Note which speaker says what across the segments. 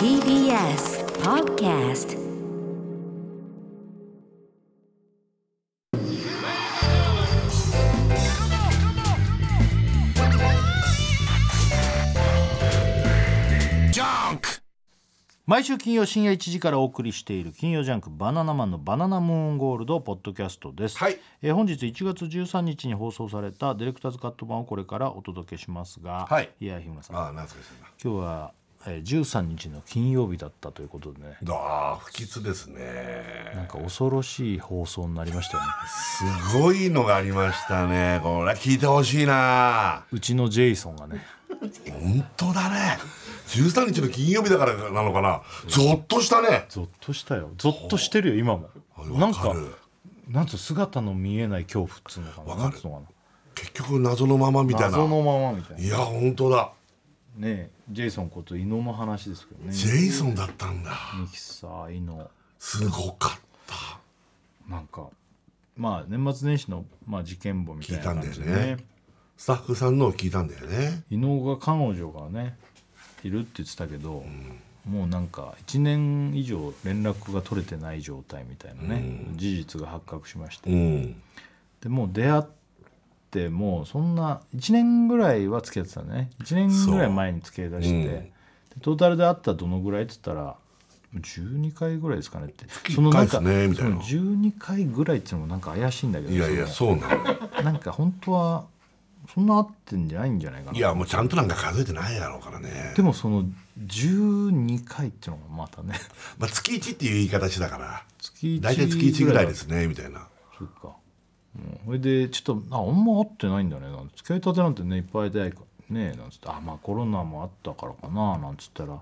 Speaker 1: TBS Podcast
Speaker 2: 毎週金曜深夜1時からお送りしている金曜ジャンクバナナマンのバナナムーンゴールドポッドキャストです、
Speaker 3: はい
Speaker 2: えー本日1月13日に放送されたディレクターズカット版をこれからお届けしますが、
Speaker 3: はい
Speaker 2: や日村さん
Speaker 3: ああ、なんすか、そんな。
Speaker 2: 今日は、えー、13日の金曜日だったということでね
Speaker 3: ああ、不吉ですね。
Speaker 2: なんか恐ろしい放送になり ましたよね
Speaker 3: すごいのがありましたね。これ聞いてほしいな。
Speaker 2: うちのジェイソンがね
Speaker 3: 本当だね。13日の金曜日だからなのかな。ゾッとしたね。
Speaker 2: ゾッとしたよゾッとしてるよ今もなん
Speaker 3: わ
Speaker 2: か
Speaker 3: かる
Speaker 2: なんつう姿の見えない恐怖っつうのかな
Speaker 3: わか
Speaker 2: な
Speaker 3: る
Speaker 2: んつうのか
Speaker 3: 結局謎のままみ
Speaker 2: な
Speaker 3: たいな。
Speaker 2: 謎のままみたいない
Speaker 3: や、本当だ。
Speaker 2: ねえジェイソンこと伊野の話ですけどね
Speaker 3: ジェイソンだったんだ。
Speaker 2: ミキサー伊野
Speaker 3: すごかった。
Speaker 2: なんかまあ年末年始の、まあ、事件簿みたいな感じ
Speaker 3: 聞
Speaker 2: で
Speaker 3: いたんだ
Speaker 2: ね
Speaker 3: よねスタッフさんのを聞いたんだよね。
Speaker 2: 伊野が彼女がねいるって言ってたけど、もうなんか1年以上連絡が取れてない状態みたいなね、事実が発覚しまして、
Speaker 3: うん。
Speaker 2: でもう出会ってもうそんな1年ぐらいは付き合ってたね1年ぐらい前に付き合いだして、
Speaker 3: そううん
Speaker 2: でトータルで会ったらどのぐらいって言ったら12回ぐらいですかねって
Speaker 3: き
Speaker 2: そのなん
Speaker 3: 一
Speaker 2: か
Speaker 3: 回ですねみたいな
Speaker 2: その12回ぐらいっていうのもなんか怪しいんだけど
Speaker 3: いやいや、
Speaker 2: そ
Speaker 3: そうなの。
Speaker 2: のなんか本当はそんな合ってんじゃないんじゃないかない
Speaker 3: や、もうちゃんとなんか数えてないだろうからね
Speaker 2: で。もその12回っていうのがまたね
Speaker 3: まあ、月1っていう言い方しだから。
Speaker 2: 月
Speaker 3: 大体月1ぐらいですすね、みたいな。
Speaker 2: そっか、うん、それでちょっとああんま会ってないんだねなんて付き合いたてなんてねいっぱい出会いねえなんつってあまあコロナもあったからかななんつったら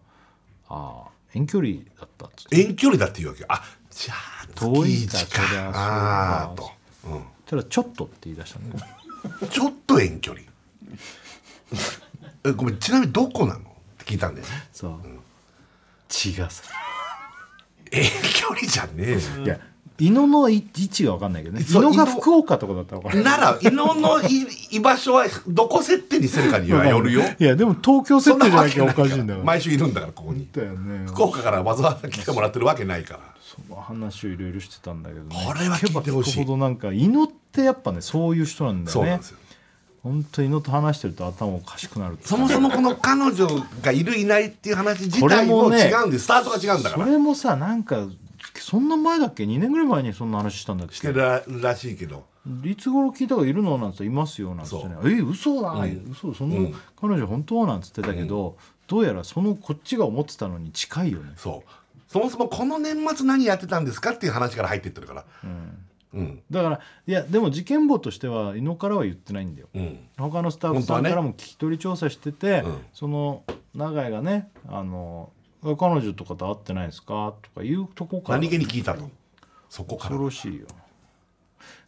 Speaker 2: あ遠距離だったっつって
Speaker 3: 遠距離だっていうわけあじゃあ
Speaker 2: 遠いんだ
Speaker 3: 月一
Speaker 2: そりゃそ
Speaker 3: か
Speaker 2: うだ
Speaker 3: あーと、
Speaker 2: そしたら「ちょっと」って言い出したね
Speaker 3: うん、ちょっと遠距離 えごめんちなみにどこなのって聞いたんだよね
Speaker 2: そう、血がさ
Speaker 3: 遠距離じゃね
Speaker 2: いや伊野の位置が分かんないけどね伊
Speaker 3: そう
Speaker 2: 野が
Speaker 3: 伊野
Speaker 2: 福岡とかだったら分か
Speaker 3: え
Speaker 2: る
Speaker 3: なら伊野のい居場所はどこ設定にしてるかにはよ るよ
Speaker 2: いやでも東京
Speaker 3: そ
Speaker 2: 設
Speaker 3: んな
Speaker 2: 定じゃ
Speaker 3: わけない
Speaker 2: なきゃお
Speaker 3: から
Speaker 2: かしいんだから
Speaker 3: 毎週いるんだからここに
Speaker 2: だよね
Speaker 3: 福岡からわざわざ来てもらってるわけないから
Speaker 2: その話をいろいろしてたんだけど、ね、
Speaker 3: これは聞いてほしい
Speaker 2: 聞けば聞くほどなんか犬ってやっぱねそういう人なんだ
Speaker 3: そ
Speaker 2: よ
Speaker 3: うなん
Speaker 2: ね
Speaker 3: ですよ
Speaker 2: 本当犬と話してると頭おかしくなるって
Speaker 3: そもそもこの彼女がいるいないっていう話自
Speaker 2: これ
Speaker 3: 体
Speaker 2: も
Speaker 3: も
Speaker 2: ね
Speaker 3: 違うんで、スタートが違うんだか
Speaker 2: そ
Speaker 3: ら
Speaker 2: れもさなんかそんな前だっけ2年ぐらい前にそんな話したんだっ
Speaker 3: し
Speaker 2: け
Speaker 3: てるらしいけど
Speaker 2: いつ頃聞いたかいるのなんていますよなんつってね「え嘘だ、嘘そんな、彼女本当?」なんつってたけど、どうやらそのこっちが思ってたのに近いよね
Speaker 3: そうそもそもこの年末何やってたんですかっていう話から入ってってるからうん
Speaker 2: だからいやでも事件簿としては犬からは言ってないんだよ
Speaker 3: うん、
Speaker 2: 他のスタッフさん
Speaker 3: 本当はね
Speaker 2: からも聞き取り調査してて、
Speaker 3: うん
Speaker 2: その永井がねあの「彼女とかと会ってないですか?」とかいうとこから
Speaker 3: 何気に聞いたとそこから
Speaker 2: 恐ろしいよ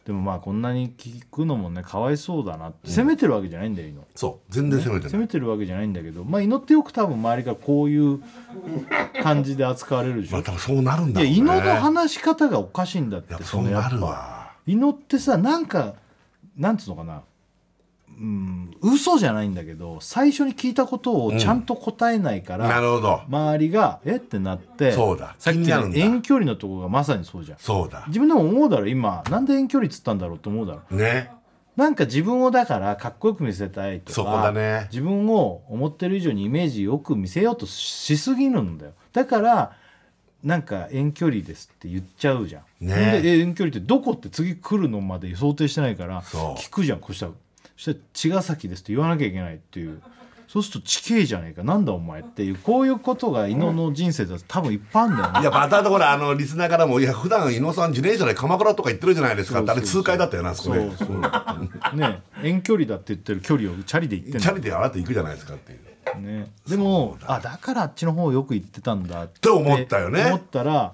Speaker 2: でもまあこんなに聞くのもねかわいそうだなって責めてるわけじゃないんだよ、イノ
Speaker 3: そう全然攻めて
Speaker 2: 責
Speaker 3: ない、
Speaker 2: めてるわけじゃないんだけどまあイノってよく多分周りがこういう感じで扱われるでし
Speaker 3: ま
Speaker 2: ょ、
Speaker 3: あ多分そうなるんだ
Speaker 2: い
Speaker 3: ろう
Speaker 2: や
Speaker 3: ね
Speaker 2: イノの話し方がおかしいんだっ
Speaker 3: やってぱそう
Speaker 2: やっ
Speaker 3: な
Speaker 2: ぱ
Speaker 3: るわ
Speaker 2: 祈ってさなんかなんつうのかなうん嘘じゃないんだけど最初に聞いたことをちゃんと答えないか
Speaker 3: な
Speaker 2: ら、
Speaker 3: るほど
Speaker 2: 周りが「えっ?」てなって
Speaker 3: そうだ
Speaker 2: さっき
Speaker 3: 気になる
Speaker 2: の
Speaker 3: んだ
Speaker 2: 遠距離のとこがまさにそうじゃん
Speaker 3: そうだ
Speaker 2: 自分でも思うだろ今なんで遠距離っつったんだろうと思うだろ
Speaker 3: ね
Speaker 2: なんか自分をだからかっこよく見せたいとか
Speaker 3: そこだね
Speaker 2: 自分を思ってる以上にイメージよく見せようとしすぎるんだよだからなんか遠距離ですって言っちゃうじゃん、
Speaker 3: ね
Speaker 2: ほんでえ遠距離ってどこって次来るのまで想定してないから
Speaker 3: そう
Speaker 2: 聞くじゃんこうしたらそしたら「茅ヶ崎です」って言わなきゃいけないっていうそうすると「地形じゃねえかなんだお前」っていうこういうことが伊野の人生だと多分いっぱいあるんだよね
Speaker 3: いやまたところあのリスナーからも「いや普段伊野さん自転車で鎌倉とか行ってるじゃないですか」ってあれ痛快だったよなあそこ
Speaker 2: そう
Speaker 3: ね
Speaker 2: そうね遠距離だって言ってる距離をチャリで行ってん
Speaker 3: チ
Speaker 2: だ
Speaker 3: ャリであなた行くじゃないですかっていう
Speaker 2: ね、でもあだからあっちの方よく行ってたんだって
Speaker 3: 思ったよね
Speaker 2: 思ったら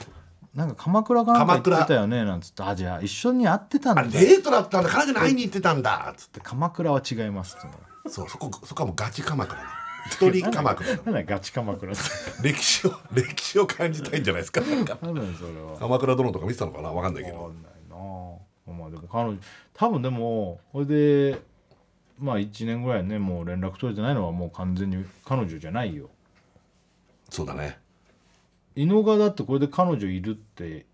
Speaker 2: なんか鎌倉かなんか
Speaker 3: 鎌
Speaker 2: 行
Speaker 3: 倉
Speaker 2: ってたよねなんつってあじゃあ一緒に会ってたん
Speaker 3: あ
Speaker 2: だっ
Speaker 3: れ
Speaker 2: て
Speaker 3: デートだったんだ彼女に会いに行ってたんだつっ
Speaker 2: 鎌倉は違いますって言
Speaker 3: てそうそこそこはもうガチ鎌倉だ一人鎌倉 だ
Speaker 2: うのなんだガチ鎌倉って
Speaker 3: 歴史を歴史を感じたいんじゃないですかなんか
Speaker 2: なんだよそれはわ
Speaker 3: 鎌倉殿とか見てたのかなわかんないけ
Speaker 2: か
Speaker 3: ど
Speaker 2: んないなまあでも彼女多分でもこれでまあ1年ぐらいねもう連絡取れてないのはもう完全に彼女じゃないよ
Speaker 3: そうだね
Speaker 2: 伊野がだってこれで彼女いるって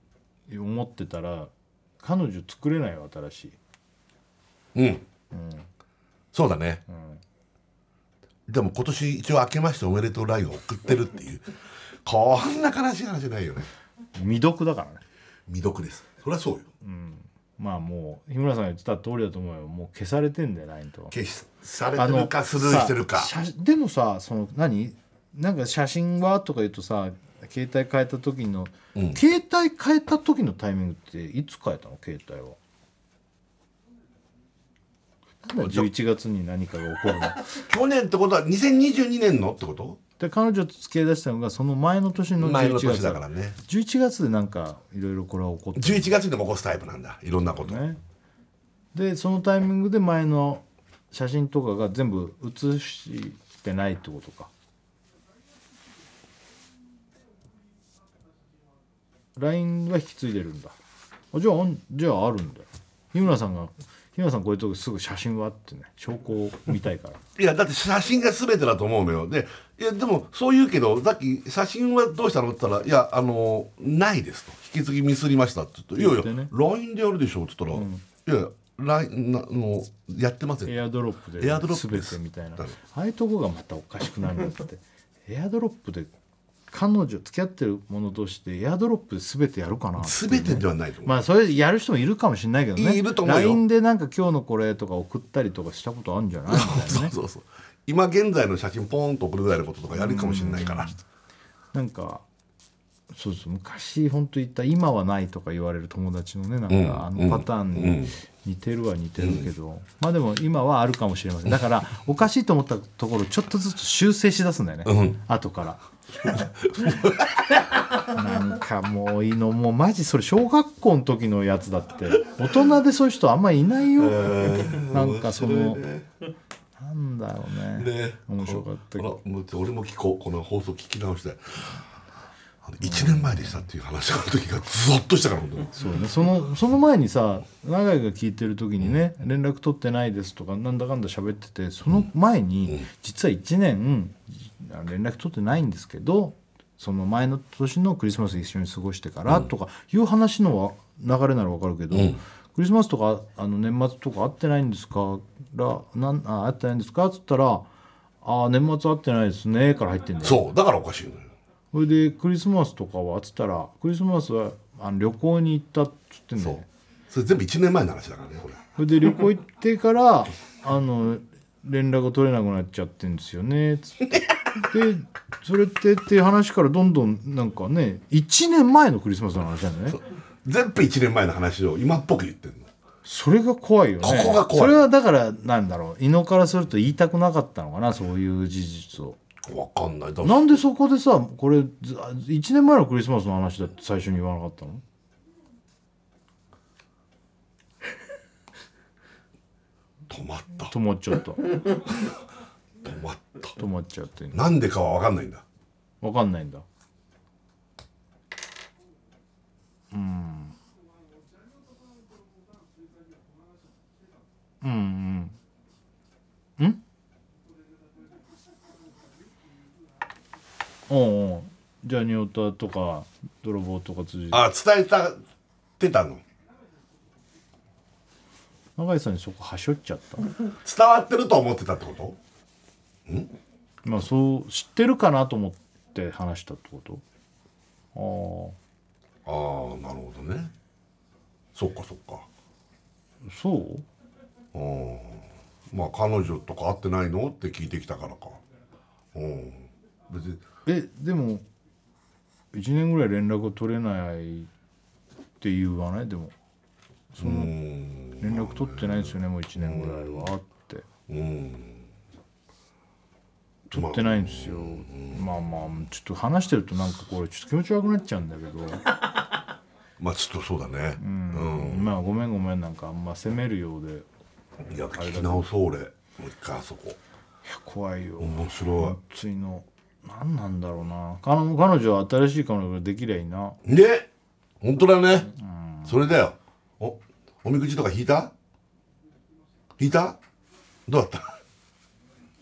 Speaker 2: 思ってたら彼女作れないよ新しい
Speaker 3: うん、そうだね、でも今年一応明けましておめでとうラインを送ってるっていうこんな悲しい話ないよね
Speaker 2: 未読だからね
Speaker 3: 未読ですそりゃそうよ、
Speaker 2: まあもう日村さんが言ってた通りだと思うよもう消されてんだよ LINE と
Speaker 3: 消しされてるかスルーしてるか
Speaker 2: さ写でもさその何なんか写真はとか言うとさ携帯変えた時の、携帯変えた時のタイミングっていつ変えたの携帯はなんだ11月に何かが起こるの
Speaker 3: 去年ってことは2022年のってこと
Speaker 2: で彼女と付き合いだしたのがその前の年の
Speaker 3: 前
Speaker 2: 11
Speaker 3: の
Speaker 2: 月
Speaker 3: 年だからね
Speaker 2: 11月でなんかいろいろこれは起こってる
Speaker 3: 11月にも起こすタイプなんだいろんなこと、
Speaker 2: ねでそのタイミングで前の写真とかが全部写してないってことか LINE は引き継いでるんだあじゃああんじゃああるんだよ日村さんが日村さんこういうとこすぐ写真はってね証拠を見たいから
Speaker 3: いやだって写真が全てだと思うのよでいやでもそう言うけどさっき写真はどうしたのって言ったら「いやあのないです」と「引き継ぎミスりました」って言って「いやい
Speaker 2: 言
Speaker 3: や
Speaker 2: って
Speaker 3: LINE でやるでしょ」って言ったら「いや LINE なのやってません」
Speaker 2: エアドロップで
Speaker 3: エアドロップで
Speaker 2: 全て
Speaker 3: す
Speaker 2: みたいな
Speaker 3: だね
Speaker 2: ああいうとこがまたおかしくなるんだってエアドロップで彼女付き合ってる者同士でエアドロップで全てやるかなっていうね
Speaker 3: 全てではないと思う、
Speaker 2: まあそれやる人もいるかもしれないけどね
Speaker 3: いると思うよ
Speaker 2: LINE でなんか今日のこれとか送ったりとかしたことあるんじゃ ないみたいな
Speaker 3: そう
Speaker 2: ね
Speaker 3: そうそう今現在の写真ポーンと送るぐらいのこととかやるかもしれないから、
Speaker 2: なんかそうです昔本当言った今はないとか言われる友達のねなんかあのパターンに似てるは似てるけど、まあでも今はあるかもしれませんだからおかしいと思ったところちょっとずつ修正しだすんだよね、後からなんかもういいのもうマジそれ小学校の時のやつだって大人でそういう人あんまいないよ、なんかその、なんだろうね
Speaker 3: ね
Speaker 2: 面白かったけど
Speaker 3: ほらもう俺も聞こうこの放送聞き直してあの1年前でしたっていう話の時がゾッとしたから本当に
Speaker 2: そうね、そのその前にさ永井が聞いてる時にね「連絡取ってないです」とかなんだかんだ喋っててその前に実は1年あの連絡取ってないんですけどその前の年のクリスマス一緒に過ごしてからとかいう話のわ流れならわかるけど、クリスマスとかあの年末とか会ってないんですからなんあ会ってないんですかっつったら「ああ年末会ってないですね」から入ってんだよ
Speaker 3: そうだからおかしいのよ
Speaker 2: それでクリスマスとかはっつったらクリスマスはあの旅行に行ったっつってんだ
Speaker 3: そ
Speaker 2: よ
Speaker 3: うそれ全部1年前の話だからねこれ
Speaker 2: それで旅行行ってからあの連絡が取れなくなっちゃってんですよねつってでそれってっていう話からどんどんなんかね1年前のクリスマスの話なんだよね
Speaker 3: 全部1年前の話を今っぽく言ってるの
Speaker 2: それが怖いよね
Speaker 3: ここが怖い
Speaker 2: それはだからなんだろう伊野からすると言いたくなかったのかなそういう事実を
Speaker 3: わかんないだ
Speaker 2: なんでそこでさこれず1年前のクリスマスの話だって最初に言わなかったの
Speaker 3: 止まった
Speaker 2: 止まっちゃった止
Speaker 3: 止まった
Speaker 2: まっちゃって
Speaker 3: なんでかはわかんないんだ
Speaker 2: わかんないんだうんうんうんおうおうじゃあニオタとか泥棒とか通じて
Speaker 3: あ伝えたってたの
Speaker 2: 永井さんにそこはしょっちゃった
Speaker 3: 伝わってると思ってたってこと
Speaker 2: まあそう知ってるかなと思って話したってこと
Speaker 3: ああなるほどねそっかそっか
Speaker 2: ああそう
Speaker 3: あーまあ彼女とか会ってないのって聞いてきたからかうん別に
Speaker 2: えでも1年ぐらい連絡を取れないって言わないでも
Speaker 3: うーん
Speaker 2: 連絡取ってないんですよねもう1年ぐらいはって
Speaker 3: うん
Speaker 2: 取ってないんですよまあまあちょっと話してるとなんかこれちょっと気持ち悪くなっちゃうんだけど、
Speaker 3: まあちょっとそうだね
Speaker 2: うんまあごめんごめんなんかあんま責めるようでい
Speaker 3: いや聞き直そう俺もう一回あそこ
Speaker 2: や怖いよ
Speaker 3: 面白
Speaker 2: ついの何なんだろうな彼女彼女は新しい彼女ができりゃいいない
Speaker 3: ね本当だねそれだよおおみくじとか引いた引いたどうだった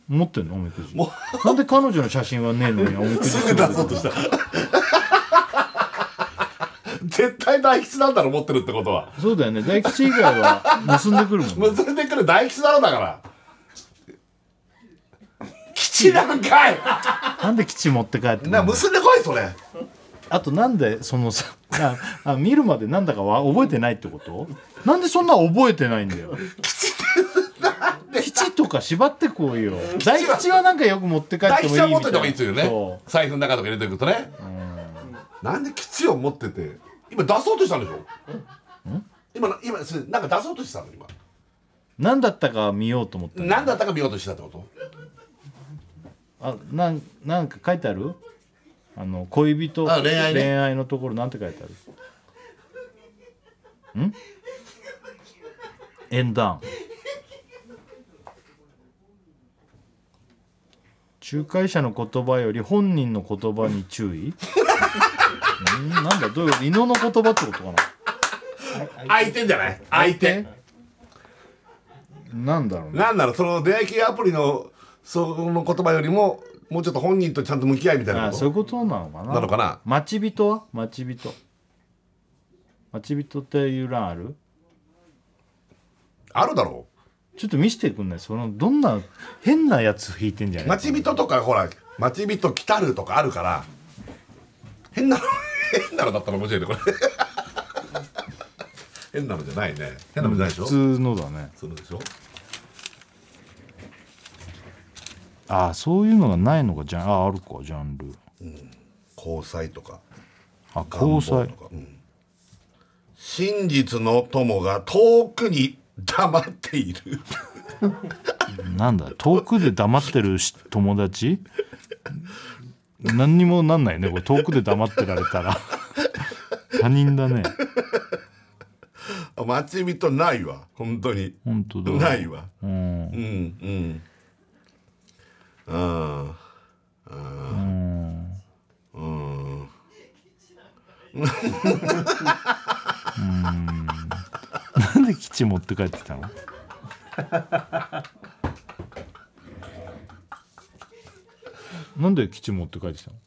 Speaker 2: 持ってんのおみくじ
Speaker 3: も
Speaker 2: なんで彼女の写真はねえのにおみくじ
Speaker 3: すぐ出そうとした 絶対大吉なんだろ持ってるってことは
Speaker 2: そうだよね大吉以外は結んでく るもん、ね、
Speaker 3: 結んでくる大吉だろだから 吉なんかい
Speaker 2: なんで吉持って帰ってくる
Speaker 3: な
Speaker 2: の
Speaker 3: 結んでこいそれ
Speaker 2: あとなんでそ のさああ見るまでなんだかは覚えてないってことなんでそんな覚えてないんだよ吉とか縛ってこいよ大吉はなんかよく持って帰っ
Speaker 3: 大
Speaker 2: てもい
Speaker 3: 吉
Speaker 2: いみた
Speaker 3: はい持
Speaker 2: な
Speaker 3: ってた方がいいですよね
Speaker 2: そ
Speaker 3: 財布の中とか入れておくとねなんで吉を持ってて今出そうとしたんでしょ今の今それなんか出そうとしてたの今
Speaker 2: う何だったか見ようと思ったの
Speaker 3: 何だったか見ようとしてたってこと
Speaker 2: あなんなんか書いてあるあの恋人
Speaker 3: あ恋愛ね
Speaker 2: のところなんて書いてあるん縁談仲介者の言葉より本人の言葉に注意んなんだどういうこと伊野の言葉ってことかな
Speaker 3: 相手じゃない相手
Speaker 2: なんだろうね
Speaker 3: なんだろうその出会い系アプリのその言葉よりももうちょっと本人とちゃんと向き合いみたいな
Speaker 2: あ
Speaker 3: こ
Speaker 2: そういう
Speaker 3: と
Speaker 2: ことなのかな
Speaker 3: なのかな
Speaker 2: 待ち人は待ち人待ち人っていう欄ある
Speaker 3: あるだろ
Speaker 2: ちょっと見せてくんないそのどんな変なやつ弾いてんじゃ
Speaker 3: う
Speaker 2: ない
Speaker 3: 待ち人とかほら待ち人来たるとかあるから変なの 変なのだったら面白いねこれ 変なのじゃないね変なのじゃないでしょ、
Speaker 2: 普通のだね
Speaker 3: そうでしょ
Speaker 2: ああそういうのがないのがじゃあああるかジャンル
Speaker 3: 交際とか
Speaker 2: あ交
Speaker 3: 願
Speaker 2: 際
Speaker 3: 望とか、うん真実の友が遠くに黙っている
Speaker 2: なんだ遠くで黙ってるし友達何にもなんないねこれ遠くで黙ってられたら他人だね
Speaker 3: あ待ち人ないわ本当に
Speaker 2: 本当だ
Speaker 3: ないわ
Speaker 2: うん
Speaker 3: うんうんああうんうん
Speaker 2: なんで基地持って帰ってきたのなんで基地持って帰ってきたの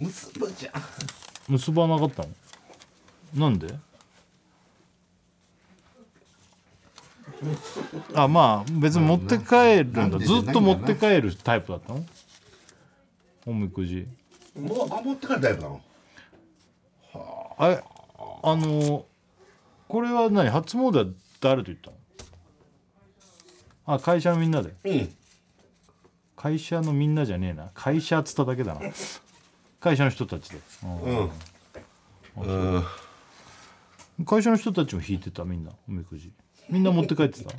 Speaker 3: 結ぶじゃん
Speaker 2: 結ばなかったのなんで あまあ別に持って帰るん
Speaker 3: な
Speaker 2: だ
Speaker 3: んで
Speaker 2: ずっと持って帰るタイプだったのおみくじ
Speaker 3: もう守ってからだよなの
Speaker 2: あれあのこれは何初詣は誰と行ったのあ会社のみんなで
Speaker 3: うん
Speaker 2: 会社のみんなじゃねえな会社っつっただけだな会社の人たちで、
Speaker 3: うんうん
Speaker 2: うん会社の人たちも引いてたみんなおみくじみんな持って帰ってた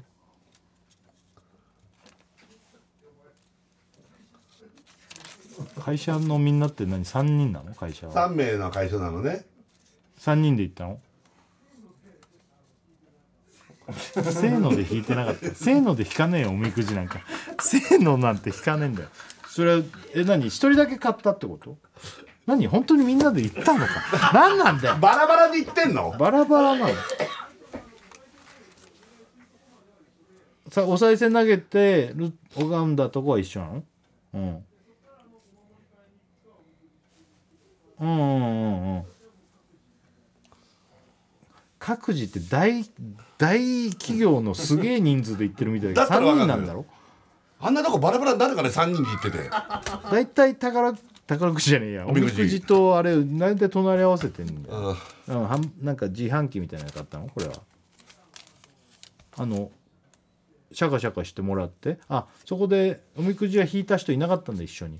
Speaker 2: 会社のみんなって何3人なの会社は
Speaker 3: 3名の会社なのね
Speaker 2: 3人で行ったのせーので引いてなかったせーので引かねえよおみくじなんかせーのなんて引かねえんだよそれはえ何一人だけ買ったってこと何本当にみんなで行ったのか何なんだよ
Speaker 3: バラバラで言ってんの
Speaker 2: バラバラなのさお賽銭投げてる拝んだとこは一緒なのうんうんうんうんうん各自って大大企業のすげえ人数で行ってるみたい
Speaker 3: だ
Speaker 2: だ
Speaker 3: っ
Speaker 2: け
Speaker 3: た
Speaker 2: ど
Speaker 3: らわ
Speaker 2: 3
Speaker 3: かんな
Speaker 2: 人ないんだろ
Speaker 3: あんなとこバラバラになるからね3人で行ってて
Speaker 2: 大体宝宝くじじゃねえやお
Speaker 3: み
Speaker 2: み
Speaker 3: くじ
Speaker 2: くじとあれ大体隣り合わせてんだよ
Speaker 3: うん
Speaker 2: うん、はんなんか自販機みたいなの買ったのこれはあのシャカシャカしてもらってあそこでおみくじは引いた人いなかったんで一緒に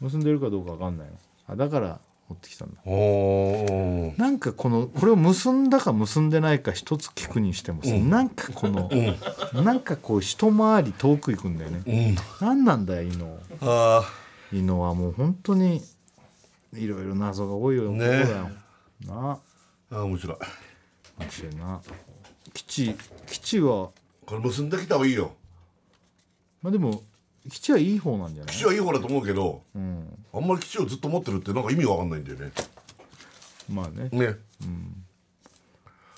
Speaker 2: 結んでるかどうかわかんないのあだから持ってきたんだ
Speaker 3: おー
Speaker 2: なんかこのこれを結んだか結んでないか一つ聞くにしてもさ、なんかこの、なんかこう一回り遠く行くんだよね、
Speaker 3: うん
Speaker 2: 何なんだよ伊野
Speaker 3: ああ
Speaker 2: 伊野はもう本当にいろいろ謎が多いよ
Speaker 3: ね
Speaker 2: 男だよな
Speaker 3: ああ面白い
Speaker 2: 面白いな吉吉は
Speaker 3: これ結んできた方がいいよ
Speaker 2: まあでも吉はいい方なんじゃない
Speaker 3: 基地はいい方だと思うけど
Speaker 2: うん
Speaker 3: あんまり基地をずっと持ってるってなんか意味がわかんないんだよね
Speaker 2: まあね
Speaker 3: ね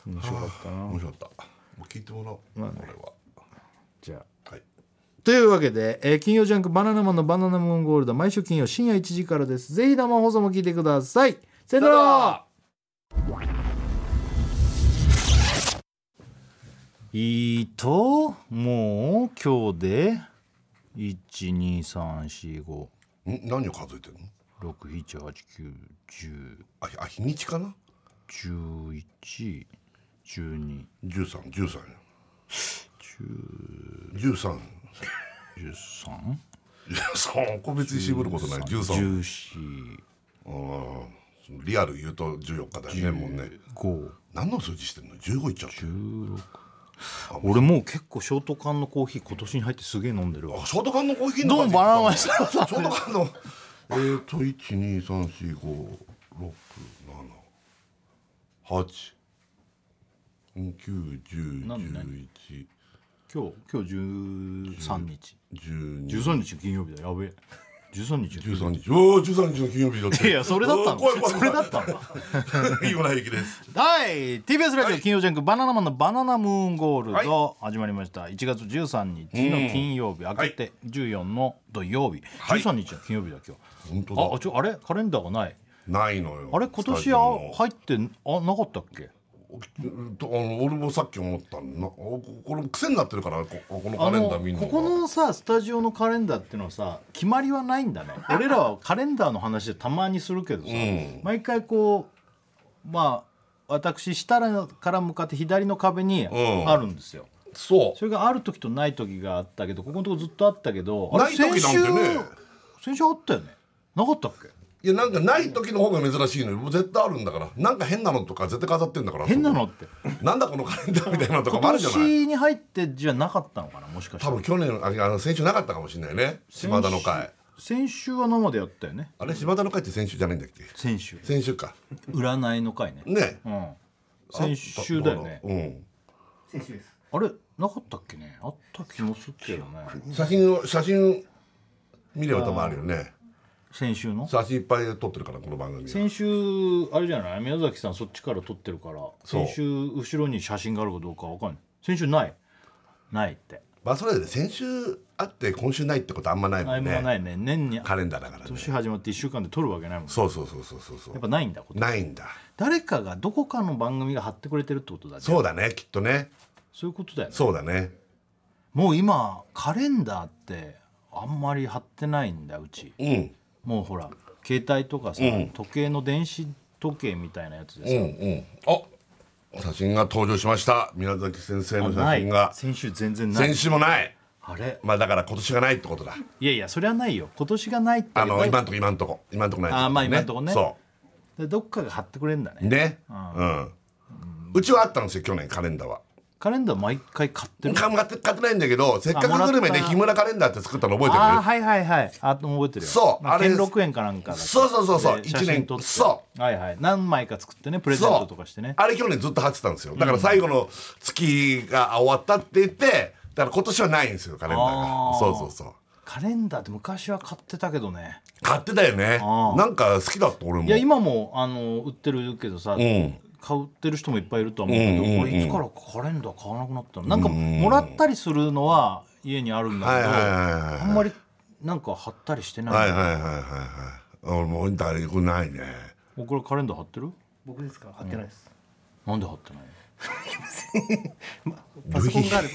Speaker 2: 面白かったな
Speaker 3: 面白かったもう聞いてもらおう、これは
Speaker 2: じゃあ
Speaker 3: はい
Speaker 2: というわけで、えー金曜ジャンク「バナナマンのバナナムーンゴールド」毎週金曜深夜1時からですぜひ生放送も聞いてくださいさよならえっともう今日で12345678910
Speaker 3: ん何を数えてるのああ日にちかな
Speaker 2: 11 12
Speaker 3: 13 13 13
Speaker 2: 13
Speaker 3: そうこれ別に渋ることない13
Speaker 2: 14
Speaker 3: うんリアル言うと14日だよねもうね
Speaker 2: 5
Speaker 3: 何の数字してんの15いっちゃう
Speaker 2: 俺もう結構ショート缶のコーヒー今年に入ってすげえ飲んでるわ
Speaker 3: あショート缶のコーヒー
Speaker 2: ど
Speaker 3: の
Speaker 2: うもバナナマンです
Speaker 3: ショート缶 のえーと1234567891011
Speaker 2: なんで今日今日13日
Speaker 3: 12
Speaker 2: 13日金曜日だやべえ13日
Speaker 3: 13日おお13日の金曜日だって
Speaker 2: いやそれだった
Speaker 3: おー
Speaker 2: の
Speaker 3: 怖い怖い
Speaker 2: そ
Speaker 3: 怖い
Speaker 2: れだったの
Speaker 3: 今の駅です
Speaker 2: はい TBS ラジオ金曜ジャンク「バナナマンのバナナムーンゴールド」始まりました1月13日の金曜日明けて14の土曜日
Speaker 3: はい
Speaker 2: 13日の金曜日だ今
Speaker 3: 本当
Speaker 2: 日ああ
Speaker 3: だ
Speaker 2: ちょあれカレンダーがない
Speaker 3: ないのよ
Speaker 2: あれ今
Speaker 3: スタ
Speaker 2: 年
Speaker 3: ジオの
Speaker 2: あ入ってあなかったっけ
Speaker 3: うんとあの俺もさっき思ったんだなおこれ癖になってるからここの
Speaker 2: あ
Speaker 3: カレンダー見
Speaker 2: の
Speaker 3: るの
Speaker 2: こ
Speaker 3: が
Speaker 2: このさスタジオのカレンダーっていうのはさ決まりはないん だね俺らはカレンダーの話でたまにするけどさ、
Speaker 3: ん
Speaker 2: 毎回こうまあ私下から向かって左の壁に
Speaker 3: ん
Speaker 2: あるんですよ、
Speaker 3: そ
Speaker 2: それがある時とない時があったけどここのとこずっとあったけどあれ
Speaker 3: ない時なんてね
Speaker 2: 先週先週あったよねなかったっけ
Speaker 3: ういやなんかない時の方が珍しいのよもう絶対あるんだからなんか変なのとか絶対飾ってんだから
Speaker 2: 変なのって
Speaker 3: なんだこのカレンダーみたいなのとか
Speaker 2: 今
Speaker 3: もあるじゃない
Speaker 2: 年に入ってじゃなかったのかなもしかし
Speaker 3: 多
Speaker 2: たら
Speaker 3: 分去年ああの先週なかったかもしれないね島田の会
Speaker 2: 先週は生でやったよね
Speaker 3: あれ島田の会って先週じゃないんだっけ
Speaker 2: 先週
Speaker 3: 先週か
Speaker 2: 占いの回ね
Speaker 3: ね
Speaker 2: うん先週だよね
Speaker 3: う
Speaker 2: あれなかったっけねあった気もするけどね
Speaker 3: ん写真を写真見れば多分あるよね
Speaker 2: 先週の
Speaker 3: 写真いっぱい撮ってるからこの番組は
Speaker 2: 先週あれじゃない宮崎さんそっちから撮ってるから
Speaker 3: そう
Speaker 2: 先週後ろに写真があるかどうかわかんない先週ないないって
Speaker 3: まあそれでね先週あって今週ないってことあんまないも
Speaker 2: ない
Speaker 3: ん
Speaker 2: もの
Speaker 3: ね
Speaker 2: ないね年に
Speaker 3: カレンダーだからね
Speaker 2: 年始まって1週間で撮るわけないもんや
Speaker 3: そうそうそうそうそうそう
Speaker 2: っぱないんだこと
Speaker 3: ないんだ
Speaker 2: 誰かがどこかの番組が貼ってくれてるってことだね
Speaker 3: そうだねきっとね
Speaker 2: そういうことだよね
Speaker 3: そうだね
Speaker 2: もう今カレンダーってあんまり貼ってないんだうち
Speaker 3: うん
Speaker 2: もうほら携帯とかさ、
Speaker 3: うん
Speaker 2: 時計の電子時計みたいなやつで
Speaker 3: う
Speaker 2: さ
Speaker 3: ん、うんあ写真が登場しました宮崎先生の
Speaker 2: あな
Speaker 3: 写真
Speaker 2: い
Speaker 3: が
Speaker 2: 先週全然ない
Speaker 3: 先週もない
Speaker 2: あれ
Speaker 3: まあだから今年がないってことだ
Speaker 2: いやいやそれはないよ今年がないって
Speaker 3: あの
Speaker 2: だ
Speaker 3: 今んとこ今んとこ今んとこないってこと
Speaker 2: あまあ今んとこね
Speaker 3: そ
Speaker 2: でどっかが貼ってくれんだ
Speaker 3: う
Speaker 2: ね
Speaker 3: ねうんうちはあったんですよ去年カレンダーは
Speaker 2: カレンダー毎回買ってる
Speaker 3: か買って買ってないんだけどせっかくグルメで
Speaker 2: あもらった
Speaker 3: 日村カレンダーって作ったの覚えてる
Speaker 2: ああはいはいはいあ覚えてるよ
Speaker 3: そう
Speaker 2: まあ
Speaker 3: あれ
Speaker 2: 兼六園かなんかだっけ
Speaker 3: そうそうそうそう
Speaker 2: で
Speaker 3: 一
Speaker 2: 写真
Speaker 3: 年
Speaker 2: 撮って
Speaker 3: そう
Speaker 2: はいはい何枚か作ってねプレゼントとかしてね
Speaker 3: あれ去年ずっと貼ってたんですよだから最後の月が終わったって言ってだから今年はないんですよカレンダー
Speaker 2: あー
Speaker 3: がそうそうそう
Speaker 2: カレンダーって昔は買ってたけどね
Speaker 3: 買ってたよね
Speaker 2: あー
Speaker 3: なんか好きだった俺も
Speaker 2: いや今もあの売ってるけどさ、
Speaker 3: うん
Speaker 2: 買ってる人もいっぱいいるとは思うけど、
Speaker 3: うんうんうん
Speaker 2: これいつからかカレンダー買わなくなったのなんかもらったりするのは家にあるんだ
Speaker 3: はい
Speaker 2: け
Speaker 3: はい
Speaker 2: ど、
Speaker 3: はいはい
Speaker 2: あんまりなんか貼ったりしてない、
Speaker 3: はいはいはいはいはい俺もうだからよくないね
Speaker 2: もうこれカレンダー貼ってる
Speaker 4: 僕ですか貼ってないです、
Speaker 2: なんで貼ってない の
Speaker 4: パソコンがあれば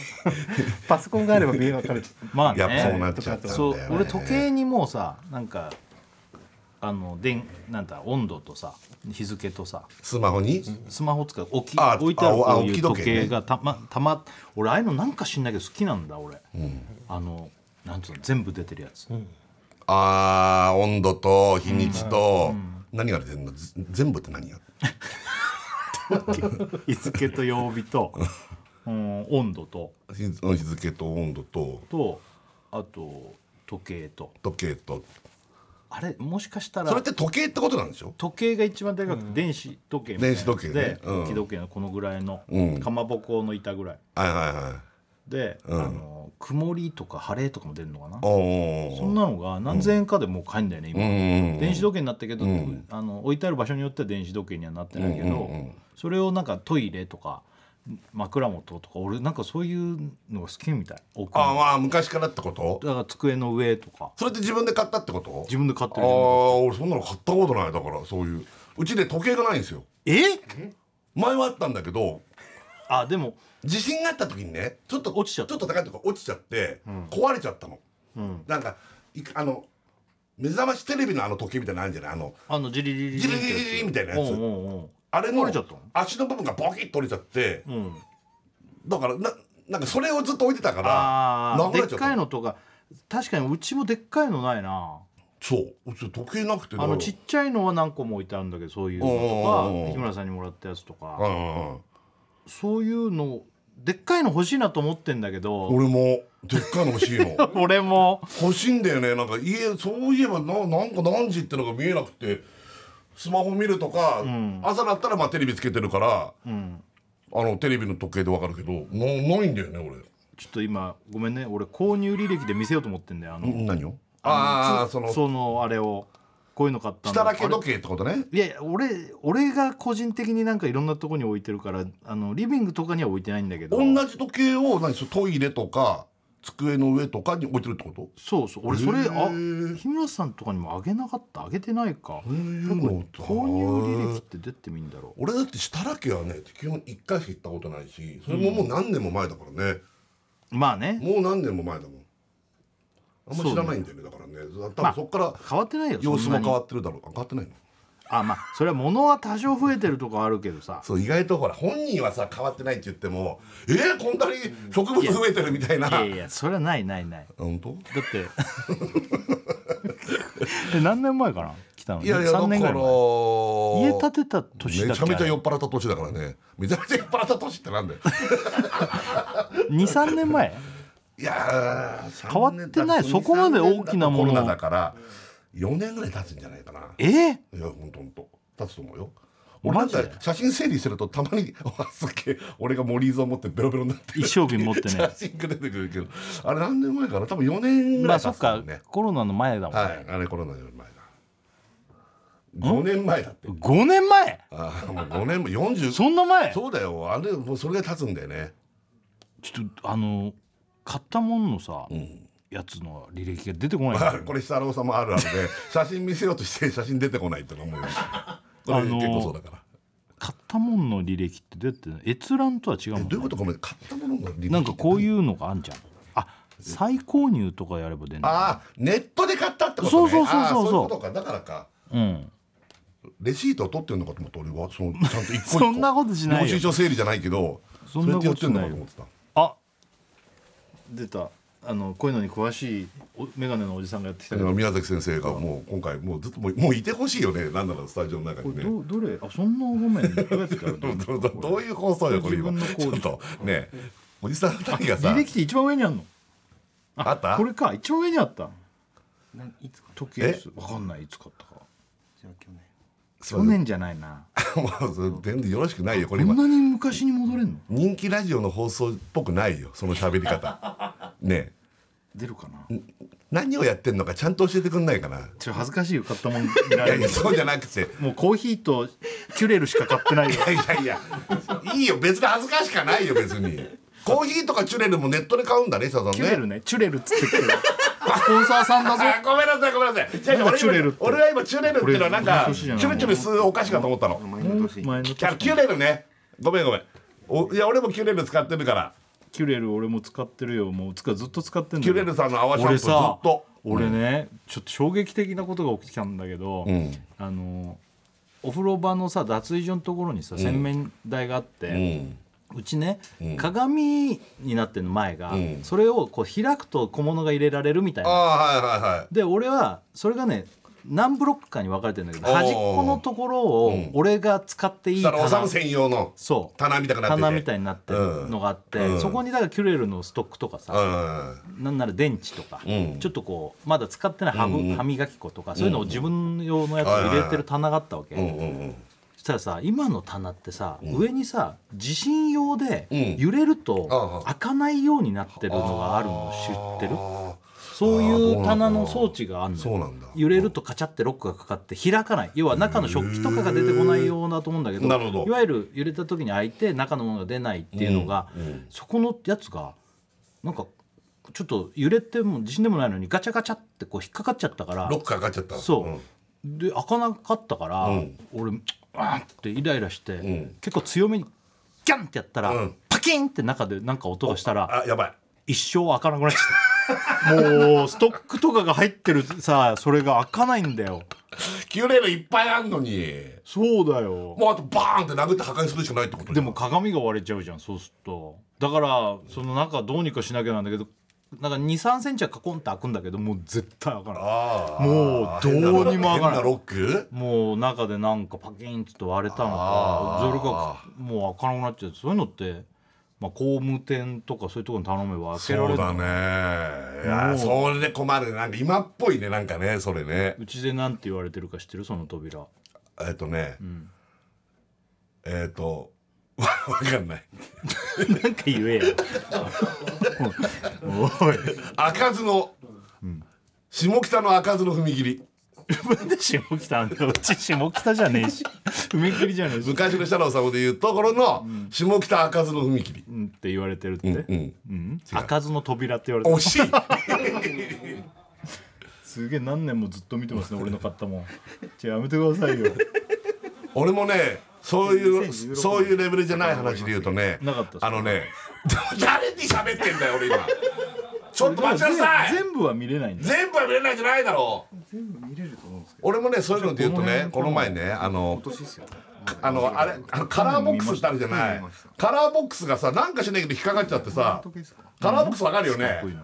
Speaker 4: パソコンがあれば見え分かる
Speaker 2: まあ
Speaker 3: やっぱそうな
Speaker 2: ね
Speaker 3: っちゃったんだよね
Speaker 2: そう俺時計にもうさなんかあの電なんだ温度とさ日付とさ
Speaker 3: スマホに
Speaker 2: スマホ使う置き
Speaker 3: あ
Speaker 2: 置いてある
Speaker 3: ああ
Speaker 2: こう
Speaker 3: 置
Speaker 2: いう
Speaker 3: き
Speaker 2: 時
Speaker 3: 時計ね
Speaker 2: 計がたまたま俺ああいうのなんか知んないけど好きなんだ俺、あのなんつうの全部出てるやつ、
Speaker 3: あー温度と日にちと何が出てんのず全部って何や
Speaker 2: 日付と曜日と、 うん、温度と
Speaker 3: 日日付と温度と
Speaker 2: とあと時計と
Speaker 3: 時計と
Speaker 2: あれもしかしたら
Speaker 3: それって時計ってことなんでしょ
Speaker 2: 時計が一番でかくて電子時計みたいなやつ
Speaker 3: 電子時計ね
Speaker 2: で
Speaker 3: うん
Speaker 2: 置き時計のこのぐらいの
Speaker 3: うん
Speaker 2: かまぼこの板ぐらい
Speaker 3: はいはいはい
Speaker 2: で、あの曇りとか晴れとかも出るのかな
Speaker 3: おー
Speaker 2: そんなのが何千円かでもう買えんだよね今、
Speaker 3: うんうんうん
Speaker 2: 電子時計になったけど、あの置いてある場所によっては電子時計にはなってないけど、それをなんかトイレとか枕元とか俺なんかそういうのが好きみたい置くの
Speaker 3: ああまあ昔からってこと
Speaker 2: だから机の上とか
Speaker 3: それって自分で買ったってこと
Speaker 2: 自分で買って
Speaker 3: あ
Speaker 2: る自分で
Speaker 3: あ俺そんなの買ったことないだからそういううちで時計がないんですよ
Speaker 2: え
Speaker 3: 前はあったんだけど
Speaker 2: あでも
Speaker 3: 地震があった時にねちょっと
Speaker 2: 落ちちゃった
Speaker 3: ょっと高いとこ落ちちゃって、壊れちゃったの、なんかいあの目覚ましテレビのあの時計みたいなのあるんじゃないあの
Speaker 2: あのジリリリリ
Speaker 3: ジリリリリみたいなやつ
Speaker 2: うんうんうん
Speaker 3: あれの
Speaker 2: 壊れちゃったの
Speaker 3: 足の部分がボキッと折れちゃって、
Speaker 2: うん
Speaker 3: だからななんかそれをずっと置いてたから
Speaker 2: あ
Speaker 3: な
Speaker 2: あ
Speaker 3: く
Speaker 2: で
Speaker 3: なっ
Speaker 2: っ
Speaker 3: ちゃっ
Speaker 2: か
Speaker 3: た
Speaker 2: いのとか確かにうちもでっかいのないな
Speaker 3: そううち時計なくて
Speaker 2: あのちっちゃいのは何個も置いてあるんだけどそういうのと
Speaker 3: おうおうおう
Speaker 2: か日村さんにもらったやつと
Speaker 3: う
Speaker 2: か
Speaker 3: んうんうん
Speaker 2: そういうのでっかいの欲しいなと思ってんだけど
Speaker 3: 俺もでっかいの欲しいの
Speaker 2: 俺も
Speaker 3: 欲しいんだよねなんか家そういえばななんか何時ってのが見えなくてスマホ見るとか、朝だったらまあテレビつけてるから、あのテレビの時計でわかるけどなないんだよね俺
Speaker 2: ちょっと今ごめんね俺購入履歴で見せようと思ってんだよあの
Speaker 3: ん何をああ
Speaker 2: つ
Speaker 3: その
Speaker 2: そのあれをこういうの買ったん
Speaker 3: 下だけ
Speaker 2: あれ
Speaker 3: 時計ってことね
Speaker 2: いやいや俺俺が個人的になんかいろんなとこに置いてるからあのリビングとかには置いてないんだけど
Speaker 3: 同じ時計を何それトイレとか机の上とかに置いてるってこと
Speaker 2: そうそう俺それ
Speaker 3: へ
Speaker 2: あ
Speaker 3: ー
Speaker 2: 日村さんとかにもあげなかったあげてないか
Speaker 3: そういうのと
Speaker 2: 購入履歴って出てもいいんだろ
Speaker 3: 俺だって下だけはね基本1回しか行ったことないしそれももう何年も前だからね、
Speaker 2: うまあね
Speaker 3: もう何年も前だもんあんま知らないんだよねだからね多分そっから
Speaker 2: 変わってないよ
Speaker 3: 様子も変わ
Speaker 2: っ
Speaker 3: ってるだろうあ変わってないの
Speaker 2: あまあそれは物は多少増えてるとこあるけどさ
Speaker 3: そう意外とほら本人はさ変わってないって言ってもえー、こんなに植物増えてるみたいない
Speaker 2: やいやそれはないないない
Speaker 3: 本当
Speaker 2: だって え何年前かな来たの
Speaker 3: いやいやだ
Speaker 2: 3
Speaker 3: から
Speaker 2: 年ぐらい前家建てた年だ
Speaker 3: め
Speaker 2: っ
Speaker 3: ちゃめちゃ酔
Speaker 2: け
Speaker 3: っ払った年だからねめちゃめちゃ酔っ払った年ってなん だよ
Speaker 2: 23 年前
Speaker 3: いやー
Speaker 2: 変わってない
Speaker 3: 3年
Speaker 2: そこまで大きなもの
Speaker 3: コロナだから4年ぐらい経つんじゃないかな
Speaker 2: えー、
Speaker 3: いやほんとほんと経つと思うよ
Speaker 2: お
Speaker 3: 俺な
Speaker 2: マ
Speaker 3: ん
Speaker 2: ジ
Speaker 3: か
Speaker 2: で
Speaker 3: 写真整理してるとたまに 「わすっげえ俺が森蔵持ってベロベロになってる
Speaker 2: 一生瓶持ってね
Speaker 3: 写真が出てくるけどあれ何年前かな多分4年ぐ
Speaker 2: ま
Speaker 3: らい
Speaker 2: あ
Speaker 3: 経
Speaker 2: そっ
Speaker 3: つも
Speaker 2: か
Speaker 3: んね、
Speaker 2: コロナの前だもんね、
Speaker 3: はいあれコロナより前だ5年前だって
Speaker 2: 5年前
Speaker 3: ああもう5年前40
Speaker 2: そんな前
Speaker 3: そうだよあれもうそれが経つんだよね
Speaker 2: ちょっとあの買ったもんのさ、
Speaker 3: ん
Speaker 2: やつの履歴が出てこないんだ
Speaker 3: あ
Speaker 2: よ
Speaker 3: これ久郎さんもあるあるで写真見せようとして写真出てこないっての思うよこれ
Speaker 2: あのー
Speaker 3: 結構そうだから、
Speaker 2: 買ったもんの履歴って出てない閲覧とは違うもん
Speaker 3: え
Speaker 2: ね
Speaker 3: どういうことごめん買ったものの履歴
Speaker 2: なんかこういうのがあんじゃんあ再購入とかやれば出んの
Speaker 3: ああネットで買ったってことね
Speaker 2: そうそうそうそうそう
Speaker 3: ああいうことかだからか
Speaker 2: うん
Speaker 3: レシートを取ってんのかと思って俺はそのちゃんと一個一個
Speaker 2: そんなことしないよ
Speaker 3: 領収書整理じゃないけど
Speaker 2: そんな
Speaker 3: そうやっ
Speaker 2: ことしないよ
Speaker 3: てやってんのかと思ってた
Speaker 2: あ出たあのこういうのに詳しいお眼鏡のおじさんがやってきた
Speaker 3: だ
Speaker 2: け
Speaker 3: か
Speaker 2: ど、
Speaker 3: ら宮崎先生がもう今回もうずっともうもういてほしいよねなんならスタジオの中に
Speaker 2: これ
Speaker 3: ね
Speaker 2: どどれあそんな画面どうやってやる
Speaker 3: ど
Speaker 2: の
Speaker 3: う どうどうどういう放送よこれ今
Speaker 2: 自分の
Speaker 3: ち
Speaker 2: 行
Speaker 3: ょ
Speaker 2: 為
Speaker 3: っとねおじさんあたりがさ
Speaker 2: 履歴って一番上にあんの
Speaker 3: あった
Speaker 2: これか一番上にあった
Speaker 4: 何いつか
Speaker 2: 時計ですわかんないいつ買ったか
Speaker 4: じゃあ去年
Speaker 3: すい
Speaker 2: 去
Speaker 3: ません
Speaker 2: 年じゃないな
Speaker 3: もうそれ全然よろしくないよこ
Speaker 2: こ
Speaker 3: れ今
Speaker 2: んなに昔に戻れんの
Speaker 3: 人気ラジオの放送っぽくないよその喋り 方ね
Speaker 2: 出るかな
Speaker 3: 何をやってんのかちゃんと教えてくんないかな
Speaker 2: ちょっと恥ずかしいよ買ったもん見ら
Speaker 3: いやい
Speaker 2: れる
Speaker 3: やそうじゃなくて
Speaker 2: もうコーヒーとキュレルしか買っ てないよ
Speaker 3: いやいやいやいいよ別に恥ずかしかないよ別にコーヒーとかチュレルもネットで買うんだね久田さんね
Speaker 2: キュレルねチュレルっつってっけ どスポンサーさんだぞ
Speaker 3: あごめんなさいごめんなさい違う違う
Speaker 2: なんかチュレ
Speaker 3: 俺
Speaker 2: ル
Speaker 3: 今
Speaker 2: って
Speaker 3: 俺は今チュレルっていうのはなんか
Speaker 2: これ
Speaker 3: チュルチュル吸うお菓子かと思ったの
Speaker 4: 前の年
Speaker 2: 前の
Speaker 3: いや
Speaker 2: 年
Speaker 3: キュレルねごめんごめんおいや俺もキュレル使ってるから
Speaker 2: キュレル俺も使ってるよもうつかずっと使ってんだ
Speaker 3: キ
Speaker 2: よ
Speaker 3: ュレルさんの泡シャンプー
Speaker 2: 俺
Speaker 3: ずっと
Speaker 2: さ俺ねちょっと衝撃的なことが起きてきたんだけど、
Speaker 3: ん
Speaker 2: あのお風呂場のさ脱衣所のところにさ洗面台があって、
Speaker 3: うん
Speaker 2: うちね、鏡になってるの前が、
Speaker 3: うん
Speaker 2: それをこう開くと小物が入れられるみたい
Speaker 3: あ
Speaker 2: な
Speaker 3: あはいはいはい
Speaker 2: で俺はそれがね何ブロックかに分かれてるんだけど
Speaker 3: おー
Speaker 2: 端っこのところを俺が使っていい
Speaker 3: したらおさ
Speaker 2: 棚
Speaker 3: む専用の
Speaker 2: そう
Speaker 3: 棚みたくなってて
Speaker 2: 棚みたいになってるのがあって、
Speaker 3: うん
Speaker 2: そこにだからキュレルのストックとか
Speaker 3: う
Speaker 2: さ、
Speaker 3: ん
Speaker 2: なんなら電池とか、
Speaker 3: うん
Speaker 2: ちょっとこうまだ使ってない歯,、
Speaker 3: うんうん
Speaker 2: 歯磨き粉とかそういうのを自分用のやつを入れてる棚があったわけ、
Speaker 3: うんうん
Speaker 2: そしたらさ今の棚ってさ、上にさ地震用で
Speaker 3: うん
Speaker 2: 揺れる
Speaker 3: あ
Speaker 2: と
Speaker 3: あ
Speaker 2: 開かないようになってるのがあるの知ってる
Speaker 3: あー
Speaker 2: そうい
Speaker 3: あー
Speaker 2: う棚の装置がある
Speaker 3: そうなんだ
Speaker 2: 揺れるとカチャってロックがかかって開かない要は中の食器とかが出てこないようなと思うんだけど
Speaker 3: なるほど
Speaker 2: いわゆる揺れた時に開いて中のものが出ないっていうのが、そこのやつがなんかちょっと揺れても自信でもないのにガチャガチャってこう引っかかっちゃったから
Speaker 3: ロックかかっちゃった
Speaker 2: そう、
Speaker 3: ん
Speaker 2: で開かなかったから、
Speaker 3: ん
Speaker 2: 俺あーってイライラして、
Speaker 3: ん
Speaker 2: 結構強めにギャンってやったら、
Speaker 3: うん
Speaker 2: パキンって中でなんか音がしたら
Speaker 3: あやばい
Speaker 2: 一生開かなくなっちゃったもうストックとかが入ってるさそれが開かないんだよ
Speaker 3: キュレルいっぱいあんのに
Speaker 2: そうだよ
Speaker 3: もうあとバーンって殴って破壊するしかないってことじ
Speaker 2: で
Speaker 3: ゃん
Speaker 2: も鏡が割れちゃうじゃんそうするとだからその中どうにかしなきゃなんだけどなんか23センチはカコンって開くんだけどもう絶対開かない
Speaker 3: ああ
Speaker 2: もうどうにも上がらない
Speaker 3: 変なロック
Speaker 2: もう中でなんかパキンって割れたのか
Speaker 3: あー
Speaker 2: ゾルがもう開かなくなっちゃうそういうのって、まあ、工務店とかそういうところに頼めば開けられ
Speaker 3: そう
Speaker 2: る
Speaker 3: だねいやそれで困るなんか今っぽいねなんかねそれね
Speaker 2: うちでなんて言われてるか知ってるその扉
Speaker 3: えっ、とね、えっ、と わわかんない
Speaker 2: なんか言え よおい
Speaker 3: 開かずの、下北の開かずの踏切
Speaker 2: なんで下北なんだようち下北じゃねえし 踏切じゃねえし
Speaker 3: 昔のシャローさんでいうところの下北開かずの踏切、
Speaker 2: うんって言われてるって、
Speaker 3: うんうん、
Speaker 2: うん開かずの扉って言われて
Speaker 3: 惜
Speaker 2: る
Speaker 3: しい
Speaker 2: すげえ何年もずっと見てますね俺の買ったもんじゃあやめてくださいよ
Speaker 3: 俺もねそういう
Speaker 2: 2016
Speaker 3: そういうレベルじゃない話で言うとね
Speaker 2: なかったっす
Speaker 3: あのね 誰に喋ってんだよ俺今ちょっと待ちなさい
Speaker 2: 全部は見れないんだよ
Speaker 3: 全部は見れないんじゃないだろう
Speaker 4: 全部見れると思うんですけど
Speaker 3: 俺もねそういうので言うとねこの前ねあの
Speaker 4: 今年っすよ
Speaker 3: あのあれあのカラーボックスってあるじゃない
Speaker 4: 見ました
Speaker 3: カラーボックスがさなんかしないけど引っかかっちゃってさ
Speaker 4: 時計っすか
Speaker 3: カラーボックスわかるよね
Speaker 2: こういうの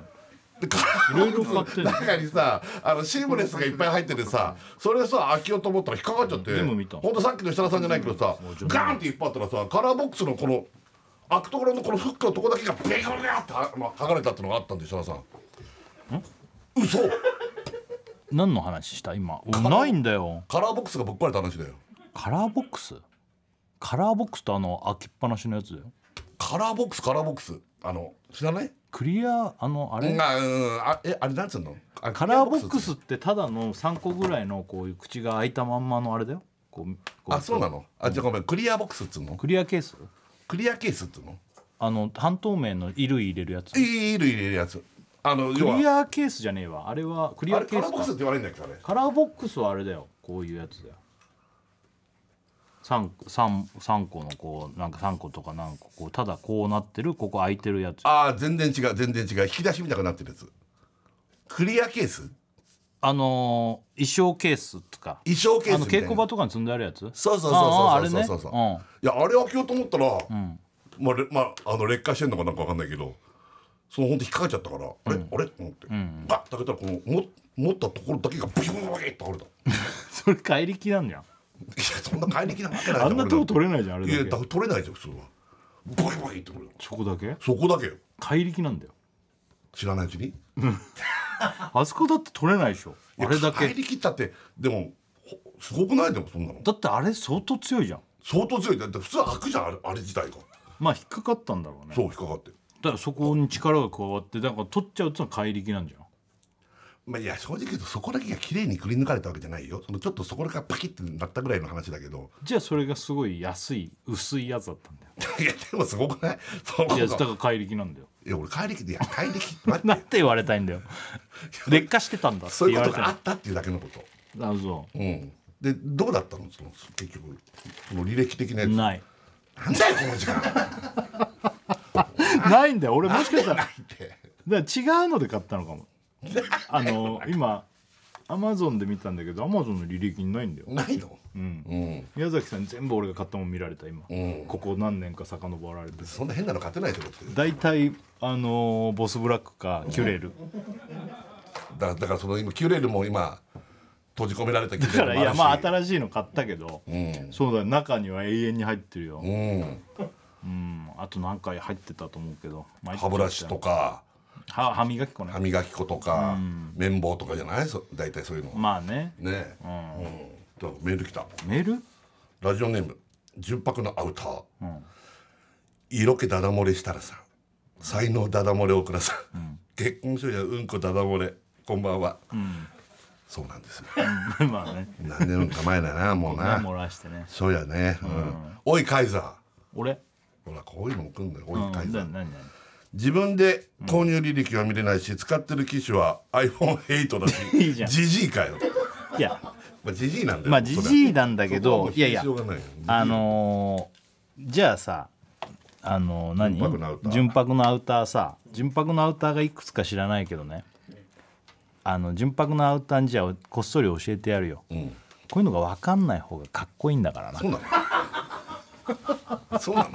Speaker 3: でカラー
Speaker 2: いろいろ買ってんの
Speaker 3: 中にさあのシームレスがいっぱい入っててさそれをさ開けようと思ったら引っかかっちゃって
Speaker 2: 全部見た
Speaker 3: ほんとさっきの設楽さんじゃないけどさガーンって引っ張ったらさカラーボックスのこの開くところのこのフックのとこだけがベコリャってはまあ剥がれたってのがあったんで設楽さん嘘
Speaker 2: 何の話した今俺ないんだよ
Speaker 3: カラーボックスがぶっ壊れた話だよ
Speaker 2: カラーボックスカラーボックスとあの開きっぱなしのやつだよ
Speaker 3: カラーボックスカラーボックスあの知らない
Speaker 2: クリアあのあれ、
Speaker 3: うんあうんあえあれなんつうのあ
Speaker 2: カラーボックスってただの3個ぐらいのこういう口が開いたまんまのあれだよこうこ
Speaker 3: あそうなのあじゃあごめんクリアボックスっつうの
Speaker 2: クリアケース
Speaker 3: クリアケースっつうの
Speaker 2: あの半透明の衣類入れるやつク
Speaker 3: いいる入れるやつあの要は
Speaker 2: リアケースじゃねえわあれはクリ
Speaker 3: あ
Speaker 2: ア
Speaker 3: れ
Speaker 2: ケ
Speaker 3: カ
Speaker 2: ー
Speaker 3: ラー
Speaker 2: ス
Speaker 3: ボックスっ
Speaker 2: か
Speaker 3: て言われるんだっけあれ
Speaker 2: カラーボックスはあれだよこういうやつだよ 3, 三三個のこうなんか3個とか何個こうただこうなってるここ開いてるやつあ
Speaker 3: ああ全然違う全然違う引き出しみたいになってるやつクリアケース
Speaker 2: のー衣装ケースとか
Speaker 3: 衣装ケー
Speaker 2: あ
Speaker 3: ス
Speaker 2: の
Speaker 3: みたい
Speaker 2: 稽
Speaker 3: な
Speaker 2: 古場とかに積んであるやつ
Speaker 3: そうそうそうそう
Speaker 2: あああれ
Speaker 3: そう
Speaker 2: ね
Speaker 3: そうそう
Speaker 2: うん
Speaker 3: いやあれ開けようと思ったら、まあれまあ、あの劣化してんのかなんかわかんないけどその本当引っかかっちゃったから、あれあれと思って、ガッて開けたらこのも持ったところだけがビューンって倒れたい
Speaker 2: それ怪力なんじゃん
Speaker 3: やそんな怪力なわけないじゃ
Speaker 2: あんなとこ取れないじゃんあれ
Speaker 3: いや
Speaker 2: だけ
Speaker 3: だ取れないじゃん普通はボリボリってこれ
Speaker 2: そこだけ
Speaker 3: そこだけよ
Speaker 2: 怪力なんだよ
Speaker 3: 知らないうちに
Speaker 2: あそこだって取れないでしょあれだ
Speaker 3: 入
Speaker 2: け
Speaker 3: り切ったってでもほすごくないでもそんなの
Speaker 2: だってあれ相当強いじゃん
Speaker 3: 相当強いだって普通開くじゃんあれあれ自体が
Speaker 2: まあ引っかかったんだろうね
Speaker 3: そう引っかかって
Speaker 2: だからそこに力が加わってだから取っちゃうってのは怪力なんじゃん
Speaker 3: まあいや正直言うとそこだけが綺麗にくり抜かれたわけじゃないよそのちょっとそこがパキッてなったぐらいの話だけ ど
Speaker 2: じゃあそれがすごい安い薄いやつだったんだよ
Speaker 3: いやでもすごくないその
Speaker 2: いやだから怪力なんだよ
Speaker 3: いや俺怪力でいや怪 力待って
Speaker 2: なんて言われたい んだよ劣化してたんだって
Speaker 3: そうい
Speaker 2: 言
Speaker 3: う
Speaker 2: わ
Speaker 3: こ
Speaker 2: れ
Speaker 3: と
Speaker 2: たい
Speaker 3: があったっていうだけのこと
Speaker 2: なるほ
Speaker 3: うんでどうだったのその結局その履歴的なや
Speaker 2: ど
Speaker 3: つな
Speaker 2: ない
Speaker 3: んだよこの時 間
Speaker 2: ないんだよ俺もしかしたら
Speaker 3: って
Speaker 2: だから違うので買ったのかもあの今アマゾンで見たんだけどアマゾンの履歴にないんだよ
Speaker 3: ないのうん、
Speaker 2: 宮崎さんに全部俺が買ったもん見られた今、
Speaker 3: ん
Speaker 2: ここ何年か遡られて
Speaker 3: そんな変なの勝てないと思って
Speaker 2: 大体あのーボスブラックかキュレル、
Speaker 3: だだからその今キュレルも今閉じ込められたキュレ
Speaker 2: だ
Speaker 3: ル
Speaker 2: から
Speaker 3: も
Speaker 2: いやまあ
Speaker 3: るし
Speaker 2: 新しいの買ったけど、そうだよ中には永遠に入ってるよ、うんあと何回入ってたと思うけど毎日
Speaker 3: 歯ブラシとか
Speaker 2: は歯磨き粉ね
Speaker 3: 歯磨き粉とか、綿棒とかじゃないそ大体そういうの、
Speaker 2: まあね
Speaker 3: ねえ、うんだからメール来た
Speaker 2: メール
Speaker 3: ラジオネーム純白のアウター、色気ダダ漏れしたらさん才能ダダ漏れ大倉さん、結婚しようやうんこダダ漏れこんばんは、そうなんですよ
Speaker 2: まあね
Speaker 3: 何年か前だなも うな
Speaker 2: な漏らしてね
Speaker 3: そうやね、うんおいカイザ
Speaker 2: 俺
Speaker 3: ーほらこういうのも来るんだよお
Speaker 2: うん
Speaker 3: いカイ
Speaker 2: 何
Speaker 3: ザー、
Speaker 2: 何
Speaker 3: 自分で購入履歴は見れないし、使ってる機種は iPhone8 だし
Speaker 2: いいじゃん
Speaker 3: ジジイかよ
Speaker 2: いや
Speaker 3: まあジジイなんだよ
Speaker 2: まあじじいなんだ
Speaker 3: だ
Speaker 2: けどいやいやあのーじゃあさあのー何
Speaker 3: 純白のアウター
Speaker 2: 純白のアウターさ純白のアウターがいくつか知らないけどねあの純白のアウターにじゃあこっそり教えてやるよ、
Speaker 3: ん
Speaker 2: こういうのが分かんない方がかっこいいんだからな
Speaker 3: そうなの そうなの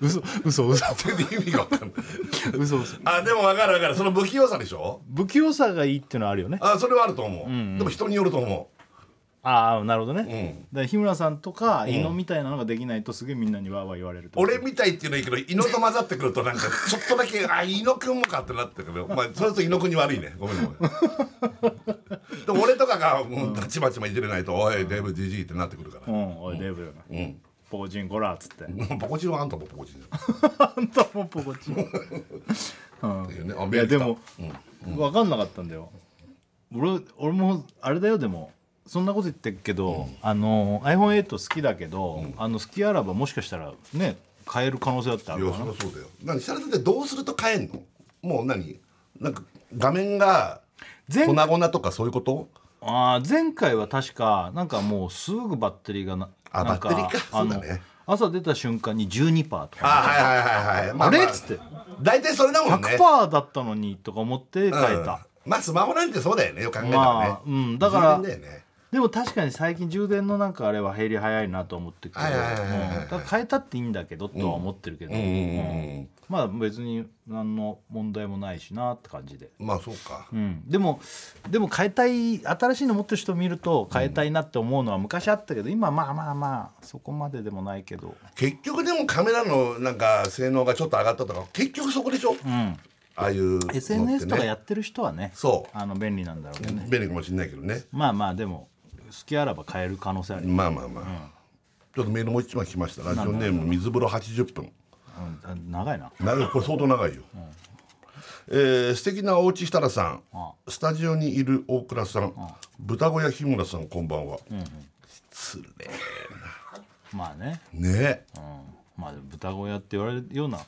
Speaker 2: 嘘嘘嘘
Speaker 3: 全然意味が分かんない
Speaker 2: 嘘嘘
Speaker 3: あでも分かる分かるその不器用さでしょ
Speaker 2: 不器用さがいいっていうのはあるよね
Speaker 3: あそれはあると思う、でも人によると思
Speaker 2: ああなるほどね、
Speaker 3: う、うん、
Speaker 2: だから日村さんとか伊野みたいなのができないとすげえみんなにわーわー言われると
Speaker 3: 俺みたいっていうのいいけど猪と混ざってくると なんかちょっとだけあ猪くんもかってなってくるまあそれと猪くんに悪いねごめんごめんでも俺とかがもうたちまちまいじれないと「おいデブジジイ」ってなってくるか
Speaker 2: う
Speaker 3: ら
Speaker 2: んおいデブよな
Speaker 3: うん
Speaker 2: ポコチンこらっつって
Speaker 3: ポコチンはあんたもポコチンじゃん
Speaker 2: あんたもポコチン
Speaker 3: っていうねあ
Speaker 2: いや
Speaker 3: メール来
Speaker 2: で
Speaker 3: た
Speaker 2: も、分かんなかったんだよ俺俺もあれだよでもそんなこと言ってるけど、あの iPhone8 好きだけど、あの好きあらばもしかしたらね買える可能性だってあ
Speaker 3: い
Speaker 2: る
Speaker 3: や
Speaker 2: か
Speaker 3: そ
Speaker 2: ら
Speaker 3: りゃそうだよ何設楽さんってどうすると変えんのもう何なんか画面が
Speaker 2: 前
Speaker 3: 粉々とかそういうこと
Speaker 2: あー前回は確かなんかもうすぐバッテリーがな
Speaker 3: あ
Speaker 2: な
Speaker 3: バ
Speaker 2: ん
Speaker 3: ッテリーか
Speaker 2: あ
Speaker 3: そう
Speaker 2: の
Speaker 3: だね
Speaker 2: 朝出た瞬間に12%と
Speaker 3: あ
Speaker 2: か
Speaker 3: はいはいはいはい、ま
Speaker 2: あれっつって
Speaker 3: 大体それだもんね
Speaker 2: 100%だったのにとか思って変えた、
Speaker 3: うんまあスマホなんてそうだよねよく考えたらね、
Speaker 2: まあうんだから
Speaker 3: 充電だよね
Speaker 2: でも確かに最近充電のなんかあれは減り早いなと思ってるけど
Speaker 3: はいはいはいはいはい
Speaker 2: うんだから変えたっていいんだけどとは思ってるけど、
Speaker 3: うんうんうんうん
Speaker 2: まあ別に何の問題もないしなって感じで、
Speaker 3: まあそうか
Speaker 2: うん、でもでも変えたい新しいの持ってる人見ると変えたいなって思うのは昔あったけど今まあまあまあそこまででもないけど
Speaker 3: 結局でもカメラのなんか性能がちょっと上がったとか結局そこでしょ、ああいうのって、ね、
Speaker 2: SNS とかやってる人はね
Speaker 3: そう
Speaker 2: あの便利なんだろうけどね、
Speaker 3: 便利かもしれないけどね
Speaker 2: まあまあでも好きあらば変える可能性ある、
Speaker 3: まあまあまあ、ちょっとメールもう一枚来ましたラジオネーム水風呂80分
Speaker 2: うん、長いな
Speaker 3: 長いこれ相当長いよ、えー素敵なおうち設楽さん
Speaker 2: あ
Speaker 3: スタジオにいる大倉さん豚小屋日村さんこんばんは、失礼
Speaker 2: まあね
Speaker 3: ねえ
Speaker 2: まあ豚小屋って言われるような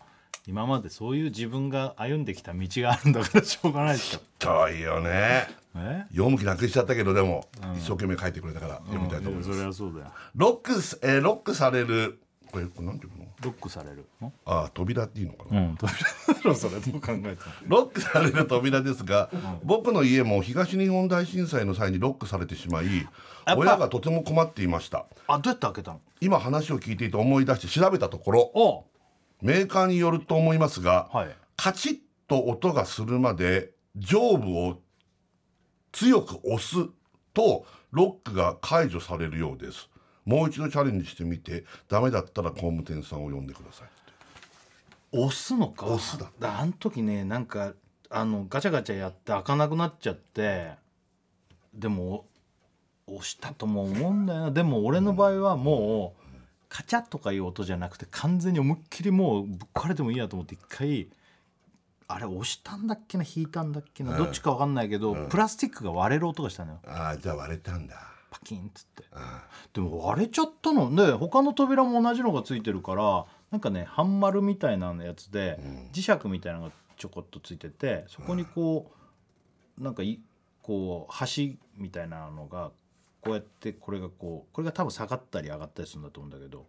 Speaker 2: 今までそういう自分が歩んできた道があるんだからしょうがないでしょ
Speaker 3: 遠いよね
Speaker 2: え
Speaker 3: 読む気なくしちゃったけどでも、一生懸命書いてくれたから読みたいと思います、
Speaker 2: それはそうだよ
Speaker 3: ロックス、えーロックされるこれこれなんていうの
Speaker 2: ロックされるん
Speaker 3: ああ扉っていうのかな、
Speaker 2: うん扉だろそれどう考えても
Speaker 3: ロックされる扉ですが、僕の家も東日本大震災の際にロックされてしまい
Speaker 2: ぱ
Speaker 3: 親がとても困っていました
Speaker 2: あどうやって開けたの
Speaker 3: 今話を聞いていて思い出して調べたところ
Speaker 2: お
Speaker 3: メーカーによると思いますが、
Speaker 2: はい
Speaker 3: カチッと音がするまで上部を強く押すとロックが解除されるようですもう一度チャレンジしてみてダメだったら工務店さんを呼んでください
Speaker 2: 押すのか
Speaker 3: 押すだ
Speaker 2: あの時ねなんかあのガチャガチャやって開かなくなっちゃってでもお押したとも思うんだよなでも俺の場合はもうカチャとかいう音じゃなくて完全に思いっきりもうぶっ壊れてもいいやと思って一回あれ押したんだっけな引いたんだっけな、どっちか分かんないけど、プラスチックが割れる音がしたのよ
Speaker 3: ああじゃあ割れたんだ
Speaker 2: パキンっつってでも割れちゃったので他の扉も同じのがついてるからなんかね半丸みたいなやつで、磁石みたいなのがちょこっとついててそこにこう、なんかいこう橋みたいなのがこうやってこれがこうこれが多分下がったり上がったりするんだと思うんだけど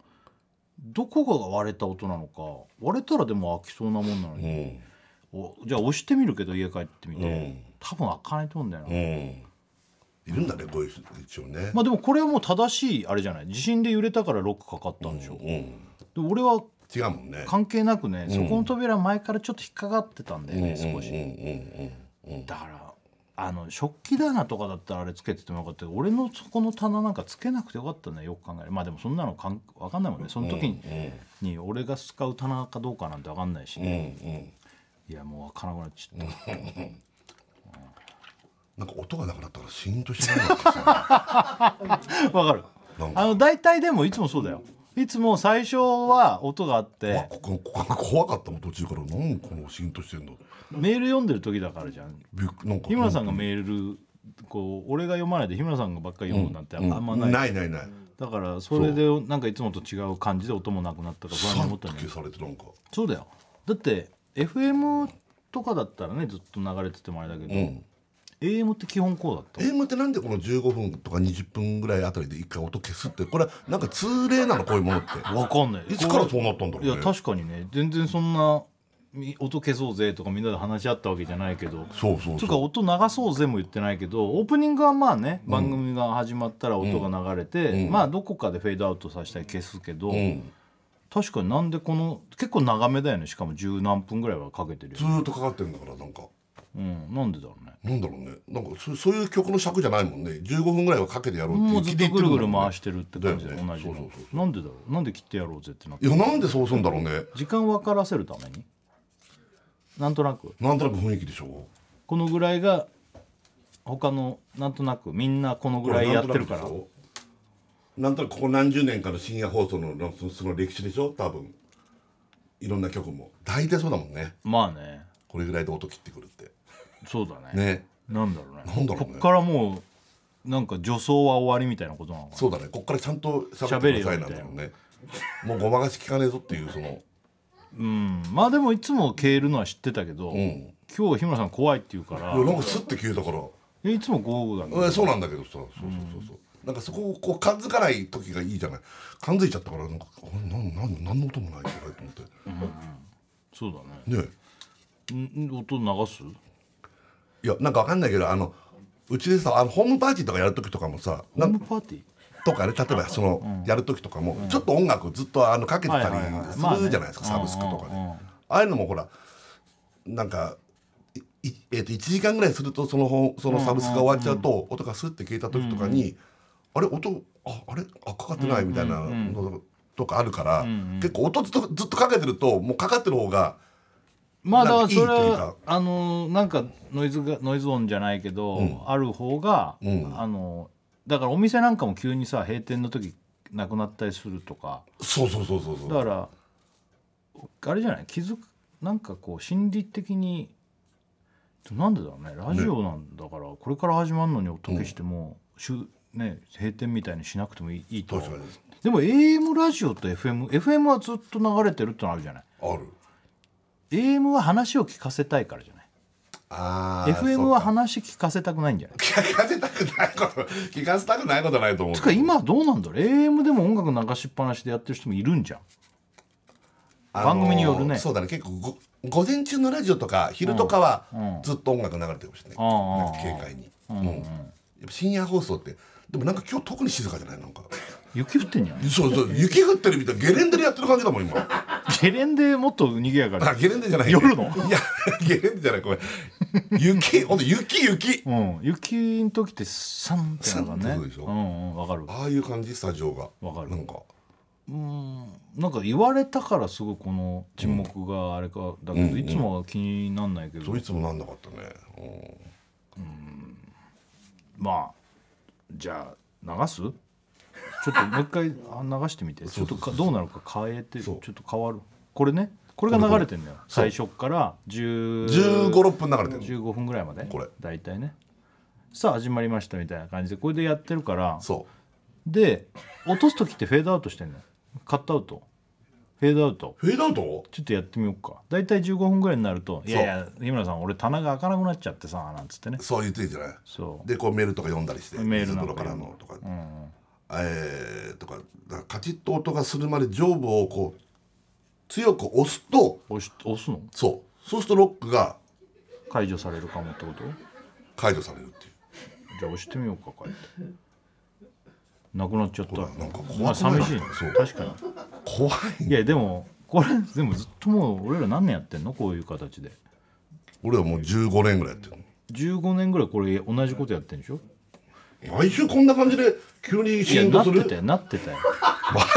Speaker 2: どこかが割れた音なのか割れたらでも開きそうなもんなの
Speaker 3: う
Speaker 2: に、
Speaker 3: ん
Speaker 2: おじゃあ押してみるけど家帰ってみて、
Speaker 3: うん
Speaker 2: 多分開かないと思うんだよな。
Speaker 3: うんいるんだねこういう人一応ね、
Speaker 2: まあでもこれはもう正しいあれじゃない地震で揺れたからロックかかったんでしょ、
Speaker 3: うん
Speaker 2: で俺は
Speaker 3: 違うもんね
Speaker 2: 関係なくね、そこの扉前からちょっと引っかかってたんだよね、少し、だからあの食器棚とかだったらあれつけててもよかったけど俺のそこの棚なんかつけなくてよかったねよく考えるまあでもそんなのかん分かんないもんねその時に,、俺が使う棚かどうかなんて分かんないし、
Speaker 3: うんうん
Speaker 2: いやもう分からなくなっちゃった、
Speaker 3: なんか音がなくなったからシーンとしてないのかさ
Speaker 2: 分かる
Speaker 3: なんか
Speaker 2: あの大体でもいつもそうだよいつも最初は音があって
Speaker 3: ここここ怖かったもん途中からなんかこのシーンとしてんの
Speaker 2: メール読んでる時だからじゃん
Speaker 3: びっくなんか
Speaker 2: 日村さんがメールこう俺が読まないで日村さんがばっかり読むなんてあんまない,、
Speaker 3: ないないない
Speaker 2: だからそれでなんかいつもと違う感じで音もなくなったから不安に
Speaker 3: さ
Speaker 2: 思
Speaker 3: っ
Speaker 2: った
Speaker 3: と
Speaker 2: んだけど
Speaker 3: 消されてなんか
Speaker 2: そうだよだって FM とかだったらねずっと流れててもあれだけど、
Speaker 3: うん
Speaker 2: AM って基本こうだった
Speaker 3: エムってなんでこの15分とか20分ぐらいあたりで一回音消すってこれはなんか通例なのこういうものって
Speaker 2: わかんない
Speaker 3: いつからそうなったんだろう
Speaker 2: い
Speaker 3: ね
Speaker 2: や確かにね全然そんなみ音消そうぜとかみんなで話し合ったわけじゃないけど
Speaker 3: そうそうそ
Speaker 2: つ
Speaker 3: う
Speaker 2: うか音流そうぜも言ってないけどオープニングはまあね番組が始まったら音が流れて、
Speaker 3: うん
Speaker 2: まあどこかでフェードアウトさせたり消すけど、
Speaker 3: うん、
Speaker 2: 確かになんでこの結構長めだよねしかも十何分ぐらいはかけてるよ
Speaker 3: ず
Speaker 2: ね、
Speaker 3: ーっとかかってるんだからなんか
Speaker 2: うん、なんでだろうね
Speaker 3: なんだろうねなんかそそういう曲の尺じゃないもんね15分ぐらいはかけてやろう
Speaker 2: もう
Speaker 3: って
Speaker 2: ず
Speaker 3: い
Speaker 2: っ
Speaker 3: 気で
Speaker 2: と
Speaker 3: 言って
Speaker 2: ぐ
Speaker 3: る
Speaker 2: る
Speaker 3: ん
Speaker 2: ぐ
Speaker 3: だろうね
Speaker 2: る回してるって感じ
Speaker 3: だ
Speaker 2: で同
Speaker 3: よね
Speaker 2: じ
Speaker 3: そう
Speaker 2: の
Speaker 3: そう
Speaker 2: なんでだろうなんで切ってやろうぜってなって
Speaker 3: いやなんでそうするんだろうね
Speaker 2: 時間分からせるためになんとなく
Speaker 3: なんとなく雰囲気でしょ
Speaker 2: このぐらいが他のなんとなくみんなこのぐらいやってるから
Speaker 3: これなんとなくでしょなんとなくここ何十年かの深夜放送ののそその歴史でしょ多分いろんな曲も大体そうだもんね
Speaker 2: まあね
Speaker 3: これぐらいで音切ってくるって
Speaker 2: そうだね
Speaker 3: ね
Speaker 2: なんだろうね
Speaker 3: なんだろうね
Speaker 2: こっからもうなんか女装は終わりみたいなことなのかな
Speaker 3: そうだねこっからちゃんと喋ってくださいなんだろうねもうごまかし聞かねえぞっていうその
Speaker 2: うんまあでもいつも消えるのは知ってたけど、
Speaker 3: ん
Speaker 2: 今日日村さん怖いって言うから
Speaker 3: いやなんかスッて消えたから
Speaker 2: えいつも豪雨だね
Speaker 3: えそうなんだけどさそうそうそうそうなんかそこをこう感づかない時がいいじゃない感づいちゃったからなんかあれなんなんなんの音もないじゃないと思って
Speaker 2: そうだね
Speaker 3: ね
Speaker 2: ん音流す
Speaker 3: えいやなんかわかんないけどあのうちでさあのホームパーティーとかやる時とかもさ
Speaker 2: ホ
Speaker 3: な
Speaker 2: ー
Speaker 3: ん
Speaker 2: ムパーティー
Speaker 3: とかね例えばそのやる時とかもちょっと音楽をずっとあのかけてたり
Speaker 2: はいはいはいまあ
Speaker 3: す
Speaker 2: ね
Speaker 3: るじゃないですかサブスクとかで
Speaker 2: うんうんうん
Speaker 3: ああいうのもほらなんかいいえっと1時間ぐらいするとその本そのサブスクが終わっちゃうと音がスッて消えた時とかにあれ音ああれあかかってないみたいなのとかあるから結構音ずっとずっとかけてるともうかかってる方が
Speaker 2: まあだ
Speaker 3: なん
Speaker 2: から
Speaker 3: かいいとい
Speaker 2: そうれ
Speaker 3: か
Speaker 2: はあのなんかノイズがノイズ音じゃないけど、ある方が、
Speaker 3: ん
Speaker 2: あのだからお店なんかも急にさ閉店の時なくなったりするとか
Speaker 3: そうそうそうそう
Speaker 2: だ
Speaker 3: そう
Speaker 2: からあれじゃない気づくなんかこう心理的になんでだろうねラジオなんだから、これから始まるのに音消しても、しゅね、閉店みたいにしなくてもいいいいと思う
Speaker 3: 確かに
Speaker 2: でも AM ラジオと FMFM はずっと流れてるってのあるじゃない
Speaker 3: ある
Speaker 2: AM は話を聞かせたいからじゃない
Speaker 3: あー
Speaker 2: FM は話聞かせたくないんじゃない
Speaker 3: 聞かせたくないこと聞かせたくないことないと思う
Speaker 2: つか今どうなんだろう AM でも音楽流しっぱなしでやってる人もいるんじゃん
Speaker 3: あ
Speaker 2: 番組によるね
Speaker 3: そうだね結構ご午前中のラジオとか昼とかはずっと音楽流れてるかもしれない、
Speaker 2: うん
Speaker 3: なんか軽快に、うんやっぱ深夜放送ってでもなんか今日特に静かじゃないなんか
Speaker 2: 雪降ってんじゃない
Speaker 3: そうそう雪降ってるみたいゲレンデでやってる感じだもん 今
Speaker 2: ゲレンデもっと賑やか
Speaker 3: あ
Speaker 2: に
Speaker 3: ゲレンデじゃない
Speaker 2: 夜の
Speaker 3: いやゲレンデじゃないこれ雪ほんと雪雪
Speaker 2: うん雪の時ってサンってなんか
Speaker 3: サンって
Speaker 2: ね
Speaker 3: そうでしょ
Speaker 2: うんうんわかる
Speaker 3: ああいう感じスタジオが
Speaker 2: わかる
Speaker 3: なんか
Speaker 2: なんか言われたからすごいこの沈黙があれかだけど、いつもは気になんないけど、
Speaker 3: そういつもなんなかったね、
Speaker 2: まあじゃあ流すちょっともう一回あ流してみてちょっとかどうなるか変えてちょっと変わるこれねこれが流れてんだよ
Speaker 3: そう
Speaker 2: 最初から10
Speaker 3: うん、1 5六6分流れてる
Speaker 2: 15分ぐらいまで
Speaker 3: これ
Speaker 2: 大体ねさあ始まりましたみたいな感じでこれでやってるから
Speaker 3: そ
Speaker 2: で落とす時ってフェードアウトしてんのよカットアウトフェードアウト
Speaker 3: うフェードアウト
Speaker 2: ちょっとやってみようか大体15分ぐらいになると「いやいや日村さん俺棚が開かなくなっちゃってさ」なんつってね
Speaker 3: そう言っていいじゃない
Speaker 2: そう
Speaker 3: でこうメールとか読んだりして
Speaker 2: メールなんか
Speaker 3: 水風呂からの
Speaker 2: 読
Speaker 3: とか、えーとかだからカチッと音がするまで上部をこう強く押すと
Speaker 2: 押し押すの
Speaker 3: そうそうするとロックが
Speaker 2: 解除されるかもってこと
Speaker 3: 解除されるっていう
Speaker 2: じゃあ押してみようかこうやってなくなっちゃった
Speaker 3: ほらなんか怖くない
Speaker 2: まあ寂しいね
Speaker 3: そう
Speaker 2: 確かに
Speaker 3: 怖い
Speaker 2: いやでもこれでもずっともう俺ら何年やってんのこういう形で
Speaker 3: 俺はもう15年ぐらいやってる
Speaker 2: 15年ぐらいこれ同じことやってんでしょ
Speaker 3: の毎週こんな感じで急に
Speaker 2: いや
Speaker 3: シーン
Speaker 2: な
Speaker 3: とす
Speaker 2: って
Speaker 3: る
Speaker 2: たよなってたよ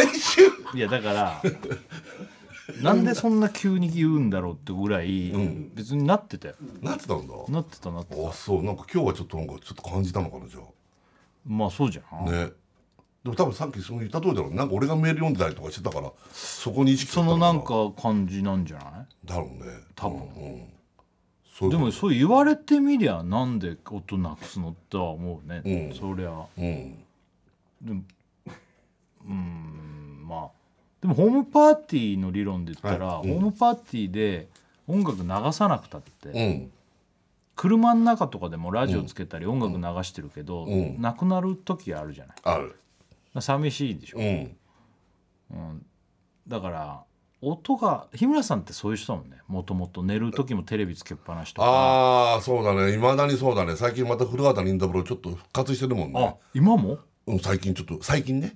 Speaker 3: 毎週
Speaker 2: いやだからなんでそんな急に言うんだろうってぐらい、別になってたよ
Speaker 3: なってたんだ
Speaker 2: なってたなってた
Speaker 3: あそうなんか今日はちょっとなんかちょっと感じたのかなじゃ
Speaker 2: まあそうじゃん、
Speaker 3: あねでも多分さっきその言った通りだろうなんか俺がメール読んでたりとかしてたからそこに意識
Speaker 2: そのなん
Speaker 3: だっ
Speaker 2: か感じなんじゃない
Speaker 3: たのかなだろうね
Speaker 2: 多分
Speaker 3: うんうんそうい
Speaker 2: で
Speaker 3: うこ
Speaker 2: もそう言われてみりゃなんで音なくすのっては思うね、
Speaker 3: うん
Speaker 2: そりゃ
Speaker 3: とうん
Speaker 2: でもうーんまあでもホームパーティーの理論で言ったら、
Speaker 3: はいうん
Speaker 2: ホームパーティーで音楽流さなくたって、
Speaker 3: うん
Speaker 2: 車の中とかでもラジオつけたり音楽流してるけど、
Speaker 3: うん
Speaker 2: なくなる時あるじゃない
Speaker 3: ある
Speaker 2: 寂しいでしょ、
Speaker 3: うん
Speaker 2: だから音が日村さんってそういう人だもんねもともと寝る時もテレビつけっぱなしとか
Speaker 3: ああそうだねいまだにそうだね最近また古畑任三郎ちょっと復活してるもん
Speaker 2: あ
Speaker 3: ね
Speaker 2: 今も
Speaker 3: うん最近ちょっと最近ね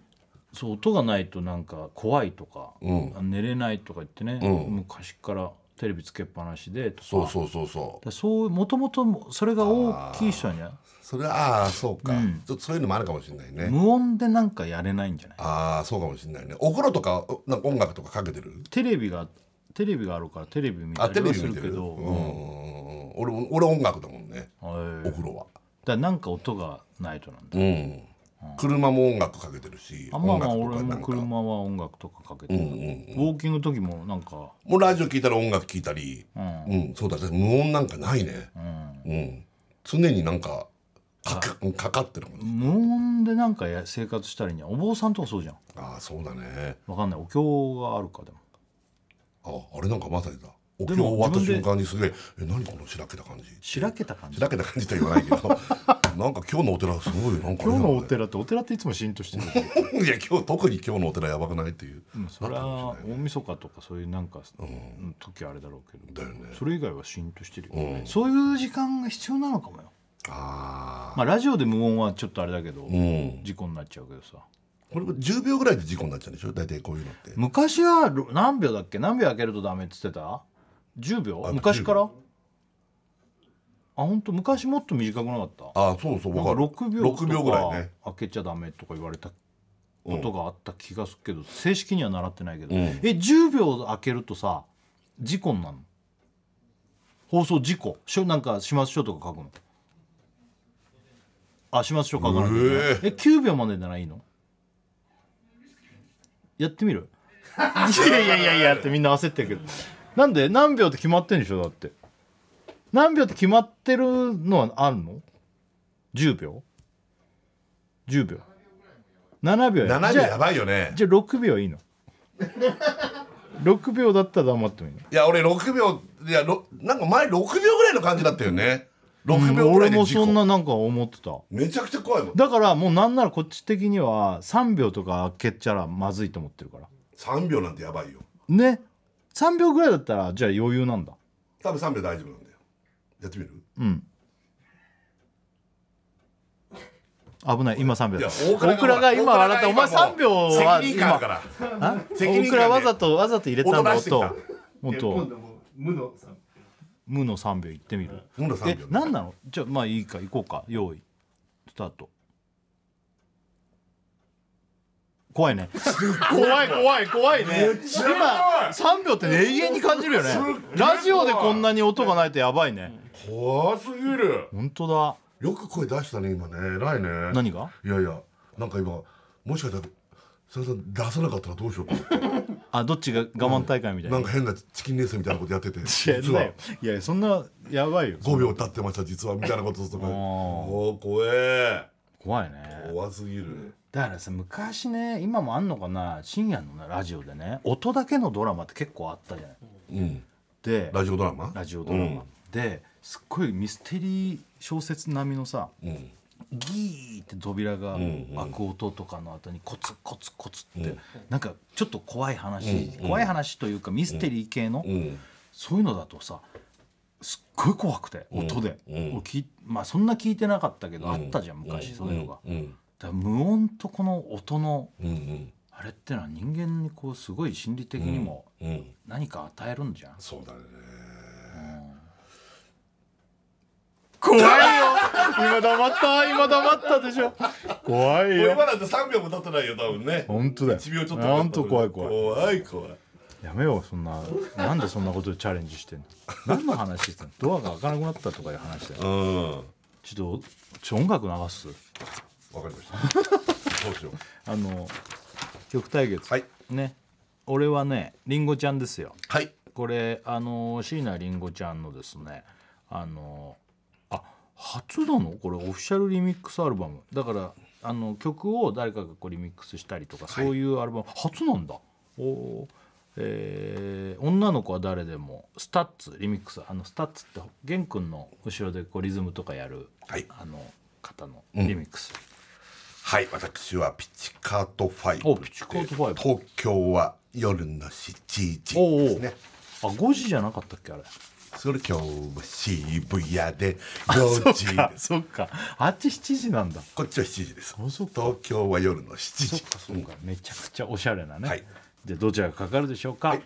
Speaker 2: そう音がないとなんか怖いとか、
Speaker 3: うん
Speaker 2: あ寝れないとか言ってね、
Speaker 3: うん
Speaker 2: 昔からテレビつけっぱなしでとか
Speaker 3: そうそうそうそう
Speaker 2: だそうもともとそれが大きい人には
Speaker 3: それはああそうか、
Speaker 2: うん
Speaker 3: ちょっとそういうのもあるかもしれないね
Speaker 2: 無音でなんかやれないんじゃない
Speaker 3: ああそうかもしれないねお風呂とかおなんか音楽とかかけてる
Speaker 2: テレビがテレビがあるからテレビ見た
Speaker 3: あテ
Speaker 2: り
Speaker 3: レ
Speaker 2: は
Speaker 3: ビ
Speaker 2: す
Speaker 3: 見
Speaker 2: る
Speaker 3: て
Speaker 2: け
Speaker 3: る
Speaker 2: ど、
Speaker 3: うんうんうんうん俺も俺音楽だもんね
Speaker 2: うん
Speaker 3: お
Speaker 2: だか
Speaker 3: 風呂は
Speaker 2: らなんか音がないとなんだ
Speaker 3: うん車も音楽かけてるし
Speaker 2: あま
Speaker 3: 音
Speaker 2: あまあ
Speaker 3: 楽と
Speaker 2: 俺
Speaker 3: かな
Speaker 2: も
Speaker 3: んか
Speaker 2: 車は音楽とかかけてる、ウォーキングの時もなんか
Speaker 3: もうラジオ聴いたら音楽聴いたりうんそうだね無音なんかないねうん常になんかかかかかってるもん
Speaker 2: 無音でなんかや生活したりにはお坊さんとかそうじゃん
Speaker 3: ああそうだね
Speaker 2: わかんないお経があるかでも
Speaker 3: ああれなんかまさにだお経
Speaker 2: でも
Speaker 3: 終わった
Speaker 2: 自
Speaker 3: 瞬
Speaker 2: 分で
Speaker 3: 間にすげえ「え何このしらけた感じ」
Speaker 2: しらけた感
Speaker 3: し
Speaker 2: じ
Speaker 3: らけた感じとは 言わないけどなんか今日のお寺すごいなんかね
Speaker 2: 今日のお寺ってお寺っていつも浸透してるけど
Speaker 3: いや今日特に今日のお寺やばくないっていう、
Speaker 2: それは大晦日とかそういうなんか時あれだろうけど、
Speaker 3: だよね
Speaker 2: それ以外は浸透してるよね、
Speaker 3: うん
Speaker 2: そういう時間が必要なのかもよ
Speaker 3: ああ
Speaker 2: まあラジオで無音はちょっとあれだけど、
Speaker 3: うん
Speaker 2: 事故になっちゃうけどさ
Speaker 3: これも10秒ぐらいで事故になっちゃうんでしょ大体こういうのって
Speaker 2: 昔はろ何秒だっけ何秒開けるとダメって言ってた10秒
Speaker 3: あ
Speaker 2: 昔から
Speaker 3: 10
Speaker 2: あ本当昔もっと短くなかった
Speaker 3: ああそうそう
Speaker 2: な
Speaker 3: わ
Speaker 2: んか
Speaker 3: かる
Speaker 2: 6秒と
Speaker 3: 6秒ぐらい
Speaker 2: か
Speaker 3: ね
Speaker 2: 開けちゃダメとか言われた
Speaker 3: う
Speaker 2: ことがあった気がするけど、正式には習ってないけど、
Speaker 3: うん
Speaker 2: え10秒開けるとさ事故になるの放送事故しょなんか始末書とか書くのあ始末書書かなきゃいけない
Speaker 3: え
Speaker 2: え9秒までならいいのやってみる いやいやいやいやってみんな焦ってるけどなんで何秒って決まってんでしょだって何秒って決まってるのはあるの ?10 秒 ?10 秒7秒
Speaker 3: 7
Speaker 2: じ
Speaker 3: 秒
Speaker 2: ゃあ
Speaker 3: やばいよね
Speaker 2: じゃあ6秒いいの6秒だったら黙ってもいいの
Speaker 3: いや俺6秒いやろなんか前6秒ぐらいの感じだったよね6秒ぐら
Speaker 2: 俺
Speaker 3: いで
Speaker 2: も
Speaker 3: 事
Speaker 2: そ
Speaker 3: 故、
Speaker 2: んななんか思ってた
Speaker 3: めちゃくちゃ怖いもん
Speaker 2: だからもうなんならこっち的には3秒とか開けちゃらまずいと思ってるから
Speaker 3: 3秒なんてやばいよ
Speaker 2: ね3秒ぐらいだったらじゃあ余裕なんだ
Speaker 3: 多分3秒大丈夫なんだよやってみる
Speaker 2: うん危ない今3秒
Speaker 3: いや
Speaker 2: だ
Speaker 3: 大
Speaker 2: 大
Speaker 3: 倉が
Speaker 2: 倉が今笑ったお
Speaker 3: 大倉が
Speaker 2: 前
Speaker 3: 今もう
Speaker 2: 3秒は
Speaker 3: 責任感あるから
Speaker 2: 今あ
Speaker 3: 責任感で
Speaker 2: 大倉わざとわざと入れたんだ
Speaker 3: 音出してきた
Speaker 2: 音音
Speaker 4: 度もう無のさ
Speaker 2: 無の3秒いってみる
Speaker 3: 無の3秒
Speaker 2: え何なのじゃあまあいいか行こうか用意スタート怖いね怖い怖い怖いね今3秒って永遠に感じるよねラジオでこんなに音がないとやばいね
Speaker 3: 怖すぎる
Speaker 2: 本当だ
Speaker 3: よく声出したね今ね偉いね
Speaker 2: 何が
Speaker 3: いやいやなんか今もしかしたらささん出さなかったらどうしようと思って
Speaker 2: あどっちが我慢大会みたいな
Speaker 3: なんか変なチキンレースみたいなことや ってて
Speaker 2: やん
Speaker 3: 実
Speaker 2: な
Speaker 3: は
Speaker 2: よいやそんなやばいよ
Speaker 3: 5秒経ってました実はみたいなこととか
Speaker 2: あー
Speaker 3: おー怖え
Speaker 2: 怖いね
Speaker 3: 怖すぎる
Speaker 2: だからさ昔ね今もあんのかな深夜のねラジオでね音だけのドラマって結構あったじゃない
Speaker 3: うん
Speaker 2: で
Speaker 3: ラジオドラマ
Speaker 2: ラジオドラマ、
Speaker 3: うん
Speaker 2: ですっごいミステリー小説並みのさ
Speaker 3: うん
Speaker 2: ギーって扉が
Speaker 3: んうん
Speaker 2: 開く音とかの後にコツコツコツって、なんかちょっと怖い話、怖い話というかミステリー系の、
Speaker 3: うん
Speaker 2: そういうのだとさすっごい怖くて音で、
Speaker 3: うん
Speaker 2: 俺聞いまあそんな聞いてなかったけど、あったじゃん昔、そういうのが、
Speaker 3: うん
Speaker 2: だから無音とこの音の
Speaker 3: うんうん
Speaker 2: あれってのは人間にこうすごい心理的にも
Speaker 3: うん
Speaker 2: 何か与えるんじゃん、
Speaker 3: そうだね
Speaker 2: 怖いよ今黙った今黙ったでしょ怖い
Speaker 3: 俺まだ3秒も経ってないよ多分ね
Speaker 2: 本当だよ
Speaker 3: 1秒ちょっと
Speaker 2: 本当怖い怖い
Speaker 3: 怖い怖い
Speaker 2: やめようそんななんでそんなことでチャレンジしてんの何の話してんのドアが開かなくなったとかいう話だよ
Speaker 3: うんわ
Speaker 2: ちょっとちょ音楽流す
Speaker 3: かりましたそうですよ
Speaker 2: あの曲対決、
Speaker 3: はい
Speaker 2: ね俺はねりんごちゃんですよ
Speaker 3: はい
Speaker 2: これあの椎名林檎ちゃんのですねあのあ初なのこれオフィシャルリミックスアルバムだからあの曲を誰かがこうリミックスしたりとかそういうアルバム、初なんだおーえー女の子は誰でも」スタッツリミックスあのスタッツって玄君の後ろでこうリズムとかやる、
Speaker 3: はい
Speaker 2: あの方のリミックス、
Speaker 3: はい私はピチカート5
Speaker 2: おピチカートファイブ
Speaker 3: 東京は夜の7時
Speaker 2: おうお
Speaker 3: で
Speaker 2: う
Speaker 3: すね
Speaker 2: あ5時じゃなかったっけあれ
Speaker 3: それ今日は渋谷で4時
Speaker 2: あ
Speaker 3: です
Speaker 2: そっかあっち7時なんだ
Speaker 3: こっちは7時です
Speaker 2: あそっか
Speaker 3: 東京は夜の7時うん
Speaker 2: めちゃくちゃおしゃれなね、
Speaker 3: はい
Speaker 2: でどちらがかかるでしょうか、
Speaker 3: はい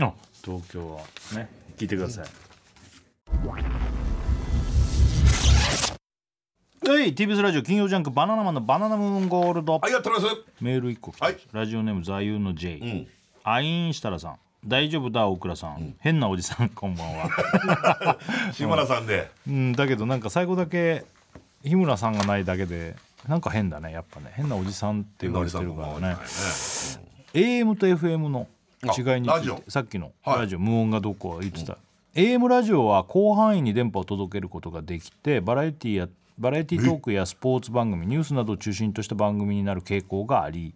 Speaker 2: あ東京はね聞いてください、はい、TBS ラジオ金曜ジャンク「バナナマンのバナナムーンゴールド」
Speaker 3: ありがとうございます
Speaker 2: メール1個来てます、ラジオネーム座右の J、
Speaker 3: ん
Speaker 2: アインシタラさん大丈夫だ大倉さん、変なおじさんこんばんは
Speaker 3: 志村さんで
Speaker 2: うん、だけどなんか最後だけ日村さんがないだけでなんか変だねやっぱね変なおじさんって言われてるからね AM と FM の違いにつ
Speaker 3: あラ
Speaker 2: い
Speaker 3: ジ
Speaker 2: て
Speaker 3: オ
Speaker 2: さっきの
Speaker 3: はい
Speaker 2: ラジオ、無音がどうこうは言ってた、AM ラジオは広範囲に電波を届けることができてバラエティやバラエティトークやスポーツ番組ニュースなどを中心とした番組になる傾向があり、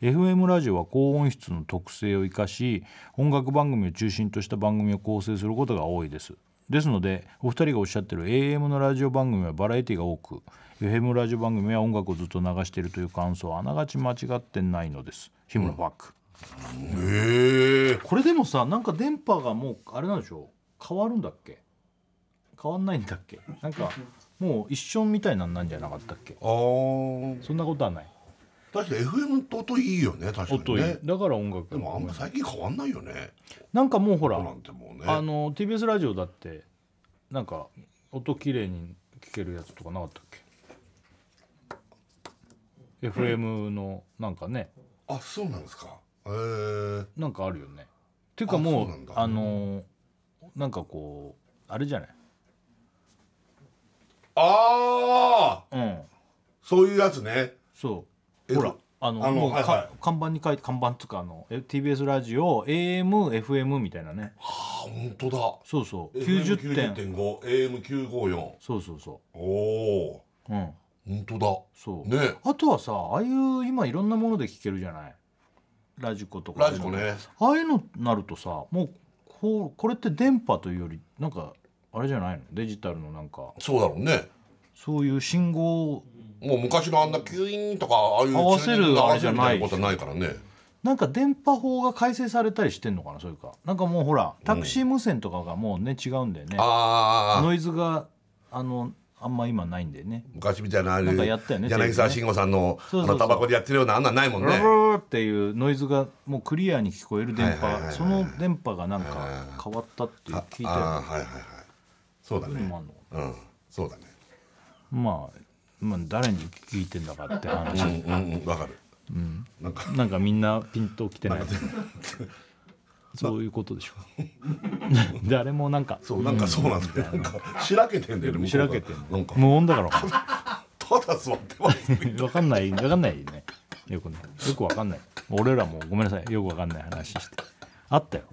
Speaker 2: FM ラジオは高音質の特性を生かし音楽番組を中心とした番組を構成することが多いですですのでお二人がおっしゃってる AM のラジオ番組はバラエティが多く FM ラジオ番組は音楽をずっと流しているという感想はあながち間違ってないのです日村バック、
Speaker 3: へえ
Speaker 2: これでもさなんか電波がもうあれなんでしょう変わるんだっけ変わんないんだっけなんかもう一緒みたいなんなんじゃなかったっけ
Speaker 3: あー
Speaker 2: そんなことはない
Speaker 3: 確かに FM って音いいよね確か
Speaker 2: 音
Speaker 3: に
Speaker 2: いい
Speaker 3: ね
Speaker 2: だから音楽
Speaker 3: でもあんま最近変わんないよね
Speaker 2: なんかもうほら
Speaker 3: 音なんてもうね
Speaker 2: あの TBS ラジオだってなんか音綺麗に聞けるやつとかなかったっけ FM のなんかね
Speaker 3: あそうなんですかへえ
Speaker 2: なんかあるよねっていうかも
Speaker 3: あそう
Speaker 2: う
Speaker 3: なんだ
Speaker 2: あのなんかこうあれじゃない
Speaker 3: ああ
Speaker 2: うん
Speaker 3: そういうやつね
Speaker 2: そ
Speaker 3: え
Speaker 2: うほらあの
Speaker 3: あの
Speaker 2: もうか、
Speaker 3: はいはい
Speaker 2: 看板に書いて看板っつうかあのえ TBS ラジオ AMFM みたいなね
Speaker 3: あ本当だ
Speaker 2: そうそう90点
Speaker 3: 90.5AM954
Speaker 2: そうそうそ
Speaker 3: おお
Speaker 2: ううん
Speaker 3: 本当
Speaker 2: そう、
Speaker 3: だね
Speaker 2: あとはさああいう今いろんなもので聴けるじゃないラジコとか
Speaker 3: ラジコね
Speaker 2: ああいうのなるとさもうこうこれって電波というよりなんかあれじゃないのデジタルのなんか
Speaker 3: そうだろうね
Speaker 2: そういう信号
Speaker 3: もう昔のあんなキュイーンとかああいう
Speaker 2: 合わせる
Speaker 3: チューニングで合
Speaker 2: あれ
Speaker 3: わ
Speaker 2: じ
Speaker 3: せ
Speaker 2: ゃ
Speaker 3: るみ
Speaker 2: な
Speaker 3: た
Speaker 2: い
Speaker 3: いなことはないからね
Speaker 2: なんか電波法が改正されたりしてんのかなそれかなんかもうほらタクシー無線とかがもうね違うんだよね、
Speaker 3: ああ
Speaker 2: ノイズがあのあんま今ないんでね。
Speaker 3: 昔みたいなあれ
Speaker 2: なんかやったよね
Speaker 3: 柳沢慎吾さんの
Speaker 2: そうそうそう
Speaker 3: あのタバコでやってるようなあんなんないもん
Speaker 2: ブル
Speaker 3: ね
Speaker 2: ブルっていうノイズがもうクリアに聞こえる電
Speaker 3: はいはいはい
Speaker 2: 波
Speaker 3: はい
Speaker 2: その電波がなんか変わったっていう
Speaker 3: あ
Speaker 2: 聞い
Speaker 3: あー
Speaker 2: た
Speaker 3: はいはいはいそうだ
Speaker 2: よ
Speaker 3: ね
Speaker 2: もあんの
Speaker 3: うんそうだね
Speaker 2: まあまあ誰に聞いてんだかっ て話
Speaker 3: うんうんうんわかるなんか
Speaker 2: なんかみんなピンときてない そういうことでしょ 誰もなんか
Speaker 3: そうなんかそうなんだよなんかしらけてんだよね向
Speaker 2: し
Speaker 3: こう
Speaker 2: ら
Speaker 3: が
Speaker 2: けてん
Speaker 3: な
Speaker 2: の
Speaker 3: んか
Speaker 2: 無音だから分か
Speaker 3: ただ座ってますね
Speaker 2: んないわかんないわかんないねよくねよくわかんない俺らもごめんなさいよくわかんない話してあったよ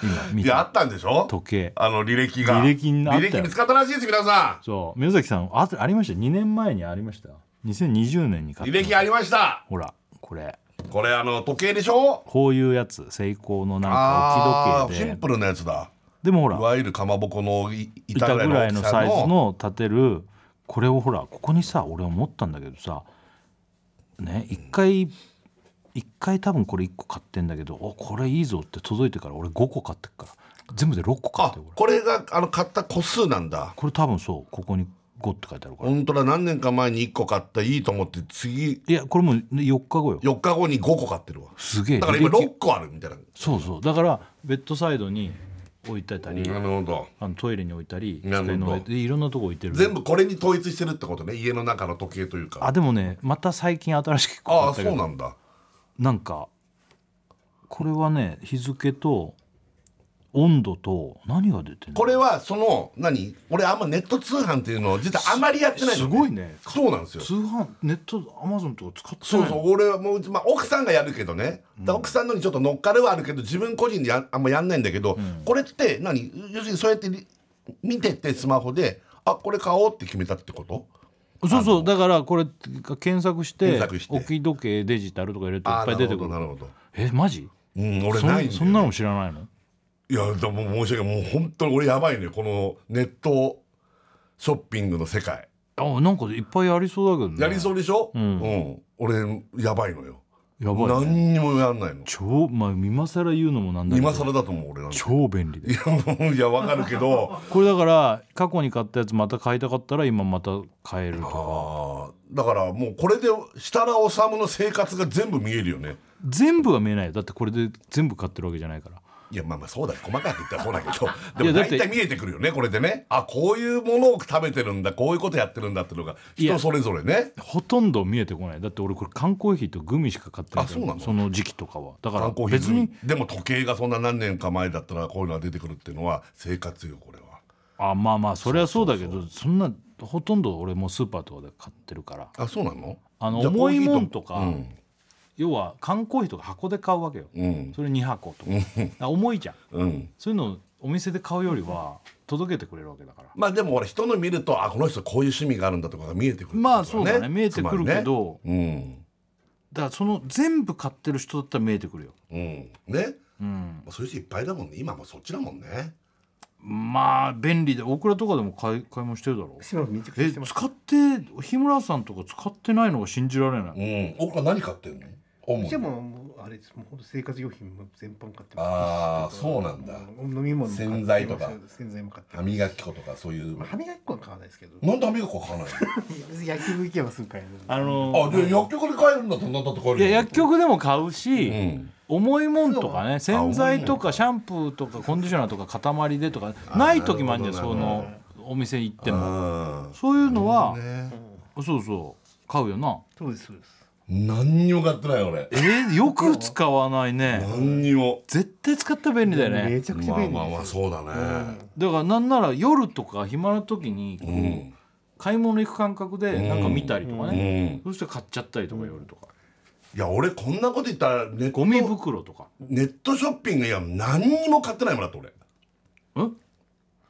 Speaker 2: 今 見
Speaker 3: いやあ
Speaker 2: た
Speaker 3: ったんでしょ
Speaker 2: 時計
Speaker 3: あの履歴が
Speaker 2: 履歴になったよ
Speaker 3: 履歴見つかったらしいです皆さ
Speaker 2: そう宮崎さんあありました2年前にありました2020年に
Speaker 3: ん
Speaker 2: 買
Speaker 3: 履
Speaker 2: った
Speaker 3: 歴ありました
Speaker 2: ほらこれ
Speaker 3: これあの時計でしょ
Speaker 2: こういうやつセイコーのなんか
Speaker 3: あ
Speaker 2: 置
Speaker 3: あ
Speaker 2: き
Speaker 3: シ
Speaker 2: 時計
Speaker 3: ン
Speaker 2: で
Speaker 3: プルなやつだ
Speaker 2: でもほ
Speaker 3: い
Speaker 2: ら
Speaker 3: わゆるかまぼこのい
Speaker 2: 板
Speaker 3: 板
Speaker 2: ぐ
Speaker 3: ぐ
Speaker 2: ら
Speaker 3: ら
Speaker 2: い
Speaker 3: い
Speaker 2: の
Speaker 3: の
Speaker 2: サ
Speaker 3: サ
Speaker 2: イ
Speaker 3: イ
Speaker 2: ズ
Speaker 3: ズの
Speaker 2: の立てるこれをほらここにさ俺思ったんだけどさね一回一回多分これ1個買ってんだけどおこれいいぞって届いてから俺5個買ってっから全部で6個買っ
Speaker 3: あ
Speaker 2: てる俺
Speaker 3: これがあの買った個数なんだ
Speaker 2: これ多分そうここに5って書いてあるから
Speaker 3: 本当だ何年か前に1個買ったいいと思って次
Speaker 2: いやこれもう4日後よ
Speaker 3: 4日後に5個買ってるわ
Speaker 2: すげえ
Speaker 3: だから今
Speaker 2: 履歴
Speaker 3: 6個あるみたいな
Speaker 2: そうそうだからベッドサイドに置いてたり、
Speaker 3: なるほど
Speaker 2: あのトイレに置いたり
Speaker 3: なるほど
Speaker 2: 机の上でいろんなとこ置いてる
Speaker 3: 全部これに統一してるってことね家の中の時計というか
Speaker 2: あでもねまた最近新しく
Speaker 3: あ
Speaker 2: 買
Speaker 3: あ
Speaker 2: った
Speaker 3: そ
Speaker 2: け
Speaker 3: う
Speaker 2: ど
Speaker 3: なんだ
Speaker 2: なんかこれはね日付と温度と何が出てるの
Speaker 3: これはその何俺あんまネット通販っていうのを実はあまりやってないの
Speaker 2: すごいね
Speaker 3: そうなんですよ
Speaker 2: 通販ネットアマゾンとか使って
Speaker 3: そう
Speaker 2: ない
Speaker 3: そう
Speaker 2: の
Speaker 3: 俺はもう、まあ、奥さんがやるけどね、だ奥さんのにちょっと乗っかるはあるけど自分個人でやあんまやんないんだけど、これって何要するにそうやってり見ててスマホであこれ買おうって決めたってこと
Speaker 2: そうそうだからこれ検索して
Speaker 3: 検索して
Speaker 2: 置き時計デジタルとか入れるとい
Speaker 3: あ
Speaker 2: っぱい出てくる
Speaker 3: なるほどなるほ
Speaker 2: えマジ
Speaker 3: ど、うん、俺
Speaker 2: そ
Speaker 3: ないんだよ
Speaker 2: んそんなのも知らないの
Speaker 3: いやでも申し訳ないもう本当に俺やばいねこのネットショッピングの世界
Speaker 2: あなんかいっぱいありそうだけどね
Speaker 3: やりそうでしょ、うん俺やばいのよ
Speaker 2: やばいね
Speaker 3: 何にもやんないの
Speaker 2: 超まあ今更言うのもなんだけど
Speaker 3: 今更だと思う俺なんて
Speaker 2: 超便利で
Speaker 3: いやもういやわかるけど
Speaker 2: これだから過去に買ったやつまた買いたかったら今また買えるとか
Speaker 3: あーだからもうこれで設楽統の生活が全部見えるよね
Speaker 2: 全部は見えないよだってこれで全部買ってるわけじゃないから
Speaker 3: いやまあまあそうだよ細かく言ったらそうだ けど
Speaker 2: い
Speaker 3: で
Speaker 2: や
Speaker 3: も
Speaker 2: だって
Speaker 3: 大体見えてくるよねこれでねあこういうものを食べてるんだこういうことやってるんだっていうのが
Speaker 2: いや
Speaker 3: 人それぞれね
Speaker 2: ほとんど見えてこないだって俺これ缶コーヒーとグミしか買ってないから
Speaker 3: あそうなの
Speaker 2: その時期とかはだから
Speaker 3: 缶コーヒー
Speaker 2: 別に
Speaker 3: でも時計がそんな何年か前だったらこういうのが出てくるっていうのは生活よこれは
Speaker 2: あまあまあそれはそうだけどそんなほとんど俺もうスーパーとかで買ってるから
Speaker 3: あそうなの
Speaker 2: あの
Speaker 3: じゃ
Speaker 2: 重い
Speaker 3: コーヒー
Speaker 2: もんとか、
Speaker 3: うん
Speaker 2: 要は缶コーヒーとか箱で買うわけよ、
Speaker 3: うん
Speaker 2: それ2箱とかあ重いじゃん
Speaker 3: うん
Speaker 2: そういうのをお店で買うよりは届けてくれるわけだから
Speaker 3: まあでも俺人の見るとあこの人こういう趣味があるんだとかが見えてくるってこと
Speaker 2: まあそうだね見えてくるけど、
Speaker 3: つまりね
Speaker 2: だからその全部買ってる人だったら見えてくるよ、
Speaker 3: うんうんね
Speaker 2: うん、
Speaker 3: まあそういう人いっぱいだもんね今もそっちだもんね
Speaker 2: まあ便利で大倉とかでも買い買い物してるだろ
Speaker 4: 島めちゃくちゃ
Speaker 2: え
Speaker 4: してます。
Speaker 2: 使って日村さんとか使ってないのが信じられない、
Speaker 3: うん僕は何買ってんの主
Speaker 4: う
Speaker 3: に
Speaker 4: ちはもうもうあれです。もうほんと生活用品も全般買ってます。
Speaker 3: あーそうなんだ
Speaker 4: 飲み物も買ってます
Speaker 3: 洗剤とか
Speaker 4: 洗剤も買って
Speaker 3: 歯
Speaker 4: ます。
Speaker 3: 磨き粉とかそういう
Speaker 4: まあ、歯磨き粉は買わないですけど。
Speaker 3: なんで歯磨き粉買わない
Speaker 4: 別に薬局行けばすぐ買えるんで。
Speaker 2: あ
Speaker 3: の
Speaker 2: の
Speaker 3: あで薬局で買えるんだったら何だって買える
Speaker 2: いや
Speaker 3: よ
Speaker 2: 薬局でも買うし、
Speaker 3: うん
Speaker 2: 重いもんとかね洗剤とかシャンプーとかコンディショナーとか塊でとかない時もあるじゃん
Speaker 3: なる
Speaker 2: そ
Speaker 3: ほどなるほ
Speaker 2: のお店行っても
Speaker 3: あ
Speaker 2: そういうのは
Speaker 3: あ、ね
Speaker 2: そうそう買うよな
Speaker 4: そうですそうです。
Speaker 3: 何にも買ってない俺
Speaker 2: えー、よく使わないね
Speaker 3: 何にも
Speaker 2: 絶対使ったら便利だよ
Speaker 4: め
Speaker 2: ね
Speaker 4: ちゃくちゃ
Speaker 3: まあ
Speaker 4: 便利
Speaker 3: まあ
Speaker 4: で
Speaker 3: まあ
Speaker 4: す。
Speaker 3: そうだね
Speaker 2: だからなんなら夜とか暇な時にこう、
Speaker 3: うん
Speaker 2: 買い物行く感覚でなんか見たりとか
Speaker 3: う
Speaker 2: ね、
Speaker 3: ん
Speaker 2: そして買っちゃったりとか夜とか、
Speaker 3: いや俺こんなこと言ったらネット
Speaker 2: ゴミ袋とか
Speaker 3: ネットショッピングいや何にも買ってないもんだって俺
Speaker 2: うん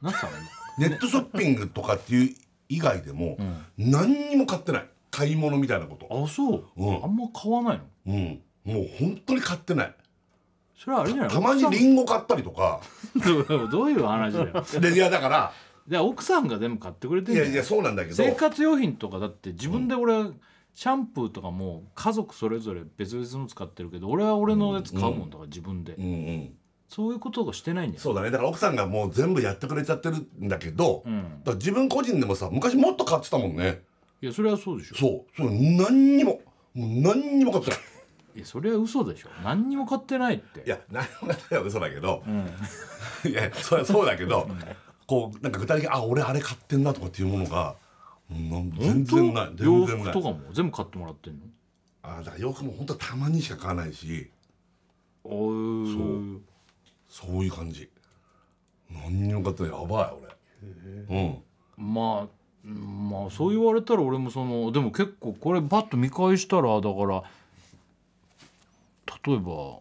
Speaker 2: 何したの
Speaker 3: ネットショッピングとかっていう以外でも
Speaker 2: ん
Speaker 3: 何にも買ってない買い物みたいなこと
Speaker 2: 今あそう、
Speaker 3: うん
Speaker 2: あんま買わないの
Speaker 3: うんもう本当に買ってない
Speaker 2: それはあれじゃない
Speaker 3: たまにリンゴ買ったりと か
Speaker 2: どうどういう話だよ
Speaker 3: でいやだから
Speaker 2: で奥さんが全部買ってくれ
Speaker 3: い
Speaker 2: てんじゃ
Speaker 3: や
Speaker 2: ん
Speaker 3: いやそうなんだけど
Speaker 2: 生活用品とかだって自分で俺、シャンプーとかも家族それぞれ別々の使ってるけど俺は俺のやつ買うもんだから自分で、
Speaker 3: うんうん
Speaker 2: そういうことがしてないんだよ
Speaker 3: そうだねだから奥さんがもう全部やってくれちゃってるんだけど、
Speaker 2: う
Speaker 3: だか
Speaker 2: ん
Speaker 3: ら自分個人でもさ昔もっと買ってたもんね
Speaker 2: いやそれはそうでしょ
Speaker 3: そうそう何にももう何にも買ってない
Speaker 2: いやそれは嘘でしょ何にも買ってないって
Speaker 3: いや何も買ってないは嘘だけど
Speaker 2: う、ん、
Speaker 3: いやそれはそうだけどこうなんか具体的にあ俺あれ買ってんなとかっていうものがなん全然ない
Speaker 2: 本当
Speaker 3: 全
Speaker 2: 洋
Speaker 3: 然な
Speaker 2: 服
Speaker 3: い
Speaker 2: とかも全部買ってもらってんの
Speaker 3: あだから洋服も本当はたまにしか買わないし
Speaker 2: おー
Speaker 3: そういう感じ何にも買ってないやばい俺うん
Speaker 2: まあうんまあそう言われたら俺もそのでも結構これバッと見返したらだから例えば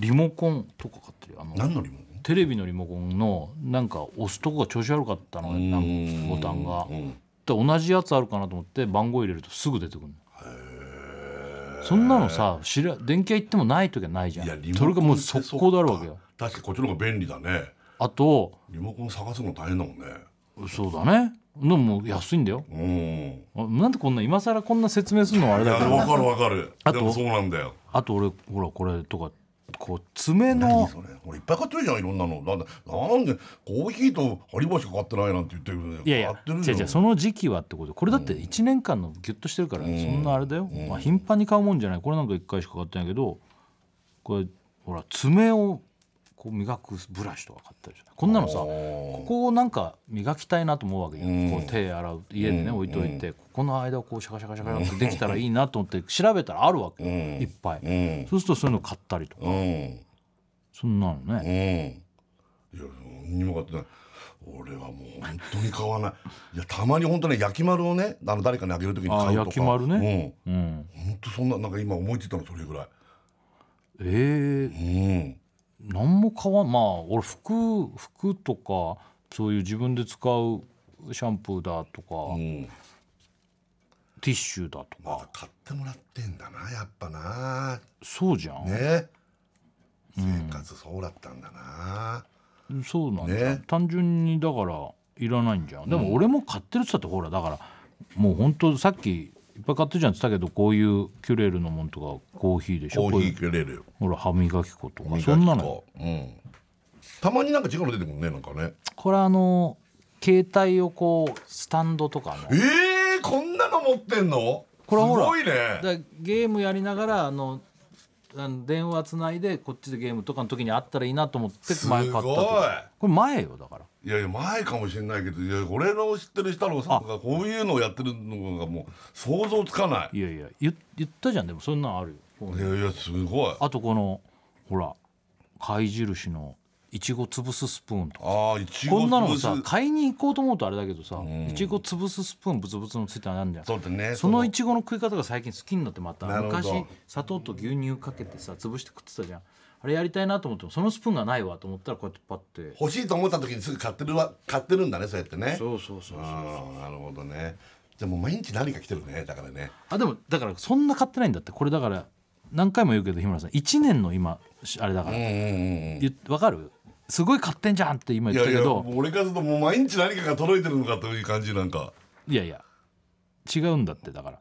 Speaker 2: リモコンとか買ってるよあの
Speaker 3: 何のリモ
Speaker 2: テレビのリモコンのなんか押すとこが調子悪かったの
Speaker 3: コ
Speaker 2: ね
Speaker 3: ン
Speaker 2: なんかボタンが
Speaker 3: う。ん
Speaker 2: で同じやつあるかなと思って番号入れるとすぐ出てくるのそんなのさ知ら電気屋行ってもない時はないじゃん
Speaker 3: いやリモコ
Speaker 2: そ
Speaker 3: ン
Speaker 2: れがもう
Speaker 3: ってそっか
Speaker 2: 速攻であるわけよ
Speaker 3: 確かにこっちの方が便利だね
Speaker 2: あと
Speaker 3: リモコン探すの大変だもんね
Speaker 2: そうだねでももう安いんだよ
Speaker 3: うん
Speaker 2: あなんでこんな今更こんな説明するのはあれ
Speaker 3: いや
Speaker 2: だけ
Speaker 3: わ
Speaker 2: ど
Speaker 3: かるわかる
Speaker 2: あと
Speaker 3: でもそうなんだよ
Speaker 2: あと俺ほらこれとかこう爪
Speaker 3: 何
Speaker 2: の
Speaker 3: それ俺いっぱい買ってるじゃんいろんなのなんでなんでコーヒーとハリボーしか買ってないなんて言ってるの
Speaker 2: いやいや
Speaker 3: 買ってる
Speaker 2: 違う違うその時期はってことこれだって1年間のギュッとしてるからそんなあれだよ、まあ、頻繁に買うもんじゃないこれなんか1回しか買ってないけどこれほら爪をこう磨くブラシとか買ったりじゃないこんなのさここをなんか磨きたいなと思うわけよ、
Speaker 3: うん
Speaker 2: こう手洗う家でね置いといて、ここの間をこうシャカシャカシャカってできたらいいなと思って調べたらあるわけよ、
Speaker 3: うん
Speaker 2: いっぱい、
Speaker 3: うん
Speaker 2: そうするとそういうの買ったりとか
Speaker 3: うん
Speaker 2: そんなのね、
Speaker 3: うんいや何にも買ってない俺はもう本当に買わないいやたまに本当ね焼き丸をねあの誰かにあげるときに買うとか
Speaker 2: あ焼き丸ね
Speaker 3: うん
Speaker 2: うん、
Speaker 3: 本当そんななんか今思いついたのそれぐらい
Speaker 2: えー、
Speaker 3: うん
Speaker 2: 何も買わんまあ俺服服とかそういう自分で使うシャンプーだとか、
Speaker 3: うん
Speaker 2: ティッシュだとか
Speaker 3: まだ買ってもらってんだなやっぱな
Speaker 2: そうじゃん、
Speaker 3: ね生活そうだったんだな、
Speaker 2: そうなんだ、
Speaker 3: ね
Speaker 2: 単純にだからいらないんじゃんでも俺も買ってるって言ったってほらだからもう本当さっきいっぱい買ってるじゃんって言ったけどこういうキュレルのものとかコーヒーでしょ
Speaker 3: コー
Speaker 2: こう
Speaker 3: ヒ
Speaker 2: い
Speaker 3: ーく
Speaker 2: う
Speaker 3: れるよ
Speaker 2: ほら歯磨き粉とかそんなの
Speaker 3: うんたまになんか違うの出てくるねなんかね
Speaker 2: これあの携帯をこうスタンドとかの
Speaker 3: えー、こんなの持ってんの
Speaker 2: これほら
Speaker 3: すごいね
Speaker 2: だからゲームやりながらあのあの電話つないでこっちでゲームとかの時にあったらいいなと思って
Speaker 3: すごい
Speaker 2: 前買ったとかこれ前よだから
Speaker 3: いやいや前かもしれないけどいや俺の知ってる設楽さんがこういうのをやってるのがもう想像つかない
Speaker 2: いやいや言言ったじゃんでもそんなんあるよこう
Speaker 3: いやいやすごいあ
Speaker 2: あとこのほら貝印のいちご潰すスプーンとか
Speaker 3: あいちご
Speaker 2: こんなの
Speaker 3: 潰
Speaker 2: さ
Speaker 3: す
Speaker 2: 買いに行こうと思うとあれだけどさ
Speaker 3: ん
Speaker 2: いちご潰すスプーンブツブツのついてあるじゃん
Speaker 3: そうだね
Speaker 2: そのいちごの食い方が最近好きになってまた
Speaker 3: なるほど
Speaker 2: 昔砂糖と牛乳かけてさ潰して食ってたじゃんあれやりたいなと思ってもそのスプーンがないわと思ったらこうやってパッて
Speaker 3: 欲しいと思った時にすぐ買ってるわ買ってるんだねそうやってね
Speaker 2: そうそうそうそう
Speaker 3: ああなるほどねじゃあもう毎日何か来てるねだからね
Speaker 2: あでもだからそんな買ってないんだってこれだから何回も言うけど日村さん1年の今しあれだから、
Speaker 3: うんうんうん
Speaker 2: 言っわかるすごい買ってんじゃんって今
Speaker 3: い
Speaker 2: 言っ
Speaker 3: や
Speaker 2: た
Speaker 3: いや
Speaker 2: けど
Speaker 3: 俺からするともう毎日何かが届いてるのかという感じなんか
Speaker 2: いやいや違うんだってだから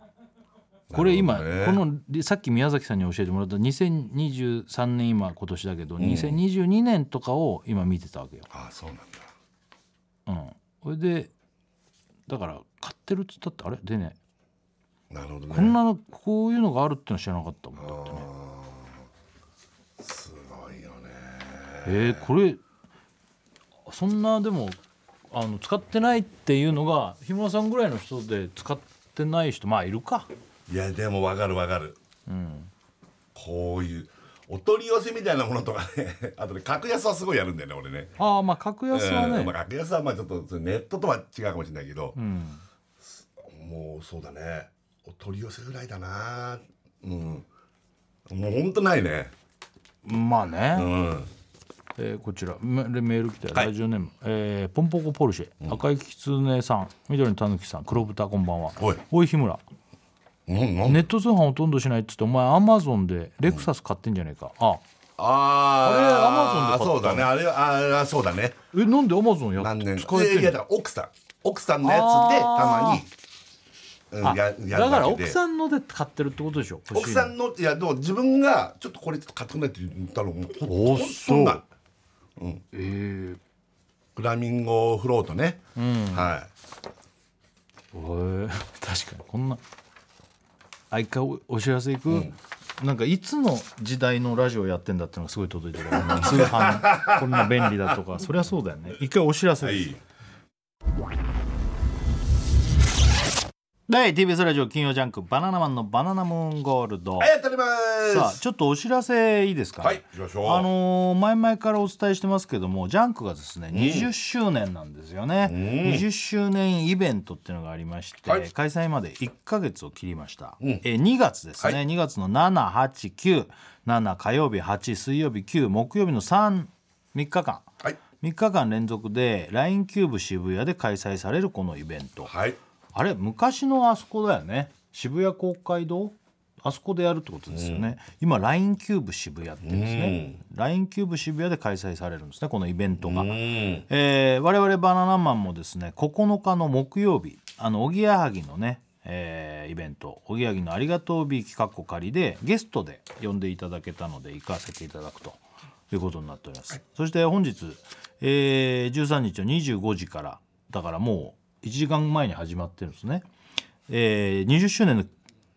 Speaker 2: これ今、
Speaker 3: なる
Speaker 2: こ
Speaker 3: ほどね
Speaker 2: のりさっき宮崎さんに教えてもらった2023年今今年だけど、2022年とかを今見てたわけよ。
Speaker 3: ああそうなんだ
Speaker 2: うん、それでだから買ってるっつったってあれでね
Speaker 3: なるほどね
Speaker 2: こんなのこういうのがあるってのは知らなかったもんだってね。
Speaker 3: すごいよね
Speaker 2: えー、これそんなでもあの使ってないっていうのが日村さんぐらいの人で使ってない人まあいるか
Speaker 3: いやでもわかるわかる、こういうお取り寄せみたいなものとかね あとね格安はすごいやるんだよね俺ね
Speaker 2: ああまあ格安は
Speaker 3: う
Speaker 2: ね、
Speaker 3: んまあ、格安はまあちょっとそれネットとは違うかもしれないけど、
Speaker 2: うん、
Speaker 3: もうそうだねお取り寄せぐらいだなうんもうほんとないね
Speaker 2: まあね、
Speaker 3: うん
Speaker 2: えーこちらメメール来たよラジオネーム、えーポンポコポルシェ、赤いきつねさん緑のたぬきさん黒豚こんばんは
Speaker 3: おい
Speaker 2: おい日村
Speaker 3: うんなん
Speaker 2: ネット通販ほとんどしないっつってお前アマゾンでレクサス買ってんじゃねえか、あ
Speaker 3: あ
Speaker 2: あれ Amazon で買ったの
Speaker 3: そうだねあれはあーそうだね
Speaker 2: えなんでアマゾンや
Speaker 3: 何
Speaker 2: って
Speaker 3: 年
Speaker 2: 使え
Speaker 3: いや
Speaker 2: て
Speaker 3: い
Speaker 2: ん
Speaker 3: や
Speaker 2: の
Speaker 3: だから奥さん奥さんのやつでたまにうん
Speaker 2: あ
Speaker 3: やや
Speaker 2: だから
Speaker 3: け
Speaker 2: 奥
Speaker 3: で
Speaker 2: さんので買ってるってことでしょ欲
Speaker 3: 奥
Speaker 2: しいの
Speaker 3: さんのいやでも自分がちょっとこれちょっと買ってくんないって言ったらもうほ
Speaker 2: お
Speaker 3: ほん
Speaker 2: そ
Speaker 3: と
Speaker 2: う
Speaker 3: ない
Speaker 2: えー
Speaker 3: フラミンゴフロートね、は
Speaker 2: へえ 確かにこんなあ一回おお知らせいく、なんかいつの時代のラジオやってんだってのがすご い届いてるから通販こんな便利だとかそりゃそうだよね一回お知らせ
Speaker 3: い、は
Speaker 2: です、
Speaker 3: い、
Speaker 2: 第 TBS ラジオ金曜ジャンク「バナナマンのバナナムーンゴールド」
Speaker 3: はい、やっておりま
Speaker 2: さあ
Speaker 3: す
Speaker 2: ちょっとお知らせいいですか、
Speaker 3: はい行きましょう
Speaker 2: あのー前々からお伝えしてますけどもジャンクがですね20周年なんですよね、20周年イベントっていうのがありまして、
Speaker 3: はい
Speaker 2: 開催まで1ヶ月を切りました、えー2月ですね、
Speaker 3: は
Speaker 2: 2月の789 7火曜日8水曜日9木曜日の33日間
Speaker 3: はい
Speaker 2: 3日間連続で LINE キューブ渋谷で開催されるこのイベント、
Speaker 3: はい
Speaker 2: あれ昔のあそこだよね渋谷公会堂あそこでやるってことですよね、今 LINE キューブ渋谷って言うんですね LINE キューブ渋谷で開催されるんですねこのイベントが、
Speaker 3: うん
Speaker 2: えー我々バナナマンもですね9日の木曜日あのおぎやはぎのね、えーイベントおぎやはぎのありがとうビーキかっこ仮でゲストで呼んでいただけたので行かせていただくということになっております、そして本日、えー13日の25時からだからもう1時間前に始まってるんですね、えー20周年の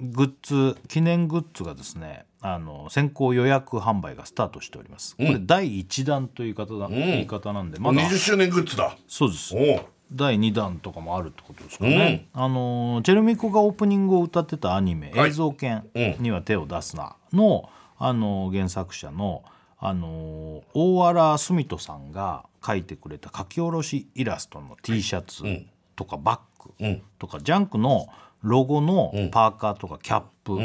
Speaker 2: グッズ記念グッズがですねあの先行予約販売がスタートしております、これ第1弾という言い方だ、言い方なんでまだ
Speaker 3: 20周年グッズだ
Speaker 2: そうです
Speaker 3: おう
Speaker 2: 第2弾とかもあるってことですかね、あのーチェルミコがオープニングを歌ってたアニメ「
Speaker 3: はい
Speaker 2: 映像犬
Speaker 3: うん
Speaker 2: には手を出すなの」あのー原作者のあのー大原純人さんが描いてくれた書き下ろしイラストの T シャツとかバッグとか、ジャンクのロゴのパーカーとかキャップ、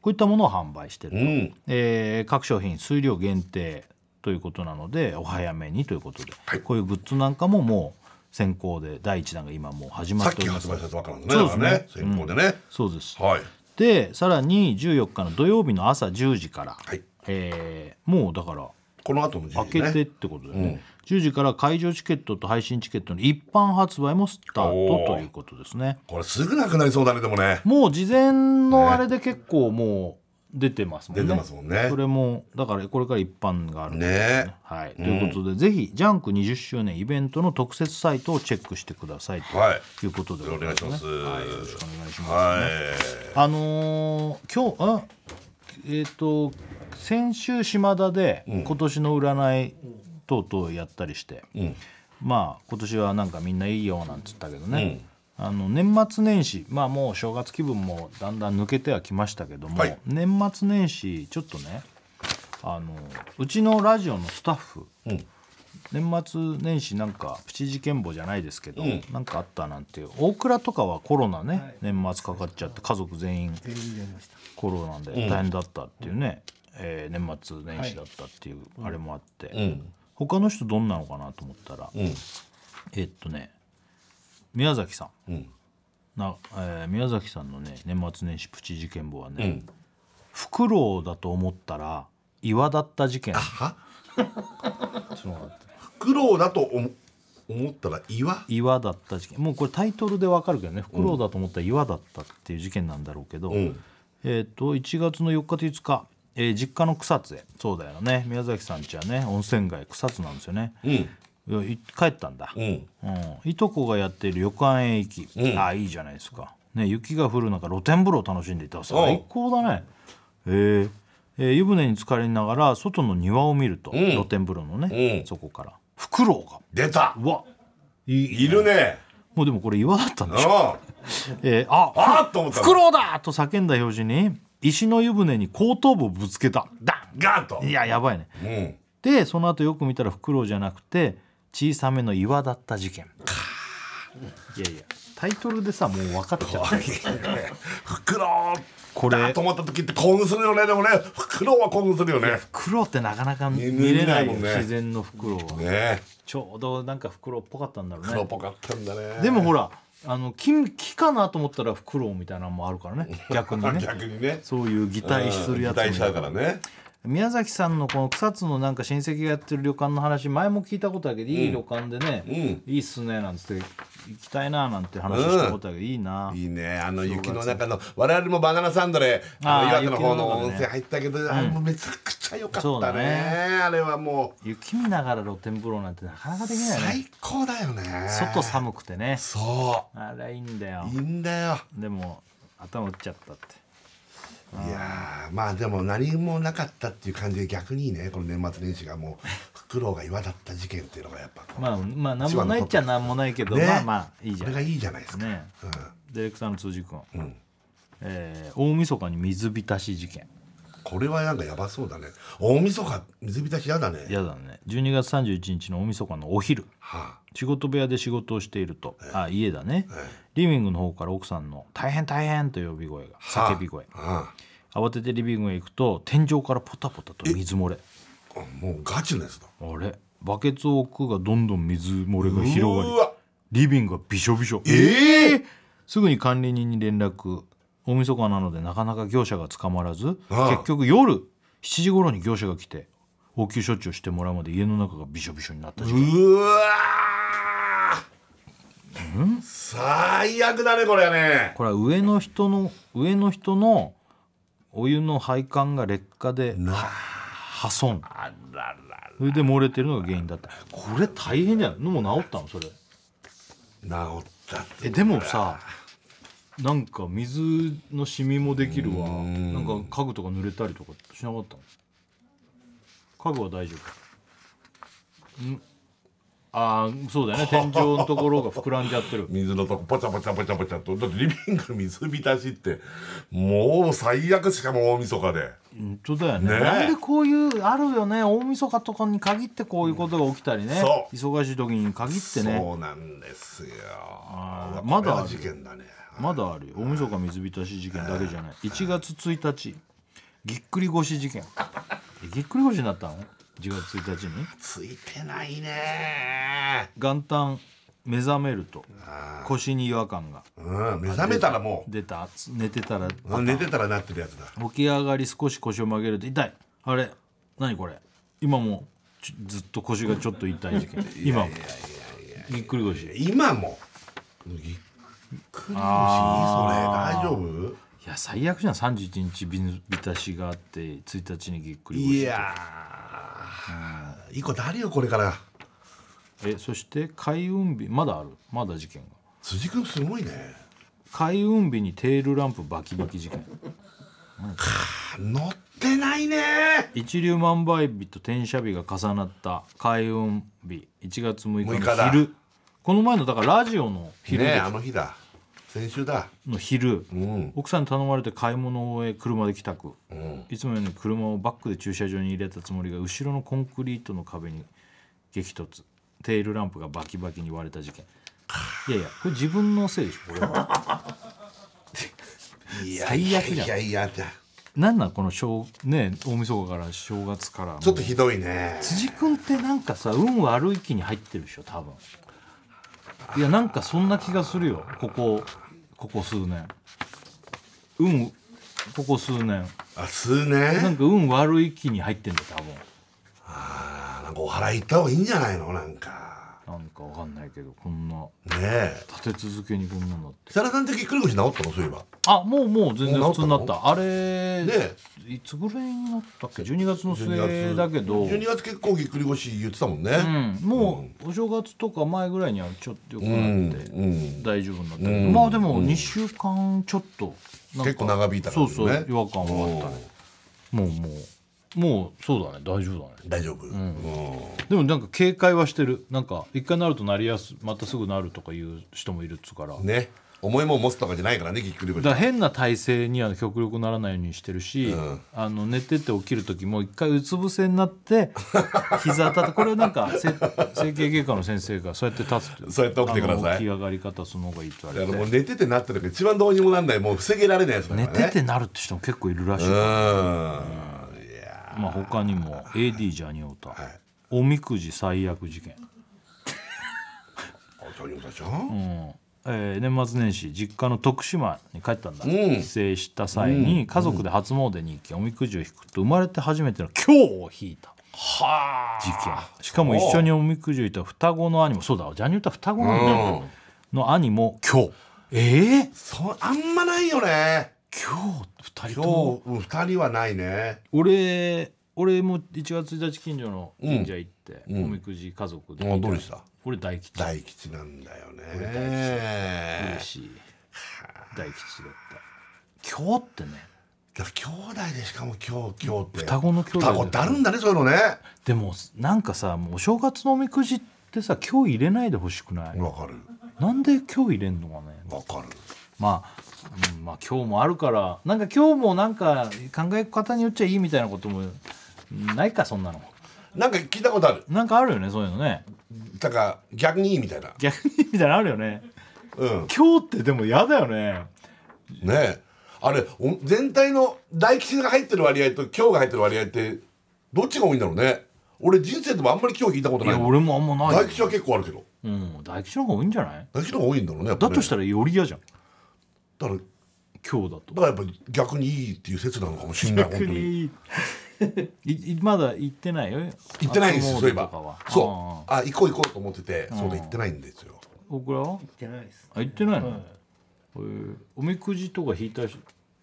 Speaker 2: こういったものを販売してると、
Speaker 3: うん
Speaker 2: えー各商品数量限定ということなのでお早めにということで、
Speaker 3: はい
Speaker 2: こういうグッズなんかももう先行で第一弾が今もう始ま
Speaker 3: さっ
Speaker 2: ってお
Speaker 3: き
Speaker 2: りま
Speaker 3: 発
Speaker 2: す
Speaker 3: 売したやつばっかなんだね
Speaker 2: そうですね
Speaker 3: だからね先行でね、
Speaker 2: そうです、
Speaker 3: はい
Speaker 2: でさらに14日の土曜日の朝10時から、
Speaker 3: はい
Speaker 2: えーもうだから
Speaker 3: この後の時
Speaker 2: 開
Speaker 3: 期
Speaker 2: け
Speaker 3: ね
Speaker 2: てってことだよね、10時から会場チケットと配信チケットの一般発売もスタートということですね
Speaker 3: これすぐなくなりそうだねでもね
Speaker 2: もう事前のあれで結構もう出てますもんね
Speaker 3: 出てますもんね
Speaker 2: それもだからこれから一般があるんです
Speaker 3: ね
Speaker 2: はい、ということで、ぜひジャンク20周年イベントの特設サイトをチェックしてください
Speaker 3: はい
Speaker 2: ということで
Speaker 3: お願いします、
Speaker 2: ね
Speaker 3: は
Speaker 2: はいよろしくお願いします、
Speaker 3: い
Speaker 2: あのー今日あえっ、と先週島田で今年の占い等々やったりして、まあ今年はなんかみんないいよなんつったけどね、あの年末年始まあもう正月気分もだんだん抜けてはきましたけども、
Speaker 3: はい
Speaker 2: 年末年始ちょっとねあのうちのラジオのスタッフ、年末年始なんかプチ事件簿じゃないですけど、なんかあったなんていう大倉とかはコロナね、年末かかっちゃって家族全員
Speaker 4: 全員やりました
Speaker 2: コロナで大変だったっていうね、えー年末年始だったっていうあれもあって、他の人どんなのかなと思ったら、えっとね宮崎さん、なえー宮崎さんのね年末年始プチ事件簿はね、フクロウだと思ったら岩だった事件
Speaker 3: は
Speaker 2: そうなんだ
Speaker 3: 苦労だと思思ったら岩
Speaker 2: 岩だった事件もうこれタイトルでわかるけどねフクロウだと思ったら岩だったっていう事件なんだろうけど、
Speaker 3: ん
Speaker 2: えっと1月の4日と5日、えー実家の草津へそうだよね宮崎さんちはね温泉街草津なんですよね、
Speaker 3: うん
Speaker 2: いやい帰ったんだ、
Speaker 3: うん
Speaker 2: うんいとこがやっている旅館へ行き、ああいいじゃないですか、ね、雪が降る中露天風呂を楽しんでいた最高だねへええー湯船に浸かりながら外の庭を見ると、露天風呂のね、
Speaker 3: うん
Speaker 2: そこからフクロウが
Speaker 3: 出た
Speaker 2: うわい
Speaker 3: いるね
Speaker 2: もうでもこれ岩だったん
Speaker 3: う
Speaker 2: で
Speaker 3: ん
Speaker 2: しょ、えーあ
Speaker 3: あーっと思った
Speaker 2: フクロウだと叫んだ拍子に石の湯船に後頭部をぶつけたダ
Speaker 3: ガーッと
Speaker 2: ンいややばいね
Speaker 3: うん
Speaker 2: でその後よく見たらフクロウじゃなくて小さめの岩だった事件いやいやタイトルでさもう分かっちゃった
Speaker 3: フクロウ
Speaker 2: これ
Speaker 3: だと思った時って興奮するよねでもねフクロウは興奮するよね
Speaker 2: フクロウってなかなか見
Speaker 3: 見
Speaker 2: れ
Speaker 3: れ
Speaker 2: な
Speaker 3: ない
Speaker 2: いよ、
Speaker 3: もんね
Speaker 2: 自然のフクロウは、
Speaker 3: ね
Speaker 2: ちょうどなんかフクロウっぽかったんだろう
Speaker 3: フクロウっ
Speaker 2: ね
Speaker 3: ぽかったんだね
Speaker 2: でもほらあの木木かなと思ったらフクロウみたいなのもあるからね逆に ね
Speaker 3: 逆にね
Speaker 2: そういう擬態するやつもい
Speaker 3: うん
Speaker 2: る
Speaker 3: 擬態しちゃうからね
Speaker 2: 宮崎さんのこの草津のなんか親戚がやってる旅館の話前も聞いたことあるけど、いい旅館でね、いいっすねなんつって行きたいななんて話したことあるけど、いいない
Speaker 3: いねあの雪の中の我々もバナナサンドで
Speaker 2: あ
Speaker 3: あの
Speaker 2: ー
Speaker 3: 岩手の方の
Speaker 2: 雪の中ね
Speaker 3: 温泉入ったけどあれもめちゃくちゃ良か
Speaker 2: そう
Speaker 3: っ
Speaker 2: だ
Speaker 3: た
Speaker 2: ね
Speaker 3: ねあれはもう
Speaker 2: 雪見ながら露天風呂なんてなかなかできないね
Speaker 3: 最高だよね
Speaker 2: 外寒くてね
Speaker 3: そ
Speaker 2: あれいいんだよ
Speaker 3: ういいんだよ
Speaker 2: でも頭打っちゃったって
Speaker 3: いやーまあでも何もなかったっていう感じで逆にいいねこの年末年始がも うフクロウが岩だった事件っていうのがやっぱこう
Speaker 2: まあまあなんもないっちゃなんもないけど、
Speaker 3: ね
Speaker 2: まあまあいいじ
Speaker 3: これ
Speaker 2: ゃん
Speaker 3: が
Speaker 2: ね
Speaker 3: いいじゃないですか、
Speaker 2: ディレクターの辻君、えー大晦日に水浸し事件
Speaker 3: これはなんかやばそうだね大晦日水浸しやだね
Speaker 2: やだね12月31日の大晦日のお昼
Speaker 3: は
Speaker 2: 仕事部屋で仕事をしていると、あ家だね、リビングの方から奥さんの「大変大変」と呼び声が
Speaker 3: あ
Speaker 2: 叫び声
Speaker 3: あ
Speaker 2: 慌ててリビングへ行くと天井からポタポタと水漏れ
Speaker 3: あもうガチのやつだ
Speaker 2: あれバケツを置くがどんどん水漏れが広
Speaker 3: う
Speaker 2: が
Speaker 3: わ
Speaker 2: りリビングがびしょびしょ
Speaker 3: ええ
Speaker 2: すぐに管理人に連絡大晦日なのでなかなか業者が捕まらず
Speaker 3: ああ
Speaker 2: 結局夜7時頃に業者が来て応急処置をしてもらうまで家の中がびしょびしょになった時期
Speaker 3: うわー最悪だねこれはね
Speaker 2: これは上の人の上の人のお湯の配管が劣化では破損
Speaker 3: あらら
Speaker 2: それで漏れてるのが原因だったこれ大変じゃないのもう治ったのそれ
Speaker 3: 治ったって
Speaker 2: えでもさなんか水のシミもできるわなんか家具とか濡れたりとかしなかったの家具は大丈夫んあーそうだよね天井のところが膨らんじゃってる
Speaker 3: 水のとこポチャポチャポチャポチャとだってリビング水浸しってもう最悪しかも大晦日で
Speaker 2: 本当だよね
Speaker 3: ねえ
Speaker 2: なんでこういうあるよね大晦日とかに限ってこういうことが起きたりね、
Speaker 3: そう
Speaker 2: 忙しい時に限ってね
Speaker 3: そうなんですよ
Speaker 2: あー
Speaker 3: ま
Speaker 2: まだあ
Speaker 3: だ
Speaker 2: る
Speaker 3: 事件だね
Speaker 2: まだあるよ大晦日水浸し事件だけじゃない1月1日ぎっくり腰事件えぎっくり腰になったの1月1日に
Speaker 3: ついてないね
Speaker 2: 元旦目覚めると腰に違和感が
Speaker 3: うん目覚めたらも
Speaker 2: 出たつ寝てたら
Speaker 3: ううん寝てたらなってるやつだ
Speaker 2: 起き上がり少し腰を曲げると痛いあれ何これ今もちょずっと腰がちょっと痛 い事件今もぎっくり腰い
Speaker 3: 今もぎっくり腰それ大丈夫
Speaker 2: や最悪じゃん31日ビタしがあって1日にぎっくり腰
Speaker 3: いやーいいことあるよこれから
Speaker 2: えそして開運日まだあるまだ事件が
Speaker 3: 辻君すごいね
Speaker 2: 開運日にテールランプバキバキ事件
Speaker 3: 乗ってないね
Speaker 2: 一粒万倍日と転写日が重なった開運日1月6日
Speaker 3: 6日
Speaker 2: の
Speaker 3: だ
Speaker 2: 昼この前のだからラジオの昼
Speaker 3: ね
Speaker 2: で
Speaker 3: あの日だ先週だ
Speaker 2: の昼、
Speaker 3: ん
Speaker 2: 奥さんに頼まれて買い物へ車で帰宅、
Speaker 3: うん
Speaker 2: いつもより車をバックで駐車場に入れたつもりが後ろのコンクリートの壁に激突テールランプがバキバキに割れた事件いやいやこれ自分のせいでしょこれは
Speaker 3: いや
Speaker 2: 最悪じゃん
Speaker 3: いやいやいや
Speaker 2: なんなんこの正ね大晦日から正月から
Speaker 3: ちょっとひどいね
Speaker 2: 辻君ってなんかさ運悪い気に入ってるでしょ多分いやなんかそんな気がするよここここ数年運ここ数年
Speaker 3: あ数
Speaker 2: なん
Speaker 3: 年
Speaker 2: か運悪い気に入ってんだよ
Speaker 3: あなんかお祓い行った方がいいんじゃないのなんか
Speaker 2: 多分なんかわかんないけどこんな
Speaker 3: ねえ
Speaker 2: 立て続けにこんなのって
Speaker 3: 設楽さんってぎっくり腰治ったのそういえば
Speaker 2: あもうもう全然
Speaker 3: もう治った
Speaker 2: 普通に
Speaker 3: の
Speaker 2: なったあれ
Speaker 3: ね
Speaker 2: いつぐらいになったっけ12月の末だけど
Speaker 3: 12月結構ぎっくり腰言ってたもんね
Speaker 2: うん、もうお正月とか前ぐらいにはちょっと良く
Speaker 3: う
Speaker 2: なって、
Speaker 3: ん
Speaker 2: 大丈夫になったけど、まあでも2週間ちょっとなんか
Speaker 3: 結構長引いた
Speaker 2: そ
Speaker 3: 感
Speaker 2: う
Speaker 3: じ
Speaker 2: そ
Speaker 3: の
Speaker 2: う
Speaker 3: ね
Speaker 2: 違和感はあったねもうもうもうそうだね大丈夫だね
Speaker 3: 大丈夫うん
Speaker 2: でもなんか警戒はしてるなんか一回なるとなりやすまたすぐなるとかいう人もいるっつうから、
Speaker 3: ね重いもん持つとかじゃないからねぎっくり
Speaker 2: だ
Speaker 3: 腰
Speaker 2: から変な体勢には極力ならないようにしてるし、
Speaker 3: ん
Speaker 2: あの寝てて起きる時も一回うつ伏せになって 膝立てこれなんかせ整形外科の先生がそうやって立つって
Speaker 3: そうやって起きてください
Speaker 2: あの起き上がり方その方がいいって言わ
Speaker 3: だ
Speaker 2: れ
Speaker 3: か
Speaker 2: て、
Speaker 3: らもう寝ててなってるから一番どうにもなんないもう防げられないやつだから
Speaker 2: 寝
Speaker 3: ね
Speaker 2: ててなるって人も結構いるらしい、
Speaker 3: うんいや
Speaker 2: まあ他にも AD ジャニオタ、おみくじ最悪事件、
Speaker 3: あジョニオさんじゃん
Speaker 2: うんえー年末年始実家の徳島に帰ったんだ、
Speaker 3: ん
Speaker 2: 帰省した際に家族で初詣に行きおみくじを引くと生まれて初めての今日を引いた
Speaker 3: はあ
Speaker 2: 事件しかも一緒におみくじを引いた双子の兄もそうだジャニオタ双子なんだよ、の兄も今日ええ
Speaker 3: そうあんまないよね
Speaker 2: 今日二人
Speaker 3: 今
Speaker 2: とも
Speaker 3: 日うん二人はないね
Speaker 2: 俺俺も1月1日近所の神社行って、
Speaker 3: うん
Speaker 2: おみくじ家族で
Speaker 3: あどうでした
Speaker 2: 俺大吉
Speaker 3: 大吉なんだよ
Speaker 2: 嬉
Speaker 3: ね
Speaker 2: しい大吉だった今日ってね
Speaker 3: だから兄弟でしかも今日今日って
Speaker 2: 双子の兄弟だ
Speaker 3: 双子ってあるんだねそういうのね
Speaker 2: でもなんかさもうお正月のおみくじってさ今日入れないでほしくない、
Speaker 3: わかる
Speaker 2: なんで今日入れんのかね
Speaker 3: わかる
Speaker 2: まあ、うんまあ今日もあるからなんか今日もなんか考え方によっちゃいいみたいなこともないかそんなの
Speaker 3: なんか聞いたことある
Speaker 2: なんかあるよねそういうのね
Speaker 3: だから逆にいいみたいな
Speaker 2: 逆にみたいなのあるよね
Speaker 3: うん
Speaker 2: 今日ってでも嫌だよね
Speaker 3: ねえあれお全体の大吉が入ってる割合と今日が入ってる割合ってどっちが多いんだろうね俺人生でもあんまり今日聞いたこと
Speaker 2: い
Speaker 3: ない
Speaker 2: や俺もあんまない
Speaker 3: 大吉は結構あるけど
Speaker 2: うん大吉の方が多いんじゃない
Speaker 3: 大吉の方が多いんだろうねやっぱ
Speaker 2: だ
Speaker 3: ね
Speaker 2: としたらより嫌じゃん
Speaker 3: だから
Speaker 2: 今日だと
Speaker 3: だからやっぱ逆にいいっていう説なのかもしれない本当に
Speaker 2: いいまだ行ってないよ
Speaker 3: 行ってないんですよ
Speaker 2: 初詣
Speaker 3: そういえ
Speaker 2: とか
Speaker 3: ば
Speaker 2: は
Speaker 3: そうあ行こう行こうと思っててそうだ行ってないんですよ
Speaker 2: あー僕らは
Speaker 4: じゃないです。
Speaker 2: あ行ってないの、
Speaker 4: はい
Speaker 2: へーおみくじとか引いた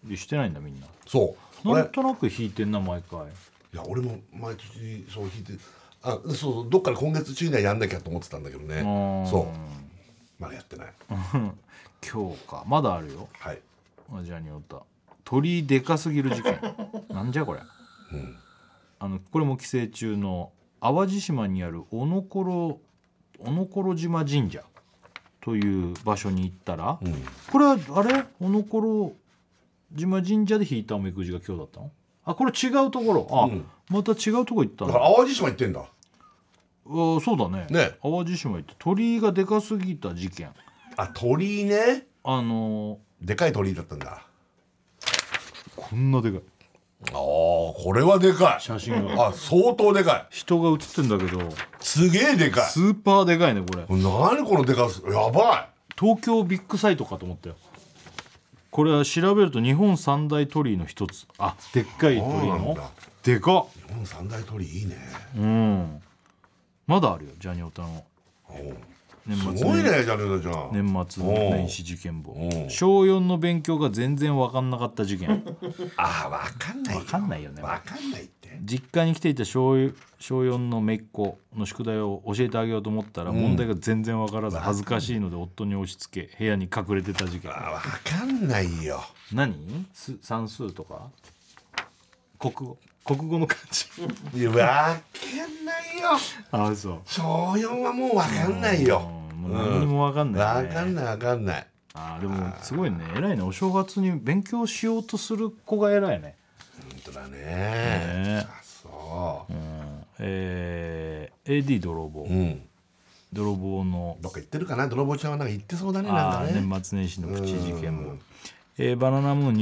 Speaker 2: りしてないんだみんな
Speaker 3: そう
Speaker 2: な
Speaker 3: 俺
Speaker 2: んとなく引いてんな毎回
Speaker 3: いや俺も毎年そう弾いてあそうそうどっから今月中にはやんなきゃと思ってたんだけどね
Speaker 2: ん
Speaker 3: そうまだやってない
Speaker 2: 今日かまだあるよ
Speaker 3: はい
Speaker 2: あジャニオタ鳥居でかすぎる 事件なんじゃこれ、あのこれも寄生中の淡路島にある小野ころ小野ころ島神社という場所に行ったら、これはあれ小野ころ島神社で引いたおみくじが今日だったのあこれ違うところあ、
Speaker 3: うん
Speaker 2: また違うとこ行った
Speaker 3: だ
Speaker 2: な
Speaker 3: から淡路島行ってんだ
Speaker 2: あそうだね
Speaker 3: ね
Speaker 2: 淡路島行って鳥居がでかすぎた事件
Speaker 3: あ鳥居ね
Speaker 2: あの
Speaker 3: でかい鳥居だったんだ
Speaker 2: ーこんなでかい
Speaker 3: ああこれはでかい
Speaker 2: 写真が
Speaker 3: あ相当でか
Speaker 2: 人が写ってんだけど
Speaker 3: いすげえでかい
Speaker 2: スーパーでかいねこれ
Speaker 3: 何このでかすやば
Speaker 2: 東京ビッグサイトかと思ったよこれは調べると日本三大鳥居の一つあでっかい鳥居
Speaker 3: そうなん
Speaker 2: の
Speaker 3: だ
Speaker 2: でかっ
Speaker 3: い日本三大鳥居いいね
Speaker 2: うんまだあるよジャニオタの年末
Speaker 3: すごいねジャニオタちゃん
Speaker 2: 年末の年始事件簿
Speaker 3: おう
Speaker 2: 小4の勉強が全然分かんなかった事件
Speaker 3: ああわかんない
Speaker 2: 分かんないよね
Speaker 3: わかんないって
Speaker 2: 実家に来ていた小4小4の姪っ子の宿題を教えてあげようと思ったら問題が全然分からず恥ずかしいので夫に押し付け部屋に隠れてた事件
Speaker 3: あわかんないよ
Speaker 2: 何す算数とか国語国語の漢 字
Speaker 3: いやわかんないよ
Speaker 2: ああそう
Speaker 3: 小四はもうわかんないよ
Speaker 2: うんもう何にも分かんな
Speaker 3: わ
Speaker 2: い、ね
Speaker 3: かんないわかんない
Speaker 2: あーでもすごいね偉いねお正月に勉強しようとする子が偉いね
Speaker 3: 本当だね
Speaker 2: ね
Speaker 3: あそう
Speaker 2: えー、AD 泥棒、
Speaker 3: うん
Speaker 2: 泥棒の
Speaker 3: どっか行ってるかな泥棒ちゃんはなんか行ってそうだねなん
Speaker 2: あ
Speaker 3: か
Speaker 2: ー
Speaker 3: ね
Speaker 2: 年末年始のプチ事件も、えーバナナムーン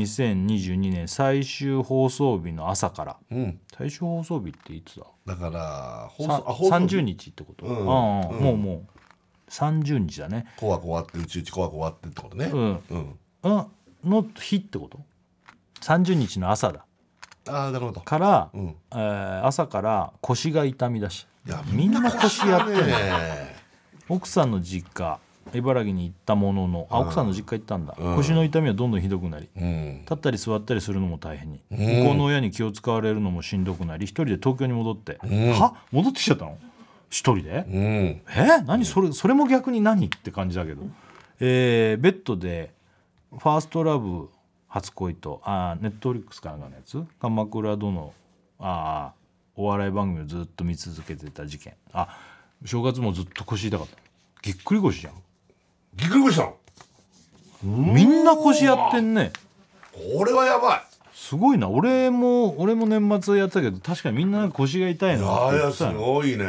Speaker 2: 2022年最終放送日の朝から
Speaker 3: うん
Speaker 2: 最終放送日っていつだ
Speaker 3: だから放送
Speaker 2: さ
Speaker 3: あ放送
Speaker 2: 30日ってこと、
Speaker 3: うん
Speaker 2: ああもうもう30日だね
Speaker 3: 怖怖ってうちうち怖怖ってってことね
Speaker 2: うん
Speaker 3: うん
Speaker 2: あの日ってこと30日の朝だ
Speaker 3: ああなるほど
Speaker 2: から、
Speaker 3: うん
Speaker 2: えー朝から腰が痛みだし
Speaker 3: いや
Speaker 2: みんな腰やってんの
Speaker 3: ね
Speaker 2: 奥さんの実家茨城に行ったもののあ奥さんの実家行ったんだ、腰の痛みはどんどんひどくなり
Speaker 3: うん
Speaker 2: 立ったり座ったりするのも大変に、向こうの親に気を使われるのもしんどくなり一人で東京に戻って、は戻ってきちゃったの一人で、
Speaker 3: うん
Speaker 2: え何それそれも逆に何って感じだけど、えーベッドで「ファーストラブ初恋と」あネットフリックスかなんかのやつ「鎌倉殿」あーお笑い番組をずっと見続けてた事件あ正月もずっと腰痛かったぎっくり腰じゃん
Speaker 3: ぎっくり腰したの
Speaker 2: みんな腰やってんね
Speaker 3: これはやばい
Speaker 2: すごいな俺も俺も年末やってたけど確かにみんななんか腰が痛い
Speaker 3: い
Speaker 2: な
Speaker 3: や
Speaker 2: っ
Speaker 3: い
Speaker 2: て言
Speaker 3: や
Speaker 2: って
Speaker 3: す
Speaker 2: たの
Speaker 3: ごいね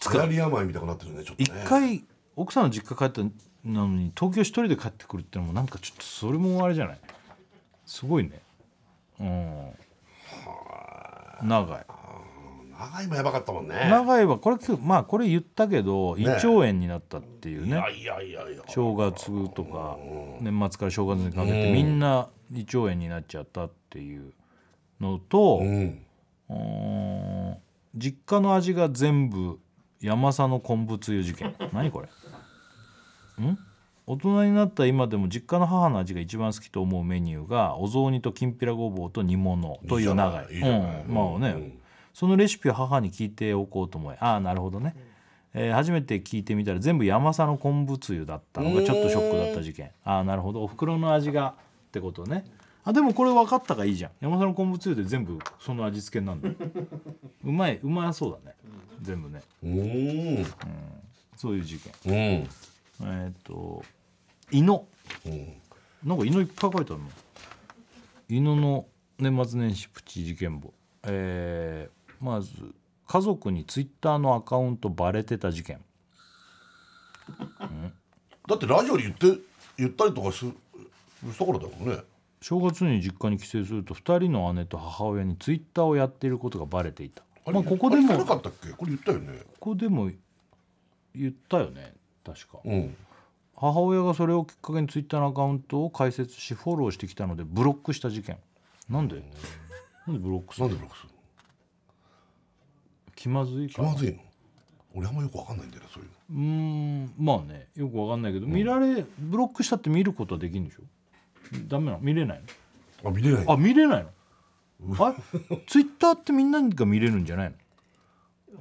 Speaker 3: 下り病みたいになってるねちょっとね
Speaker 2: 一回奥さんの実家帰ったのに東京一人で帰ってくるってのもなんかちょっとそれもあれじゃないすごいねうん長い
Speaker 3: 長いもやばかったもんね
Speaker 2: 長いはこれ今日まあこれ言ったけど胃
Speaker 3: ね
Speaker 2: 腸炎になったっていうね
Speaker 3: いやいやいやいや
Speaker 2: 正月とか年末から正月にかけてみんな胃腸炎になっちゃったっていうのと、
Speaker 3: うん
Speaker 2: うーん実家の味が全部山佐の昆布つゆ事件 何これん大人になった今でも実家の母の味が一番好きと思うメニューがお雑煮ときんぴらごぼうと煮物という長い
Speaker 3: いいじゃないいいじゃ
Speaker 2: う、
Speaker 3: なんい
Speaker 2: まあね、
Speaker 3: うん
Speaker 2: そのレシピを母に聞いておこうと思いああなるほどね、えー初めて聞いてみたら全部山佐の昆布つゆだったのがちょっとショックだった事件ああなるほどお袋の味がってことねあでもこれ分かったがいいじゃん山佐の昆布つゆで全部その味付けになるのうまいうまそうだね全部ね
Speaker 3: うん
Speaker 2: そういう事件
Speaker 3: うん
Speaker 2: えーっ、と胃の
Speaker 3: うん
Speaker 2: なんか胃のいっぱい書いてあるの胃のの年末年始プチ事件簿えーまず家族にツイッターのアカウントバレてた事件
Speaker 3: だってラジオで言って言ったりとかすしたからだもんね
Speaker 2: 正月に実家に帰省すると2人の姉と母親にツイッターをやっていることがバレていたまあここで
Speaker 3: あれ言ってな
Speaker 2: も
Speaker 3: か
Speaker 2: こ
Speaker 3: ったっけこれ言ったよね
Speaker 2: こでも言ったよね確か
Speaker 3: うん
Speaker 2: 母親がそれをきっかけにツイッターのアカウントを開設しフォローしてきたのでブロックした事件なんでなんでブロックす
Speaker 3: な
Speaker 2: る
Speaker 3: ん
Speaker 2: の
Speaker 3: でブロックするの
Speaker 2: 気まずいか
Speaker 3: 気
Speaker 2: ら
Speaker 3: まずいの俺あんまよくわかんないんだよねそういうの
Speaker 2: うーんまあねよくわかんないけど、見られブロックしたって見ることはできるんでしょダメなの見れない
Speaker 3: あ見れない
Speaker 2: のあ見れないのあ ツイッターってみんなが見れるんじゃないの
Speaker 4: あ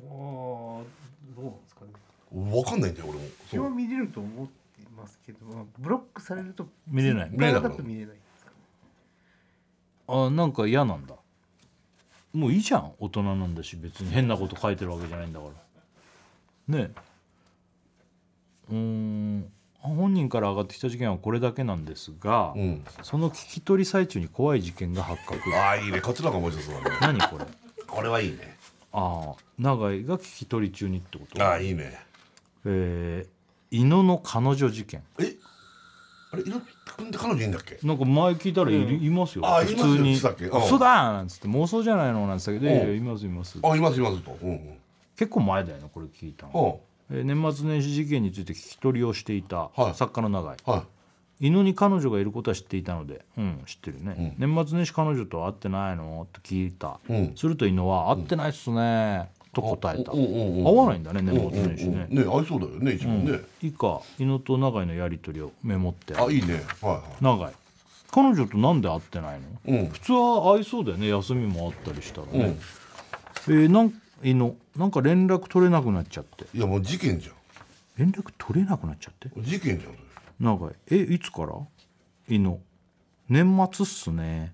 Speaker 4: あどうなんですかね
Speaker 3: わかんないんだよ俺も
Speaker 4: 一応見れると思ってますけど、まあ、ブロックされると
Speaker 2: 見れない
Speaker 4: ツイッターだと見れないですかね
Speaker 2: あなんか嫌なんだもういいじゃん大人なんだし別に変なこと書いてるわけじゃないんだからねえうーん本人から上がってきた事件はこれだけなんですが、
Speaker 3: うん
Speaker 2: その聞き取り最中に怖い事件が発覚
Speaker 3: ああいいねこっちの方が面白そうだね
Speaker 2: 何これ
Speaker 3: これはいいね
Speaker 2: ああ永井が聞き取り中にってこと
Speaker 3: ああいいね
Speaker 2: えー、犬の彼女事件
Speaker 3: えあれいろくんって彼女いいんだっけ
Speaker 2: なんか前聞いたらい,、いますよ
Speaker 3: あ
Speaker 2: 普
Speaker 3: います
Speaker 2: 通
Speaker 3: よ
Speaker 2: に
Speaker 3: さっきうん
Speaker 2: 嘘だ!」なんつって「妄想じゃないの?」なんつってたけど「いやいやいますいます
Speaker 3: あいますいますとうんうん
Speaker 2: 結構前だよねこれ聞いたの、
Speaker 3: うん
Speaker 2: えー年末年始事件について聞き取りをしていた
Speaker 3: はい
Speaker 2: 作家の永井、
Speaker 3: はい
Speaker 2: 犬に彼女がいることは知っていたので「うん知ってるね、年末年始彼女と会ってないの?」って聞いた、
Speaker 3: うん
Speaker 2: すると犬は「会ってないっすね」と答えた、
Speaker 3: おおおお
Speaker 2: 会わないんだね年
Speaker 3: うん
Speaker 2: 末年始ね、
Speaker 3: うんね合いそうだよね一番ね
Speaker 2: 以下犬と永井のやり取りをメモってあ
Speaker 3: あ
Speaker 2: る
Speaker 3: いいねはいはい
Speaker 2: 永井彼女となんで会ってないの、
Speaker 3: うん
Speaker 2: 普通は会いそうだよね休みもあったりしたら
Speaker 3: う
Speaker 2: ね
Speaker 3: ん、
Speaker 2: えーなん犬なんか連絡取れなくなっちゃって
Speaker 3: いやもう事件じゃ
Speaker 2: 連絡取れなくなっちゃって
Speaker 3: ん事件じゃん
Speaker 2: 永井えいつから犬年末っすね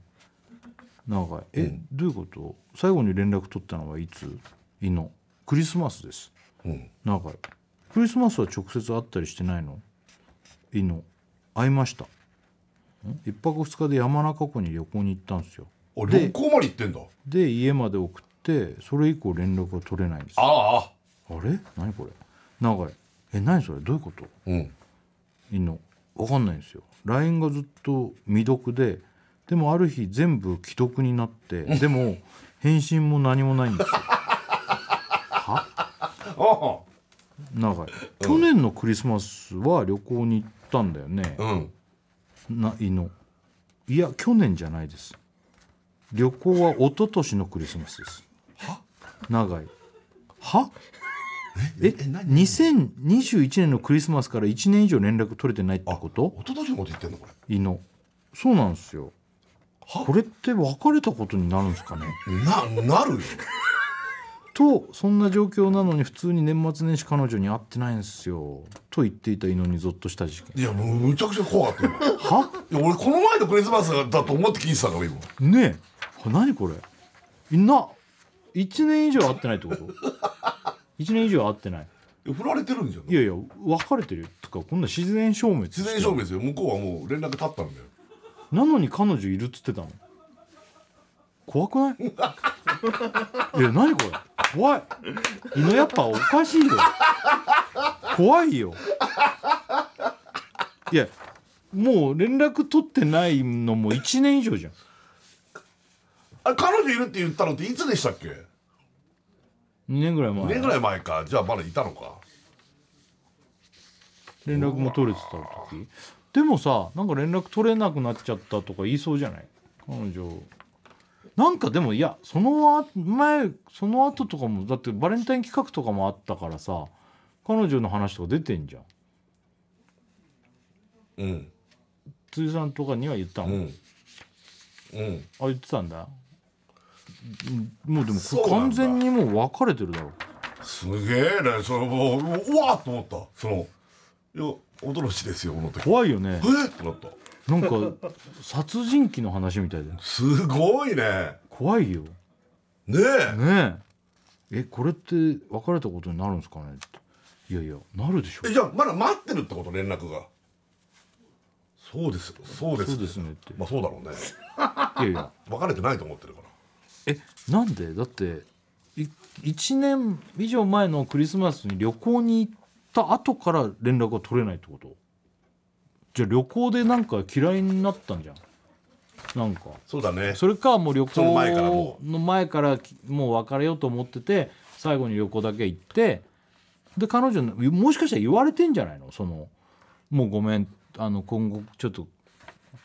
Speaker 2: 永井え、どういうこと最後に連絡取ったのはいつ犬クリスマスです
Speaker 3: うん
Speaker 2: 永井クリスマスは直接会ったりしてないのいいの会いましたん一泊二日で山中湖に旅行に行ったんですよ
Speaker 3: あ旅行まで行ってんだ
Speaker 2: で家まで送ってそれ以降連絡が取れないんですあ
Speaker 3: ああ
Speaker 2: れ何これ永井え何それどういうこと
Speaker 3: うん
Speaker 2: いいの分かんないんですよ LINE がずっと未読ででもある日全部既読になってでも返信も何もないんですよは
Speaker 3: ああ
Speaker 2: 長い去年のクリスマスは旅行に行ったんだよね、
Speaker 3: うん
Speaker 2: ないのいや去年じゃないです旅行は一昨年のクリスマスです長いはえ2021年のクリスマスから1年以上連絡取れてないってこと
Speaker 3: 一昨年のこと言ってんのこれ
Speaker 2: いのそうなんですよこれって別れたことになるんですか ね
Speaker 3: ななるよ
Speaker 2: とそんな状況なのに普通に年末年始彼女に会ってないんですよと言っていたいのにゾッとした事件
Speaker 3: いやもうむちゃくちゃ怖かった今
Speaker 2: はい
Speaker 3: や俺この前のクリスマスだと思って聞いてたから今
Speaker 2: ねえあ何これいな1年以上会ってないってこと 1年以上会ってない
Speaker 3: いや振られてるんじゃん
Speaker 2: いやいや別れてるよとかこんな自然消滅
Speaker 3: 自然消滅よ向こうはもう連絡立ったんだよ
Speaker 2: なのに彼女いるっつってたの怖くないいや何これ怖い犬やっぱおかしいよ怖いよいやもう連絡取ってないのも1年以上じゃん
Speaker 3: あれ彼女いるって言ったのっていつでしたっけ
Speaker 2: 2年ぐらい
Speaker 3: 2
Speaker 2: 前
Speaker 3: 年ぐらい前かじゃあまだいたのか
Speaker 2: 連絡も取れてた時でもさなんか連絡取れなくなっちゃったとか言いそうじゃない彼女なんかでもいやそのあ前その後とかもだってバレンタイン企画とかもあったからさ彼女の話とか出てんじゃん
Speaker 3: うん
Speaker 2: 辻さんとかには言ったの、
Speaker 3: うんうん
Speaker 2: あ言ってたんだんもうでも
Speaker 3: そうなんだ
Speaker 2: 完全にもう別れてるだろ
Speaker 3: すげえねそれもううわっと思ったそのいや驚しですよこの時
Speaker 2: 怖いよね
Speaker 3: えっってなった
Speaker 2: なんか殺人鬼の話みたいです
Speaker 3: ごいね
Speaker 2: 怖いよ
Speaker 3: ねえ
Speaker 2: ねええこれって別れたことになるんですかねっていやいやなるでしょ
Speaker 3: えじゃあまだ待ってるってこと連絡がそうですそうです
Speaker 2: そうですねって
Speaker 3: まあそうだろ うね
Speaker 2: いやいや
Speaker 3: 別れてないと思ってるから
Speaker 2: えなんでだってい1年以上前のクリスマスに旅行に行った後から連絡が取れないってことじゃあ旅行でなんか嫌いになったんじゃんなんか
Speaker 3: そうだね
Speaker 2: それかもう旅
Speaker 3: そ
Speaker 2: 行
Speaker 3: の前からも
Speaker 2: の前からきもう別れようと思ってて最後に旅行だけ行ってで彼女のもしかしたら言われてんじゃないのそのもうごめんあの今後ちょっと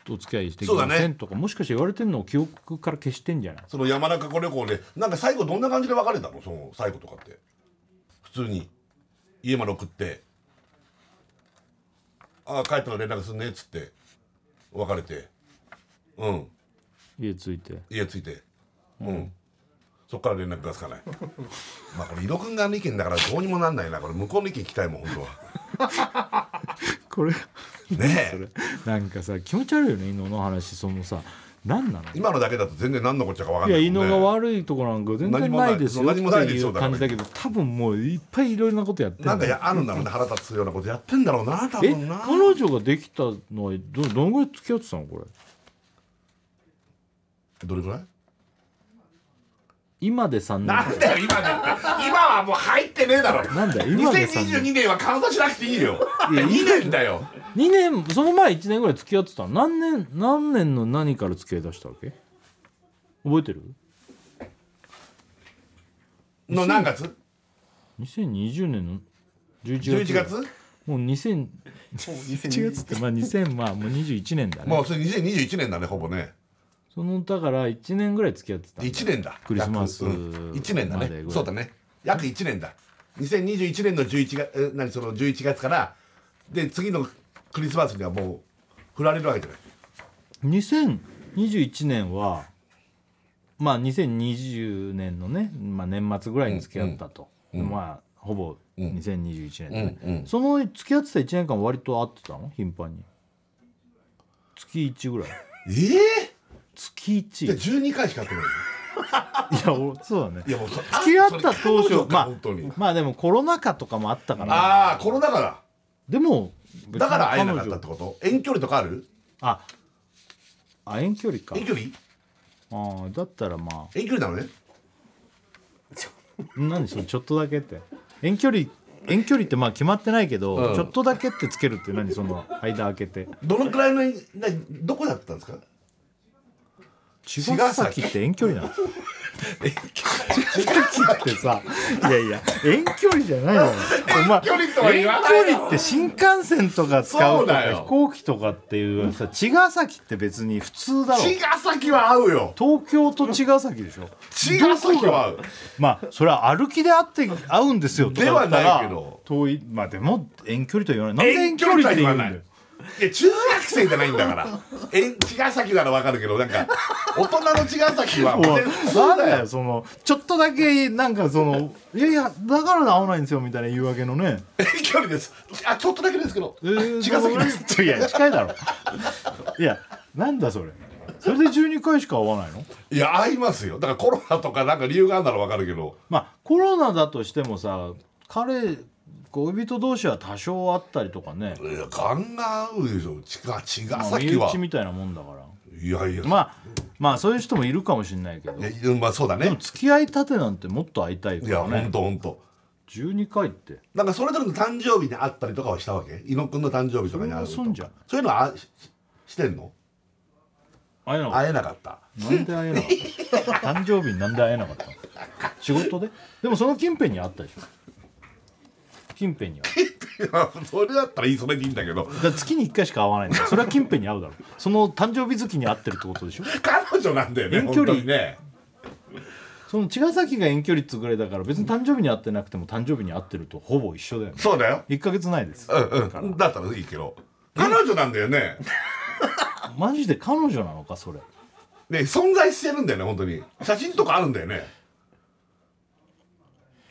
Speaker 2: お付き合いしてき
Speaker 3: そ
Speaker 2: ま
Speaker 3: うだ
Speaker 2: せ
Speaker 3: ね
Speaker 2: んとか、もしかして言われてんのを記憶から消してんじゃない
Speaker 3: その山中湖旅行でなんか最後どんな感じで別れたのその最後とかって普通に家まで送って「ああ帰ったら連絡すんね」っつって別れてうん
Speaker 2: 家ついて
Speaker 3: 家着いてうん、そっから連絡がつかない まあこれ井戸くん側の意見だからどうにもなんないなこれ向こうの意見聞きたいもん本当は
Speaker 2: これ
Speaker 3: ねえ
Speaker 2: なんかさ気持ち悪いよね犬の話そのさ何なの
Speaker 3: 今のだけだと全然何のこっちゃか分か
Speaker 2: い
Speaker 3: ん
Speaker 2: や
Speaker 3: ない
Speaker 2: 胃
Speaker 3: もん
Speaker 2: の
Speaker 3: ね
Speaker 2: が悪いとこなんか全然ないですよって
Speaker 3: 何もない
Speaker 2: いう感じだけど多分もういっぱいいろいろなことやってる
Speaker 3: なんかやあるんだろうね腹立つようなことやってんだろうな多
Speaker 2: え
Speaker 3: 分な
Speaker 2: 彼女ができたのはどどのぐらい付き合ってたのこれ
Speaker 3: どれぐらい
Speaker 2: 今で3年
Speaker 3: なんだよ今だって今はもう入ってねえだろ
Speaker 2: なんだよ今でさ
Speaker 3: 2022年はカウントしなくていいよ
Speaker 2: いや
Speaker 3: 2年だよ
Speaker 2: 2年その前1年ぐらい付き合ってたの何年何年の何から付き合いだしたわけ覚えてる
Speaker 3: の何月
Speaker 2: ?2020 年の11月
Speaker 3: 11月
Speaker 2: もう2000 1月ってまあ2000まあもう21年だね
Speaker 3: もうそれ2021年だねほぼね
Speaker 2: そのだから1年ぐらい付き合ってたんだ
Speaker 3: 1年だ
Speaker 2: クリスマス
Speaker 3: 約うん1年だ
Speaker 2: までぐ
Speaker 3: ね
Speaker 2: らい
Speaker 3: そうだね約1年だ2021年の11月え何その11月からで次のクリスマスにはもう振られるわけじゃない
Speaker 2: 2021年はまあ2020年のね、まあ、年末ぐらいに付き合ったと、まあほぼ2021年だね、その付き合ってた1年間割と会ってたの頻繁に月1ぐらい
Speaker 3: え
Speaker 2: 月
Speaker 3: えで
Speaker 2: 1い
Speaker 3: 12回しか会ってない
Speaker 2: や俺そうだね
Speaker 3: いやもうそ付
Speaker 2: 付き合った当初
Speaker 3: まあ
Speaker 2: ま
Speaker 3: 本当に
Speaker 2: あまあでもコロナ禍とかもあったから
Speaker 3: ああコロナ禍だ
Speaker 2: でも
Speaker 3: だから会えなかっ
Speaker 2: 別
Speaker 3: たって
Speaker 2: に彼女
Speaker 3: こと遠距離とかある
Speaker 2: ああ遠距離か
Speaker 3: 遠距離
Speaker 2: あーだったらま
Speaker 3: 遠距離なのね
Speaker 2: あ何それちょっとだけって遠距離遠距離ってまあ決まってないけど、
Speaker 3: うん
Speaker 2: ちょっとだけってつけるって何その間開けて
Speaker 3: どのくらいのなどこだったんですか
Speaker 2: 茅ヶ崎って遠距離なの茅ヶ崎ってさいやいや遠距離じゃないのよお前
Speaker 3: 遠距離とは言わないよ
Speaker 2: 遠距離って新幹線とか使う
Speaker 3: そう
Speaker 2: とか
Speaker 3: だよ
Speaker 2: 飛行機とかっていうさ茅ヶ崎って別に普通だろ
Speaker 3: 茅ヶ崎は合うよ
Speaker 2: 東京と茅ヶ崎でしょ
Speaker 3: 茅ヶ崎は合う
Speaker 2: まあそれは歩きで会って会うんですよとかだったら
Speaker 3: ではないけど
Speaker 2: 遠いまあでも遠距離とは言わないなんで
Speaker 3: 遠
Speaker 2: 遠
Speaker 3: 距
Speaker 2: 距
Speaker 3: 離とは
Speaker 2: 離って
Speaker 3: 言
Speaker 2: 言
Speaker 3: わ
Speaker 2: うんだ
Speaker 3: ない
Speaker 2: よ
Speaker 3: いや中学生じゃないんだからえ茅ヶ崎ならわかるけどなんか大人の茅ヶ崎は
Speaker 2: おい
Speaker 3: もう普通
Speaker 2: なん
Speaker 3: だ
Speaker 2: だ
Speaker 3: よ
Speaker 2: よそのちょっとだけなんかそのいやいやだから会わないんですよみたいな言い訳のね
Speaker 3: 遠距離ですあちょっとだけですけど、
Speaker 2: えー
Speaker 3: 茅ヶ崎です
Speaker 2: いや近いだろいやなんだそれそれで12回しか会わないの
Speaker 3: いや合いますよだからコロナとかなんか理由があるならわかるけど
Speaker 2: まあコロナだとしてもさ彼恋人同士は多少あったりとかね
Speaker 3: いや勘が合うでしょ茅ヶ茅ヶ
Speaker 2: まあ身
Speaker 3: 崎は
Speaker 2: 内みたいなもんだから
Speaker 3: いやいや
Speaker 2: まあまあそういう人もいるかもしれないけど
Speaker 3: いやうんまあそうだ
Speaker 2: でも
Speaker 3: ね
Speaker 2: 付き合いたてなんてもっと会いたい
Speaker 3: い
Speaker 2: か
Speaker 3: や
Speaker 2: ら
Speaker 3: 本
Speaker 2: ね
Speaker 3: 当本当
Speaker 2: 12回って
Speaker 3: なんかそれぞれの誕生日に会ったりとかはしたわけ猪野くんの誕生日とかに会うと
Speaker 2: それはそんじゃん
Speaker 3: そういうのはあししてんの
Speaker 2: 会えなかっ
Speaker 3: 会えなかった
Speaker 2: たなんで会えなかったの誕生日になんで会えなかったの仕事ででもその近辺にはあったでしょ近辺には
Speaker 3: いやそれだったらいいそれでいいんだけど
Speaker 2: だから月に1回しか会わないんだよそれは近辺に会うだろうその誕生日月に会ってるってことでしょ
Speaker 3: 彼女なんだよね
Speaker 2: 遠距
Speaker 3: 本
Speaker 2: 離
Speaker 3: 当にね
Speaker 2: その茅ヶ崎が遠距離っつうぐらいだから別に誕生日に会ってなくても誕生日に会ってるとほぼ一緒だよね
Speaker 3: そうだよ
Speaker 2: 1ヶ月ないです
Speaker 3: うんうんだったらいいけど彼女なんだよね
Speaker 2: マジで彼女なのかそれ
Speaker 3: ね存在してるんだよね本当に写真とかあるんだよね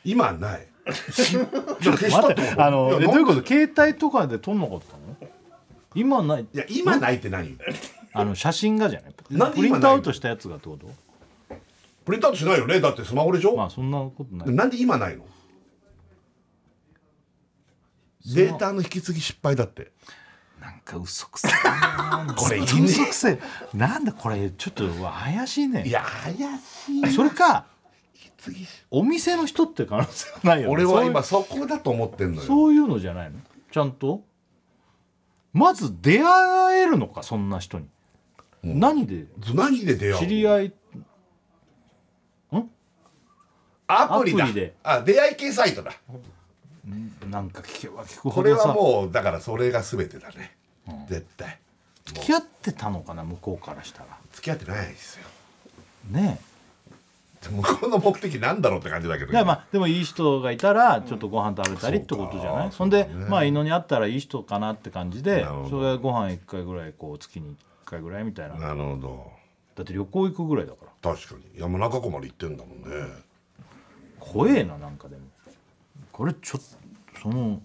Speaker 3: 今は ないちょっと消した
Speaker 2: 待
Speaker 3: っ
Speaker 2: ってて
Speaker 3: こと
Speaker 2: あの
Speaker 3: いや
Speaker 2: えどういうこと携帯とかで撮んなかったの今ない
Speaker 3: いや今ないって何
Speaker 2: あの写真がじゃない
Speaker 3: なんで今ないの
Speaker 2: プリントアウトしたやつがってこと
Speaker 3: プリントアウトしないよねだってスマホでしょ、
Speaker 2: まあそんなことない
Speaker 3: なんで今ないのデータの引き継ぎ失敗だって
Speaker 2: なんか嘘くせえな
Speaker 3: これいいね
Speaker 2: 嘘くせえなんだこれちょっとうわ怪しいね
Speaker 3: いや怪しい
Speaker 2: それか
Speaker 3: 次
Speaker 2: お店の人って可能性はないよね
Speaker 3: 俺は今そ
Speaker 2: そ
Speaker 3: こだと思ってんの
Speaker 2: ういう
Speaker 3: よ
Speaker 2: そういうのじゃないのちゃんとまず出会えるのかそんな人に、何で
Speaker 3: 何で出会うの
Speaker 2: 知り合い
Speaker 3: アプリだ
Speaker 2: アプリで
Speaker 3: あ出会い系サイトだ
Speaker 2: なんか聞けば聞く
Speaker 3: こ
Speaker 2: ほ
Speaker 3: れ
Speaker 2: どさ
Speaker 3: はもうだからそれが全てだね、絶対
Speaker 2: 付き合ってたのかな向こうからしたら
Speaker 3: 付き合ってないですよ
Speaker 2: ねえ
Speaker 3: 向こうの目的なんだろうって感じだけど
Speaker 2: いやまあでもいい人がいたらちょっとご飯食べたりってことじゃない、そんで、まあ犬に会ったらいい人かなって感じで
Speaker 3: なるほど
Speaker 2: それはご飯一回ぐらいこう月に1回ぐらいみたいなだ
Speaker 3: なるほど
Speaker 2: って旅行行くぐらいだから
Speaker 3: 確かに山中湖まで行ってんだもんね
Speaker 2: 怖えななんかでもこれちょっとその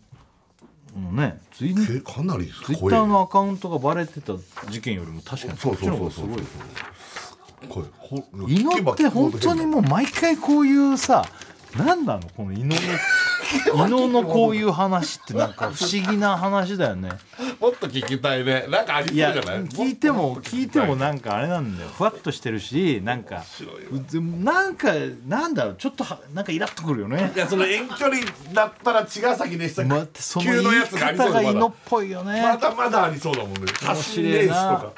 Speaker 2: このねツイ
Speaker 3: えかなり
Speaker 2: ツイッ
Speaker 3: 怖い
Speaker 2: ター
Speaker 3: よ
Speaker 2: のアカウントがバレてた事件よりも確かに
Speaker 3: そ
Speaker 2: そうっ
Speaker 3: そ
Speaker 2: ち
Speaker 3: う
Speaker 2: の方
Speaker 3: そう
Speaker 2: がす
Speaker 3: そう
Speaker 2: ご
Speaker 3: こ
Speaker 2: いよ
Speaker 3: れほ
Speaker 2: 伊野って本当にもう毎回こういうさ何なのこの伊 野の伊野のこういう話ってなんか不思議な話だよね
Speaker 3: もっと聞きたいねなんかありそう
Speaker 2: い
Speaker 3: じ
Speaker 2: や
Speaker 3: ゃない
Speaker 2: 聞いても聞いてもなんかあれなんだよふわっとしてるしなんかなんかなんだろうちょっとはなんかイラっとくるよね
Speaker 3: いやその遠距離だったら茅ヶ崎でした
Speaker 2: またその
Speaker 3: 急の
Speaker 2: 言い
Speaker 3: やつがありそ
Speaker 2: 方
Speaker 3: うだま
Speaker 2: が伊野
Speaker 3: だ
Speaker 2: っぽいよね
Speaker 3: まだまだありそうだもんね
Speaker 2: 面
Speaker 3: 写真
Speaker 2: 白
Speaker 3: レー
Speaker 2: い
Speaker 3: スと
Speaker 2: な
Speaker 3: か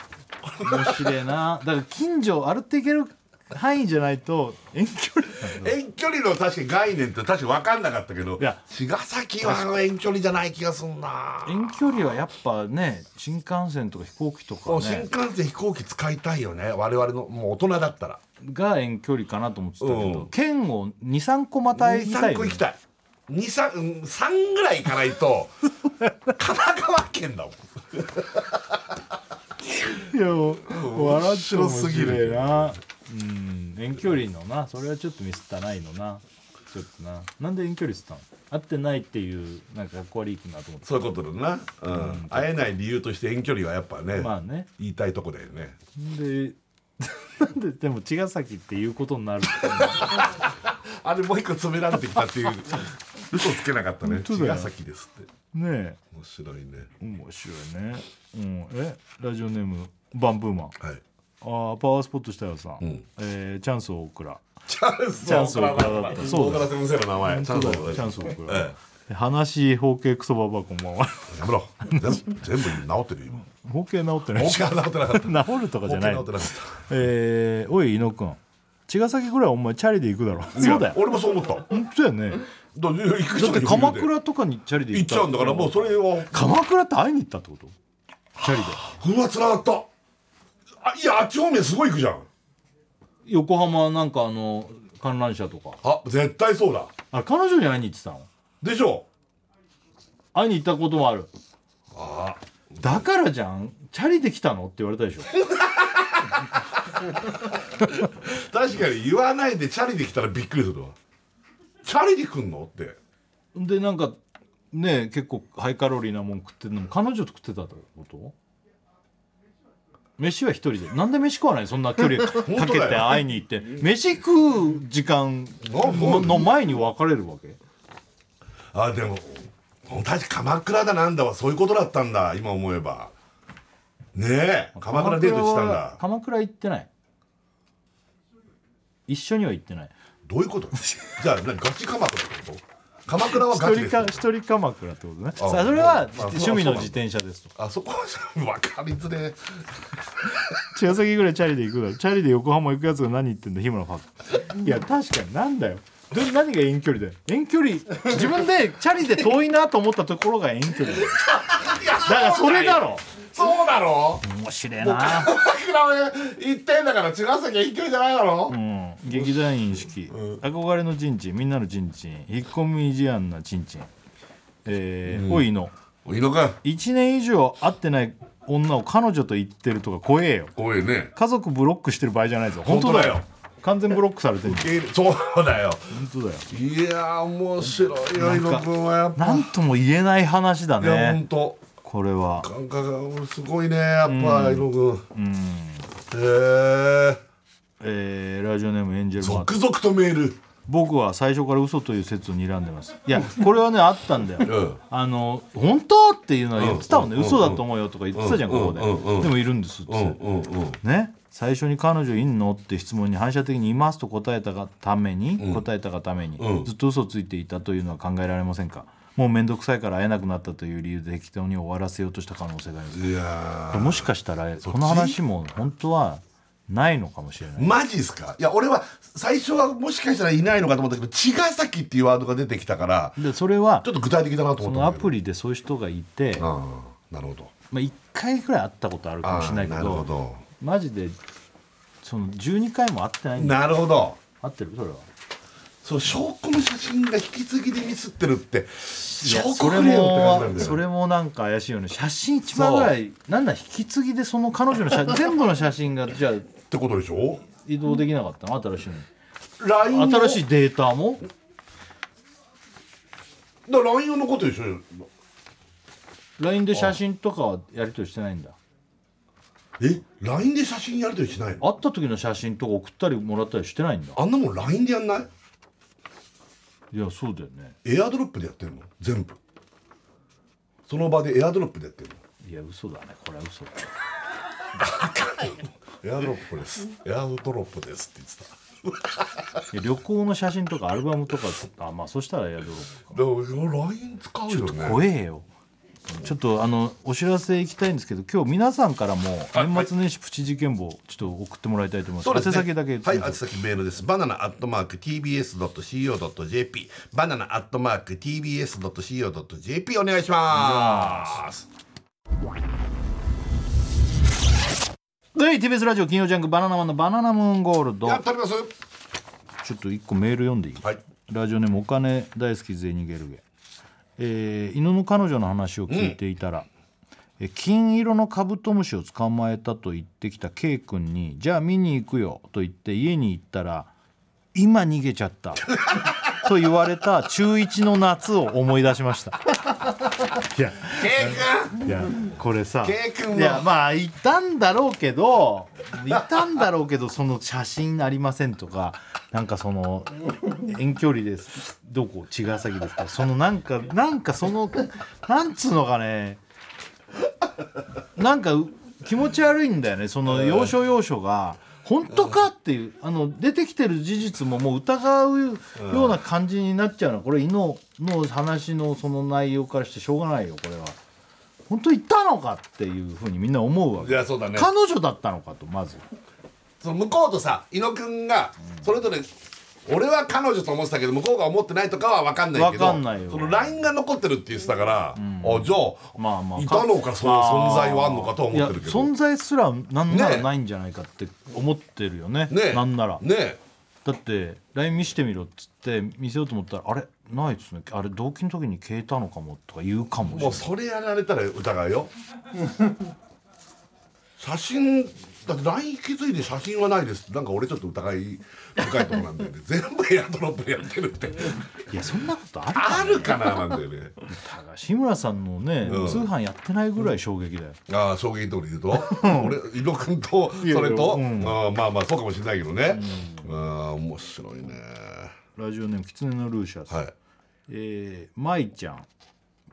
Speaker 2: 面白いなだから近所歩っていける範囲じゃないと 遠距離
Speaker 3: 遠距離の確かに概念って確かに分かんなかったけど
Speaker 2: いや
Speaker 3: 茅ヶ崎はあの遠距離じゃない気がすんな
Speaker 2: 遠距離はやっぱね新幹線とか飛行機とか
Speaker 3: そう新
Speaker 2: ね
Speaker 3: 幹線飛行機使いたいよね我々のもう大人だったら
Speaker 2: が遠距離かなと思ってたけ
Speaker 3: う
Speaker 2: ど
Speaker 3: ん
Speaker 2: 県を23個またいみた
Speaker 3: 23
Speaker 2: い,、
Speaker 3: 個行きたい23うん3ぐらい行かないと 神奈川県だもん
Speaker 2: いやもう笑っちゃ
Speaker 3: 面白すぎる
Speaker 2: なうん遠距離のなそれはちょっとミスったないのなちょっとななんで遠距離したの会ってないっていうなんかかっこ悪い気なと思って
Speaker 3: そういうことだな、うん会えない理由として遠距離はやっぱね,、
Speaker 2: まあね
Speaker 3: 言いたいとこだよね
Speaker 2: で なんででも茅ヶ崎っていうことになる
Speaker 3: あれもう一個詰められてきたっていう嘘つけなかったね
Speaker 2: 本
Speaker 3: 茅
Speaker 2: 当だよ
Speaker 3: ヶ崎ですって
Speaker 2: ね
Speaker 3: 面白いね
Speaker 2: え面白いね、うん、えラジオネームバンブーマン
Speaker 3: はい
Speaker 2: あーパワースポットしたよさん、
Speaker 3: ん
Speaker 2: えーチャンス大倉
Speaker 3: チャンス
Speaker 2: チャンス大倉だったそう
Speaker 3: 大
Speaker 2: だ
Speaker 3: 倉先生の名前チャンス大倉
Speaker 2: チャンス大倉、
Speaker 3: え
Speaker 2: 話包茎クソババアこんばんは
Speaker 3: え やめろ全部全部治ってるよ
Speaker 2: 包茎治ってない
Speaker 3: 今違う治ってなかった
Speaker 2: 治るとかじゃない
Speaker 3: 本当に治って
Speaker 2: えーおい伊野くん茅ヶ崎ぐらいお前チャリで行くだろ
Speaker 3: なかった
Speaker 2: そうだ
Speaker 3: いや
Speaker 2: よ
Speaker 3: 俺もそう思った
Speaker 2: 本当だよね
Speaker 3: だって行く
Speaker 2: だ
Speaker 3: 人
Speaker 2: っ
Speaker 3: がい
Speaker 2: て
Speaker 3: る
Speaker 2: 鎌倉とかにチャリで
Speaker 3: 行っちゃうんだからもうそれは
Speaker 2: 鎌倉って会いに行ったってことチャリで
Speaker 3: うわつながったあいやあっち方面すごい行くじゃん
Speaker 2: 横浜なんかあの観覧車とか
Speaker 3: あ絶対そうだ
Speaker 2: あ彼女に会いに行ってたの
Speaker 3: でしょ
Speaker 2: 会いに行ったこともあるだからじゃんチャリで来たのって言われたでしょ
Speaker 3: 確かに言わないでチャリで来たらびっくりするわチャリで来んのって
Speaker 2: でなんかね結構ハイカロリーなもん食ってるのも彼女と食ってたってこと飯は一人でなんで飯食わないそんな距離かけ
Speaker 3: 本当
Speaker 2: て
Speaker 3: だよ
Speaker 2: 会いに行って飯食う時間のの前に別れるわけ
Speaker 3: あでも確か鎌倉だなんだはそういうことだったんだ今思えばねえ鎌倉デートしたん
Speaker 2: 鎌倉は
Speaker 3: だ
Speaker 2: 鎌倉行ってない一緒には行ってない
Speaker 3: どういうことじゃあ何ガチ鎌倉ってこと鎌倉はガ
Speaker 2: 一
Speaker 3: チで
Speaker 2: 人
Speaker 3: す
Speaker 2: か一人鎌倉ってことね
Speaker 3: あ
Speaker 2: さあそれは
Speaker 3: まあ
Speaker 2: 趣味の自転車ですと
Speaker 3: あそこは分かりづれえ
Speaker 2: 茅ヶ崎ぐらいチャリで行くだろチャリで横浜行くやつが何言ってんだ日村ファックいや確かになんだよど何が遠距離だよ遠距離自分でチャリで遠いなと思ったところが遠距離だよだからそれだろ
Speaker 3: そうだろ
Speaker 2: 面白えな
Speaker 3: 鎌倉へ行ってんだから茅ヶ崎は行距離じゃないだろ
Speaker 2: うん劇団員式、憧れのチンチンみんなのチンチン引っ込み思案なチンチンえーおいの
Speaker 3: 井野君
Speaker 2: 1年以上会ってない女を彼女と言ってるとか怖えよ
Speaker 3: おいね
Speaker 2: 家族ブロックしてる場合じゃないぞ
Speaker 3: 本当だよ
Speaker 2: 完全ブロックされてる
Speaker 3: えそうだよ
Speaker 2: 本当だよ
Speaker 3: いやー面白いよ井
Speaker 2: んか
Speaker 3: 野君はやっぱ
Speaker 2: なんとも言えない話だ
Speaker 3: いやほ
Speaker 2: ね
Speaker 3: んと
Speaker 2: これは
Speaker 3: 感覚がすごいねやっぱ井野君へえ
Speaker 2: えーラジオネームエンジェルマート
Speaker 3: 続々とメール
Speaker 2: 僕は最初から嘘という説を睨んでますいやこれはねあったんだよ、
Speaker 3: ん
Speaker 2: あの本当っていうのは言ってたもんね、
Speaker 3: うんうんうん
Speaker 2: 嘘だと思うよとか言ってたじゃん、ここで、
Speaker 3: うんうんうん
Speaker 2: でもいるんですっつって、
Speaker 3: うんうん
Speaker 2: ね最初に彼女いんのって質問に反射的に「います」と答えたがために、答えたがために、
Speaker 3: うん
Speaker 2: ずっと嘘ついていたというのは考えられませんかもう面倒くさいから会えなくなったという理由で適当に終わらせようとした可能性があります
Speaker 3: いや
Speaker 2: これもしかしたらこの話も本当はないのかもしれな
Speaker 3: ー
Speaker 2: い
Speaker 3: マジですかいや俺は最初はもしかしたらいないのかと思ったけど茅ヶ崎っていうワードが出てきたから
Speaker 2: でそれは
Speaker 3: ちょっと具体的だなと
Speaker 2: そ
Speaker 3: 思った
Speaker 2: のアプ
Speaker 3: リ
Speaker 2: リでそういう人がいて、ま
Speaker 3: ああなるほど
Speaker 2: あ、1回ぐらい会ったことあるか
Speaker 3: あ
Speaker 2: もし
Speaker 3: あ
Speaker 2: れないけ
Speaker 3: なるほ
Speaker 2: ど
Speaker 3: ど
Speaker 2: マジでその12回も会ってないんだ
Speaker 3: なるほど
Speaker 2: 合ってるそれは
Speaker 3: その証拠の写真が引き継ぎでミスってるって
Speaker 2: い
Speaker 3: 証
Speaker 2: やそ
Speaker 3: 拠
Speaker 2: れ
Speaker 3: くれよって感じなん
Speaker 2: も
Speaker 3: だよ
Speaker 2: それもなんか怪しいよね写真一枚ぐらいなんだ引き継ぎでその彼女の写 全部の写真がじゃあ
Speaker 3: ってことでしょ
Speaker 2: 移動できなかったの新しい
Speaker 3: LINE
Speaker 2: の
Speaker 3: も
Speaker 2: 新しいデータも
Speaker 3: だから LINE を残ってるでしょ
Speaker 2: LINE で写真とかはやり取りしてないんだ
Speaker 3: え LINE で写真やり取りしないの
Speaker 2: 会った時の写真とか送ったりもらったりしてないんだ
Speaker 3: あんなもん LINE でやんない
Speaker 2: いやそうだよね
Speaker 3: エアドロップでやってるの全部その場でエアドロップでやってる
Speaker 2: いや嘘だねこれは嘘
Speaker 3: のエ
Speaker 2: だ
Speaker 3: アドロップですエアドロップですって言ってた
Speaker 2: いや旅行の写真とかアルバムとかあまあそしたらエアドロップか
Speaker 3: でもいや LINE 使うよね
Speaker 2: 怖えよちょっとあのお知らせいきたいんですけど今日皆さんからも年末年始プチ事件簿ちょっと送ってもらいたいと思います
Speaker 3: そうですね
Speaker 2: 宛先だけ言って
Speaker 3: はい
Speaker 2: ください
Speaker 3: 宛先メールですバナナアットマーク TBS.CO.JP バナナアットマーク TBS.CO.JP お願いします
Speaker 2: はい TBS ラジオ金曜ジャンク「バナナマンのバナナムーンゴールド
Speaker 3: やっ」ております
Speaker 2: ちょっと一個メール読んでいい、
Speaker 3: はい
Speaker 2: ラジオネームお金大好きゼニゲルゲ、えー犬の彼女の話を聞いていたら、え金色のカブトムシを捕まえたと言ってきた K 君に「じゃあ見に行くよ」と言って家に行ったら「今逃げちゃ った」と言われた中1の夏を思い出しましたいや
Speaker 3: K 君
Speaker 2: いやこれさ
Speaker 3: K 君はい
Speaker 2: やまあいたんだろうけどいたんだろうけどその写真ありませんとかなんかその遠距離ですどこ茅ヶ崎ですかそのなんかなんかそのなんつうのかねなんかう気持ち悪いんだよねその要所要所が。本当かっていうあの出てきてる事実ももう疑うような感じになっちゃうのこれ犬の話のその内容からしてしょうがないよこれは本当に行ったのかっていうふうにみんな思うわけ
Speaker 3: いやそうだね
Speaker 2: 彼女だったのかとまず
Speaker 3: その向こうとさ猪野君がそれぞれ俺は彼女と思ってたけど向こうが思ってないとかは分かんないけど
Speaker 2: 分かんないよ
Speaker 3: その LINE が残ってるって言ってたから、あじゃあ,、
Speaker 2: まあまあ
Speaker 3: いたのかその存在はあんのかとは思ってるけど
Speaker 2: いや存在すらなんなら
Speaker 3: ね
Speaker 2: ないんじゃないかって思ってるよね
Speaker 3: ね
Speaker 2: なんなら、
Speaker 3: ねえ
Speaker 2: だって LINE 見してみろっつって見せようと思ったらあれないですねあれ同期の時に消えたのかもとか言うかもしれ
Speaker 3: もう
Speaker 2: ない
Speaker 3: それやられたら疑うよ写真だって LINE 引き継いで写真はないですなんか俺ちょっと疑い深いとこなんだ よね全部エアドロップでやってるって
Speaker 2: いやそんなことある
Speaker 3: あるかななんだよね
Speaker 2: だから志村さんのね、
Speaker 3: うん
Speaker 2: 通販やってないぐらい衝撃だよ、
Speaker 3: ああ証言通りで言うと俺伊野君とそれと、
Speaker 2: うん
Speaker 3: ああまあまあそうかもしれないけどね、ああ面白いね
Speaker 2: ラジオネーム「狐のルーシャス」
Speaker 3: はい
Speaker 2: えー、舞ちゃん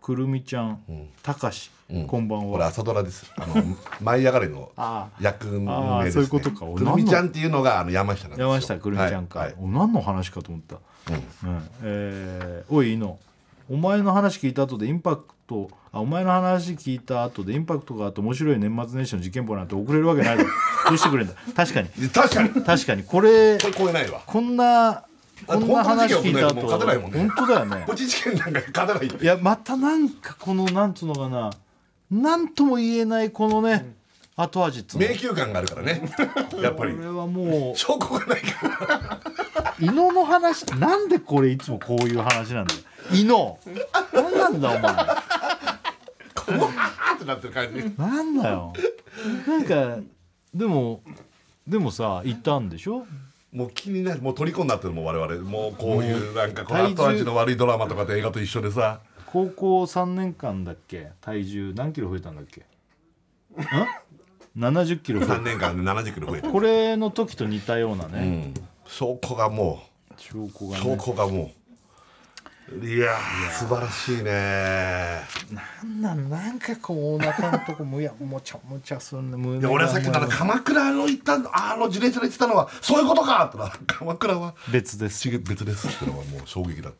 Speaker 2: くるみちゃんたかしこんばん
Speaker 3: これ
Speaker 2: は
Speaker 3: 朝ドラですあの 舞い上がれの
Speaker 2: あ
Speaker 3: 役の
Speaker 2: ああ
Speaker 3: 名です、ね、
Speaker 2: そういうことか
Speaker 3: く
Speaker 2: 俺
Speaker 3: るみちゃんっていうのがあの山下なんですよ
Speaker 2: 山下くるみちゃんか、
Speaker 3: はいはい
Speaker 2: お何の話かと思った、うんえーおいいのお前の話聞いた後でインパクトあお前の話聞いた後でインパクトがあって面白い年末年始の事件簿なんて遅れるわけないだろ どうしてくれんだ確かに
Speaker 3: いや確かにこ
Speaker 2: 確かにこれ
Speaker 3: れ超えないわ
Speaker 2: こんなこんな話聞いた後
Speaker 3: 本当の事件送んないともう勝てないもんね
Speaker 2: 本当だよね
Speaker 3: ポチ事件なんか勝たないって
Speaker 2: いやまたなんかこのなんつうのかななんとも言えないこのね、後味っつうの
Speaker 3: 迷宮感があるから ねやっぱり
Speaker 2: これはも
Speaker 3: 証拠がないから
Speaker 2: う伊野の話なんでこれいつもこういう話なんだよ伊野何なんだお
Speaker 3: こうわーってなってる感じ
Speaker 2: 前なんだよなんかでもでもさ行ったんでしょ
Speaker 3: もう気になるもう虜になってるもん我々もうこういうなんかこの
Speaker 2: 体重
Speaker 3: 後味の悪いドラマとかと映画と一緒でさ
Speaker 2: 高校3年間だっけ体重何キロ増えたんだっけん70キロ増え
Speaker 3: 3年間で70キロ増えて
Speaker 2: たこれの時と似たような
Speaker 3: う
Speaker 2: ね、
Speaker 3: ん証拠がも
Speaker 2: 証拠
Speaker 3: う
Speaker 2: が
Speaker 3: 証
Speaker 2: ね
Speaker 3: 拠がもういやー素晴らしいね
Speaker 2: なんなんかこうお腹のとこむやもちゃもちゃするんで胸
Speaker 3: い
Speaker 2: が
Speaker 3: や俺はさっきのあの鎌倉の行ったあの自転車で行ってたのはそういうことかってな鎌倉は
Speaker 2: 別です
Speaker 3: 違う別ですってのはもう衝撃だっ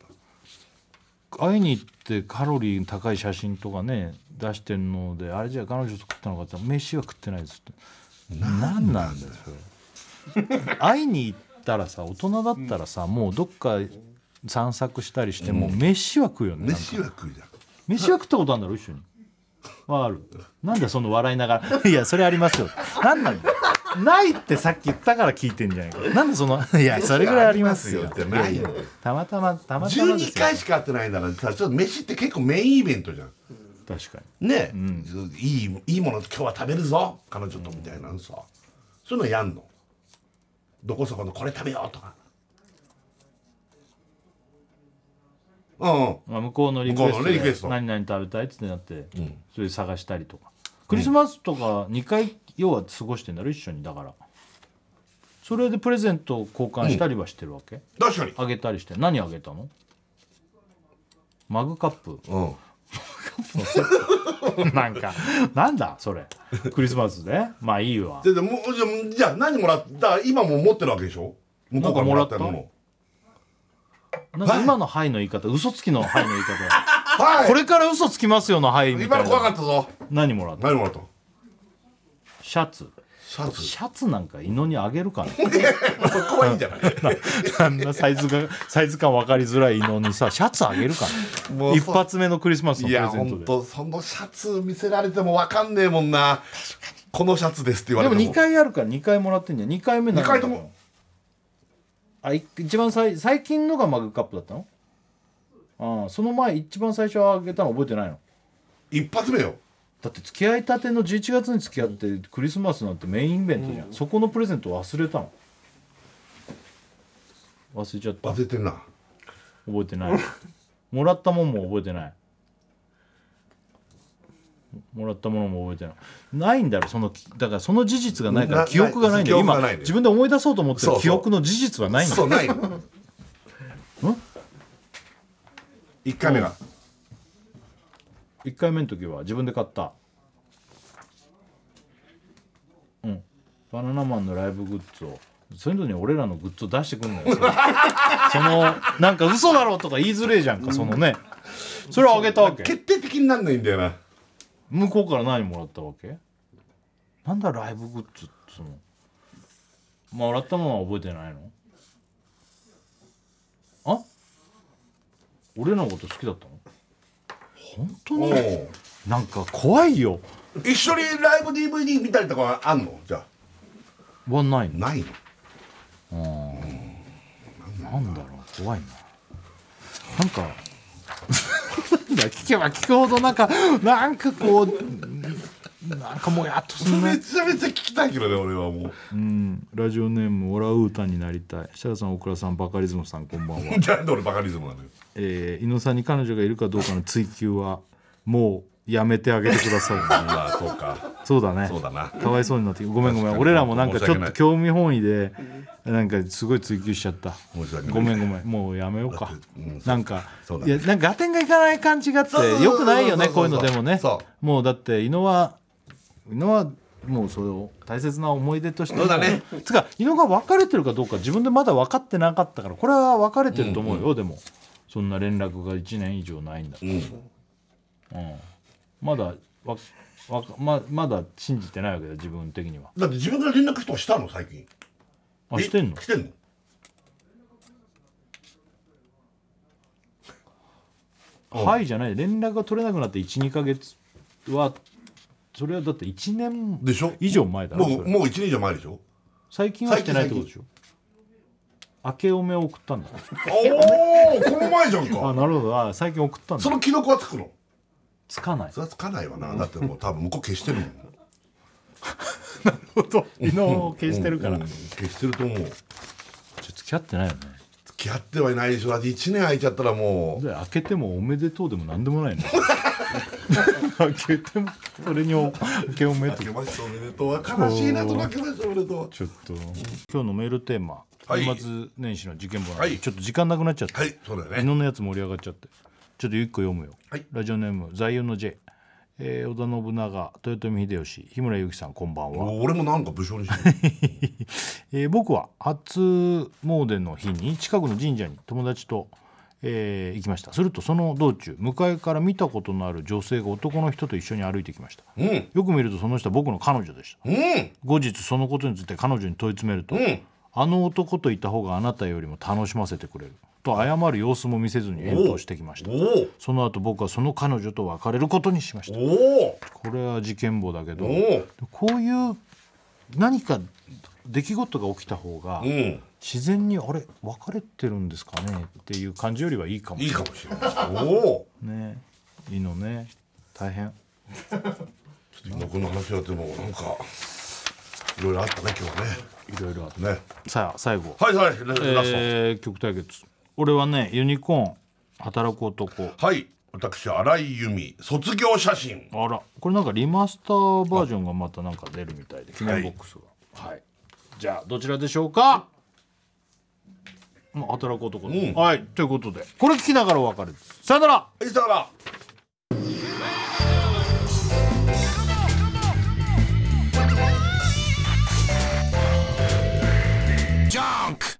Speaker 3: た
Speaker 2: 会いに行ってカロリー高い写真とかね出してるのであれじゃあ彼女と食ったのかって言ったら飯は食ってないですってなんなんだよそれ会いに行ったらさ大人だったらさ、もうどっか散策したりしても飯は食うよね、なんか
Speaker 3: 飯は食うじゃん
Speaker 2: 飯は食ったことあるんだろ一緒にはあるなんでその笑いながら「いやそれありますよ」なんなんだよないってさっき言ったから聞いてんじゃないかなんでその「いやそれぐらいありますよ」
Speaker 3: ってないよ
Speaker 2: たまたまたまたまです
Speaker 3: 12
Speaker 2: よ
Speaker 3: 回しか会ってないならさちょっと飯って結構メインイベントじゃん
Speaker 2: 確かに
Speaker 3: ね、いいいいもの今日は食べるぞ彼女とみたいなのさ、そういうのやんのどこそこのこれ食べようとかうんうん
Speaker 2: まあ、向こうのリクエ
Speaker 3: 向
Speaker 2: ス
Speaker 3: こ
Speaker 2: ト
Speaker 3: うのねリクエ
Speaker 2: で
Speaker 3: スト
Speaker 2: 何々食べたいってなって、それ探したりとかクリスマスとか2回要は過ごしてんだろ一緒にだからそれでプレゼントを交換したりはしてるわけ、
Speaker 3: 確かに
Speaker 2: あげたりして何あげたのマグカップ
Speaker 3: うん
Speaker 2: なんかなんだそれクリスマスでまあいいわ
Speaker 3: ででもうじゃあじゃあ何もらった今も持ってるわけでしょ向こうからもらったもの
Speaker 2: なんかなんか今の「はい」の言い方嘘つきの「はい」の言い方
Speaker 3: はい
Speaker 2: これから嘘つきますよの「はい」み
Speaker 3: 今
Speaker 2: た
Speaker 3: の
Speaker 2: い
Speaker 3: 怖かっ
Speaker 2: な
Speaker 3: たぞ
Speaker 2: 何もらった
Speaker 3: 何もらった
Speaker 2: シャツ
Speaker 3: シャツ
Speaker 2: シャツなんか犬にあげるかな
Speaker 3: そこはいいんじゃない
Speaker 2: あんなサイズがサイズ感分かりづらい犬にさシャツあげるか
Speaker 3: も
Speaker 2: な
Speaker 3: う
Speaker 2: 一発目のクリスマス の
Speaker 3: い
Speaker 2: プ
Speaker 3: や
Speaker 2: レゼント
Speaker 3: 本
Speaker 2: で
Speaker 3: 当そのシャツ見せられてもわかんねえもんなこのシャツですって言わ
Speaker 2: で
Speaker 3: れ
Speaker 2: も
Speaker 3: ても
Speaker 2: 2回あるから2回もらってんじゃん2回目何
Speaker 3: 二回とも
Speaker 2: あい一番最最近のがマグカップだったのああその前一番最初あげたの覚えてないの
Speaker 3: 一発目よ
Speaker 2: だって付き合いたての11月に付き合ってクリスマスなんてメインイベントじゃん、そこのプレゼント忘れたの忘れちゃった
Speaker 3: バ
Speaker 2: 覚
Speaker 3: ズってんな
Speaker 2: えてないもらったもんも覚えてないもらったものも覚えてないないんだろそのだからその事実がないから
Speaker 3: な
Speaker 2: 記憶がないんだ
Speaker 3: な
Speaker 2: よ
Speaker 3: い記憶
Speaker 2: 今
Speaker 3: がないね
Speaker 2: 自分で思い出そうと思って
Speaker 3: そう
Speaker 2: る
Speaker 3: そう
Speaker 2: 記憶の事実はないんだ
Speaker 3: そ
Speaker 2: よ
Speaker 3: うない 一回目が
Speaker 2: 1回目の時は自分で買ったうんバナナマンのライブグッズをそういうのに俺らのグッズを出してくんの よそのなんか嘘だろうとか言いづれえじゃんかそのねそれをあげたわけ
Speaker 3: 決定的になんないんだよな
Speaker 2: 向こうから何もらったわけなんだライブグッズってそのもらったものは覚えてないのあ俺らのこと好きだったの本当
Speaker 3: お
Speaker 2: に
Speaker 3: う
Speaker 2: なんか怖いよ
Speaker 3: 一緒にライブ DVD 見たりとかはあんのじゃあ
Speaker 2: はないの
Speaker 3: ないの
Speaker 2: なんだろう怖いななんかなんだ 聞けば聞くほどなんかなんかこうなんかもやっとする
Speaker 3: め
Speaker 2: ね
Speaker 3: ちゃめちゃ聞きたいけどね俺はもう
Speaker 2: うんラジオネームオラウータンになりたい設楽さん大倉さんバカリズムさんこんばんは
Speaker 3: なんで俺バカリズムなの よ
Speaker 2: えー、猪野さんに彼女がいるかどうかの追求はもうやめてあげてください、
Speaker 3: まあそうか
Speaker 2: そうだね
Speaker 3: そうだな
Speaker 2: かわいそうになってごめんごめ
Speaker 3: 確か
Speaker 2: ん
Speaker 3: に
Speaker 2: 俺らもなんかち
Speaker 3: 申
Speaker 2: ょ
Speaker 3: し訳
Speaker 2: っ
Speaker 3: な
Speaker 2: と
Speaker 3: い
Speaker 2: 興味本位でなんかすごい追求しちゃった
Speaker 3: 申し訳ない
Speaker 2: ごめんごめんもうやめようか
Speaker 3: てうん
Speaker 2: なんか
Speaker 3: そうだ
Speaker 2: い
Speaker 3: ね
Speaker 2: やなんか合点がいかない感じがあって
Speaker 3: そうそうそうそう
Speaker 2: よくないよねこういうのでもね
Speaker 3: そ
Speaker 2: もうだって伊野は伊野はもうそれを大切な思い出として
Speaker 3: そうだね
Speaker 2: つか伊野が別れてるかどうか自分でまだ分かってなかったからこれは別れてると思うよ、でもそんな連絡が1年以上ないんだ
Speaker 3: うん
Speaker 2: まだわわままだ信じてないわけだ自分的には
Speaker 3: だって自分から連絡人はしたの最近
Speaker 2: あ
Speaker 3: え
Speaker 2: してんの
Speaker 3: してんの
Speaker 2: はいじゃない連絡が取れなくなって12か月はそれはだって1年
Speaker 3: でしょ
Speaker 2: 以上前だろ
Speaker 3: も
Speaker 2: そうれ
Speaker 3: もう1年以上前でし ょ
Speaker 2: 最近はしてないってことでしょ明けおめを送ったんだ
Speaker 3: おおこの前じゃん
Speaker 2: あ
Speaker 3: か
Speaker 2: なるほどあ最近送ったん
Speaker 3: そ
Speaker 2: だ
Speaker 3: の記録はつくの
Speaker 2: つかない
Speaker 3: それはつかないわなだってもう多分向こう消してるもん
Speaker 2: と伊能を消してるから
Speaker 3: うん消してると思う
Speaker 2: 付き合ってないよね
Speaker 3: 付き合ってはいないでしょだって1年空いちゃったらも
Speaker 2: で開けてもおめでとうでもなんで もないね開けてもそれにお明けおめ
Speaker 3: う
Speaker 2: と
Speaker 3: 明けましておめでとうは悲しいなと明けましておめでとう
Speaker 2: ちょっと今日のメールテーマ
Speaker 3: はい
Speaker 2: 年末年始の事件簿なんで、
Speaker 3: はい
Speaker 2: ちょっと時間なくなっちゃって、
Speaker 3: はいそうだ
Speaker 2: 昨
Speaker 3: よ
Speaker 2: 日
Speaker 3: ね
Speaker 2: のやつ盛り上がっちゃってちょっと一個読むよ、
Speaker 3: はい
Speaker 2: ラジオネーム座右の J、えー、織田信長豊臣秀吉日村勇紀さんこんばんは、
Speaker 3: 俺もなんか武将にしてる
Speaker 2: えー僕は初詣の日に近くの神社に友達と、えー行きましたするとその道中向かいから見たことのある女性が男の人と一緒に歩いてきました
Speaker 3: うん
Speaker 2: よく見るとその人は僕の彼女でした
Speaker 3: うん
Speaker 2: 後日そのことについて彼女に問い詰めると、
Speaker 3: うん
Speaker 2: あの男といた方があなたよりも楽しませてくれると謝る様子も見せずに返答してきました
Speaker 3: お
Speaker 2: その後僕はその彼女と別れることにしました
Speaker 3: おお
Speaker 2: これは事件簿だけ
Speaker 3: お
Speaker 2: ど
Speaker 3: お
Speaker 2: こういう何か出来事が起きた方が
Speaker 3: うん
Speaker 2: 自然にあれ別れてるんですかねっていう感じよりはいいかも
Speaker 3: いい
Speaker 2: し
Speaker 3: かもしれないおお
Speaker 2: れないねいいのね大変
Speaker 3: ちょっと僕の話はでもなんかいろいろあったね今日はね
Speaker 2: いろいろあって
Speaker 3: ね
Speaker 2: さあ最後
Speaker 3: はいはいララスト、
Speaker 2: えー曲対決俺はねユニコーン働く男
Speaker 3: はい私荒井由実卒業写真
Speaker 2: あらこれなんかリマスターバージョンがまたなんか出るみたいで記念ボックスがはい、じゃあどちらでしょうかまあ働く男で、
Speaker 3: うん
Speaker 2: はいということでこれ聞きながらお別れですさよなら
Speaker 3: いさらジャンク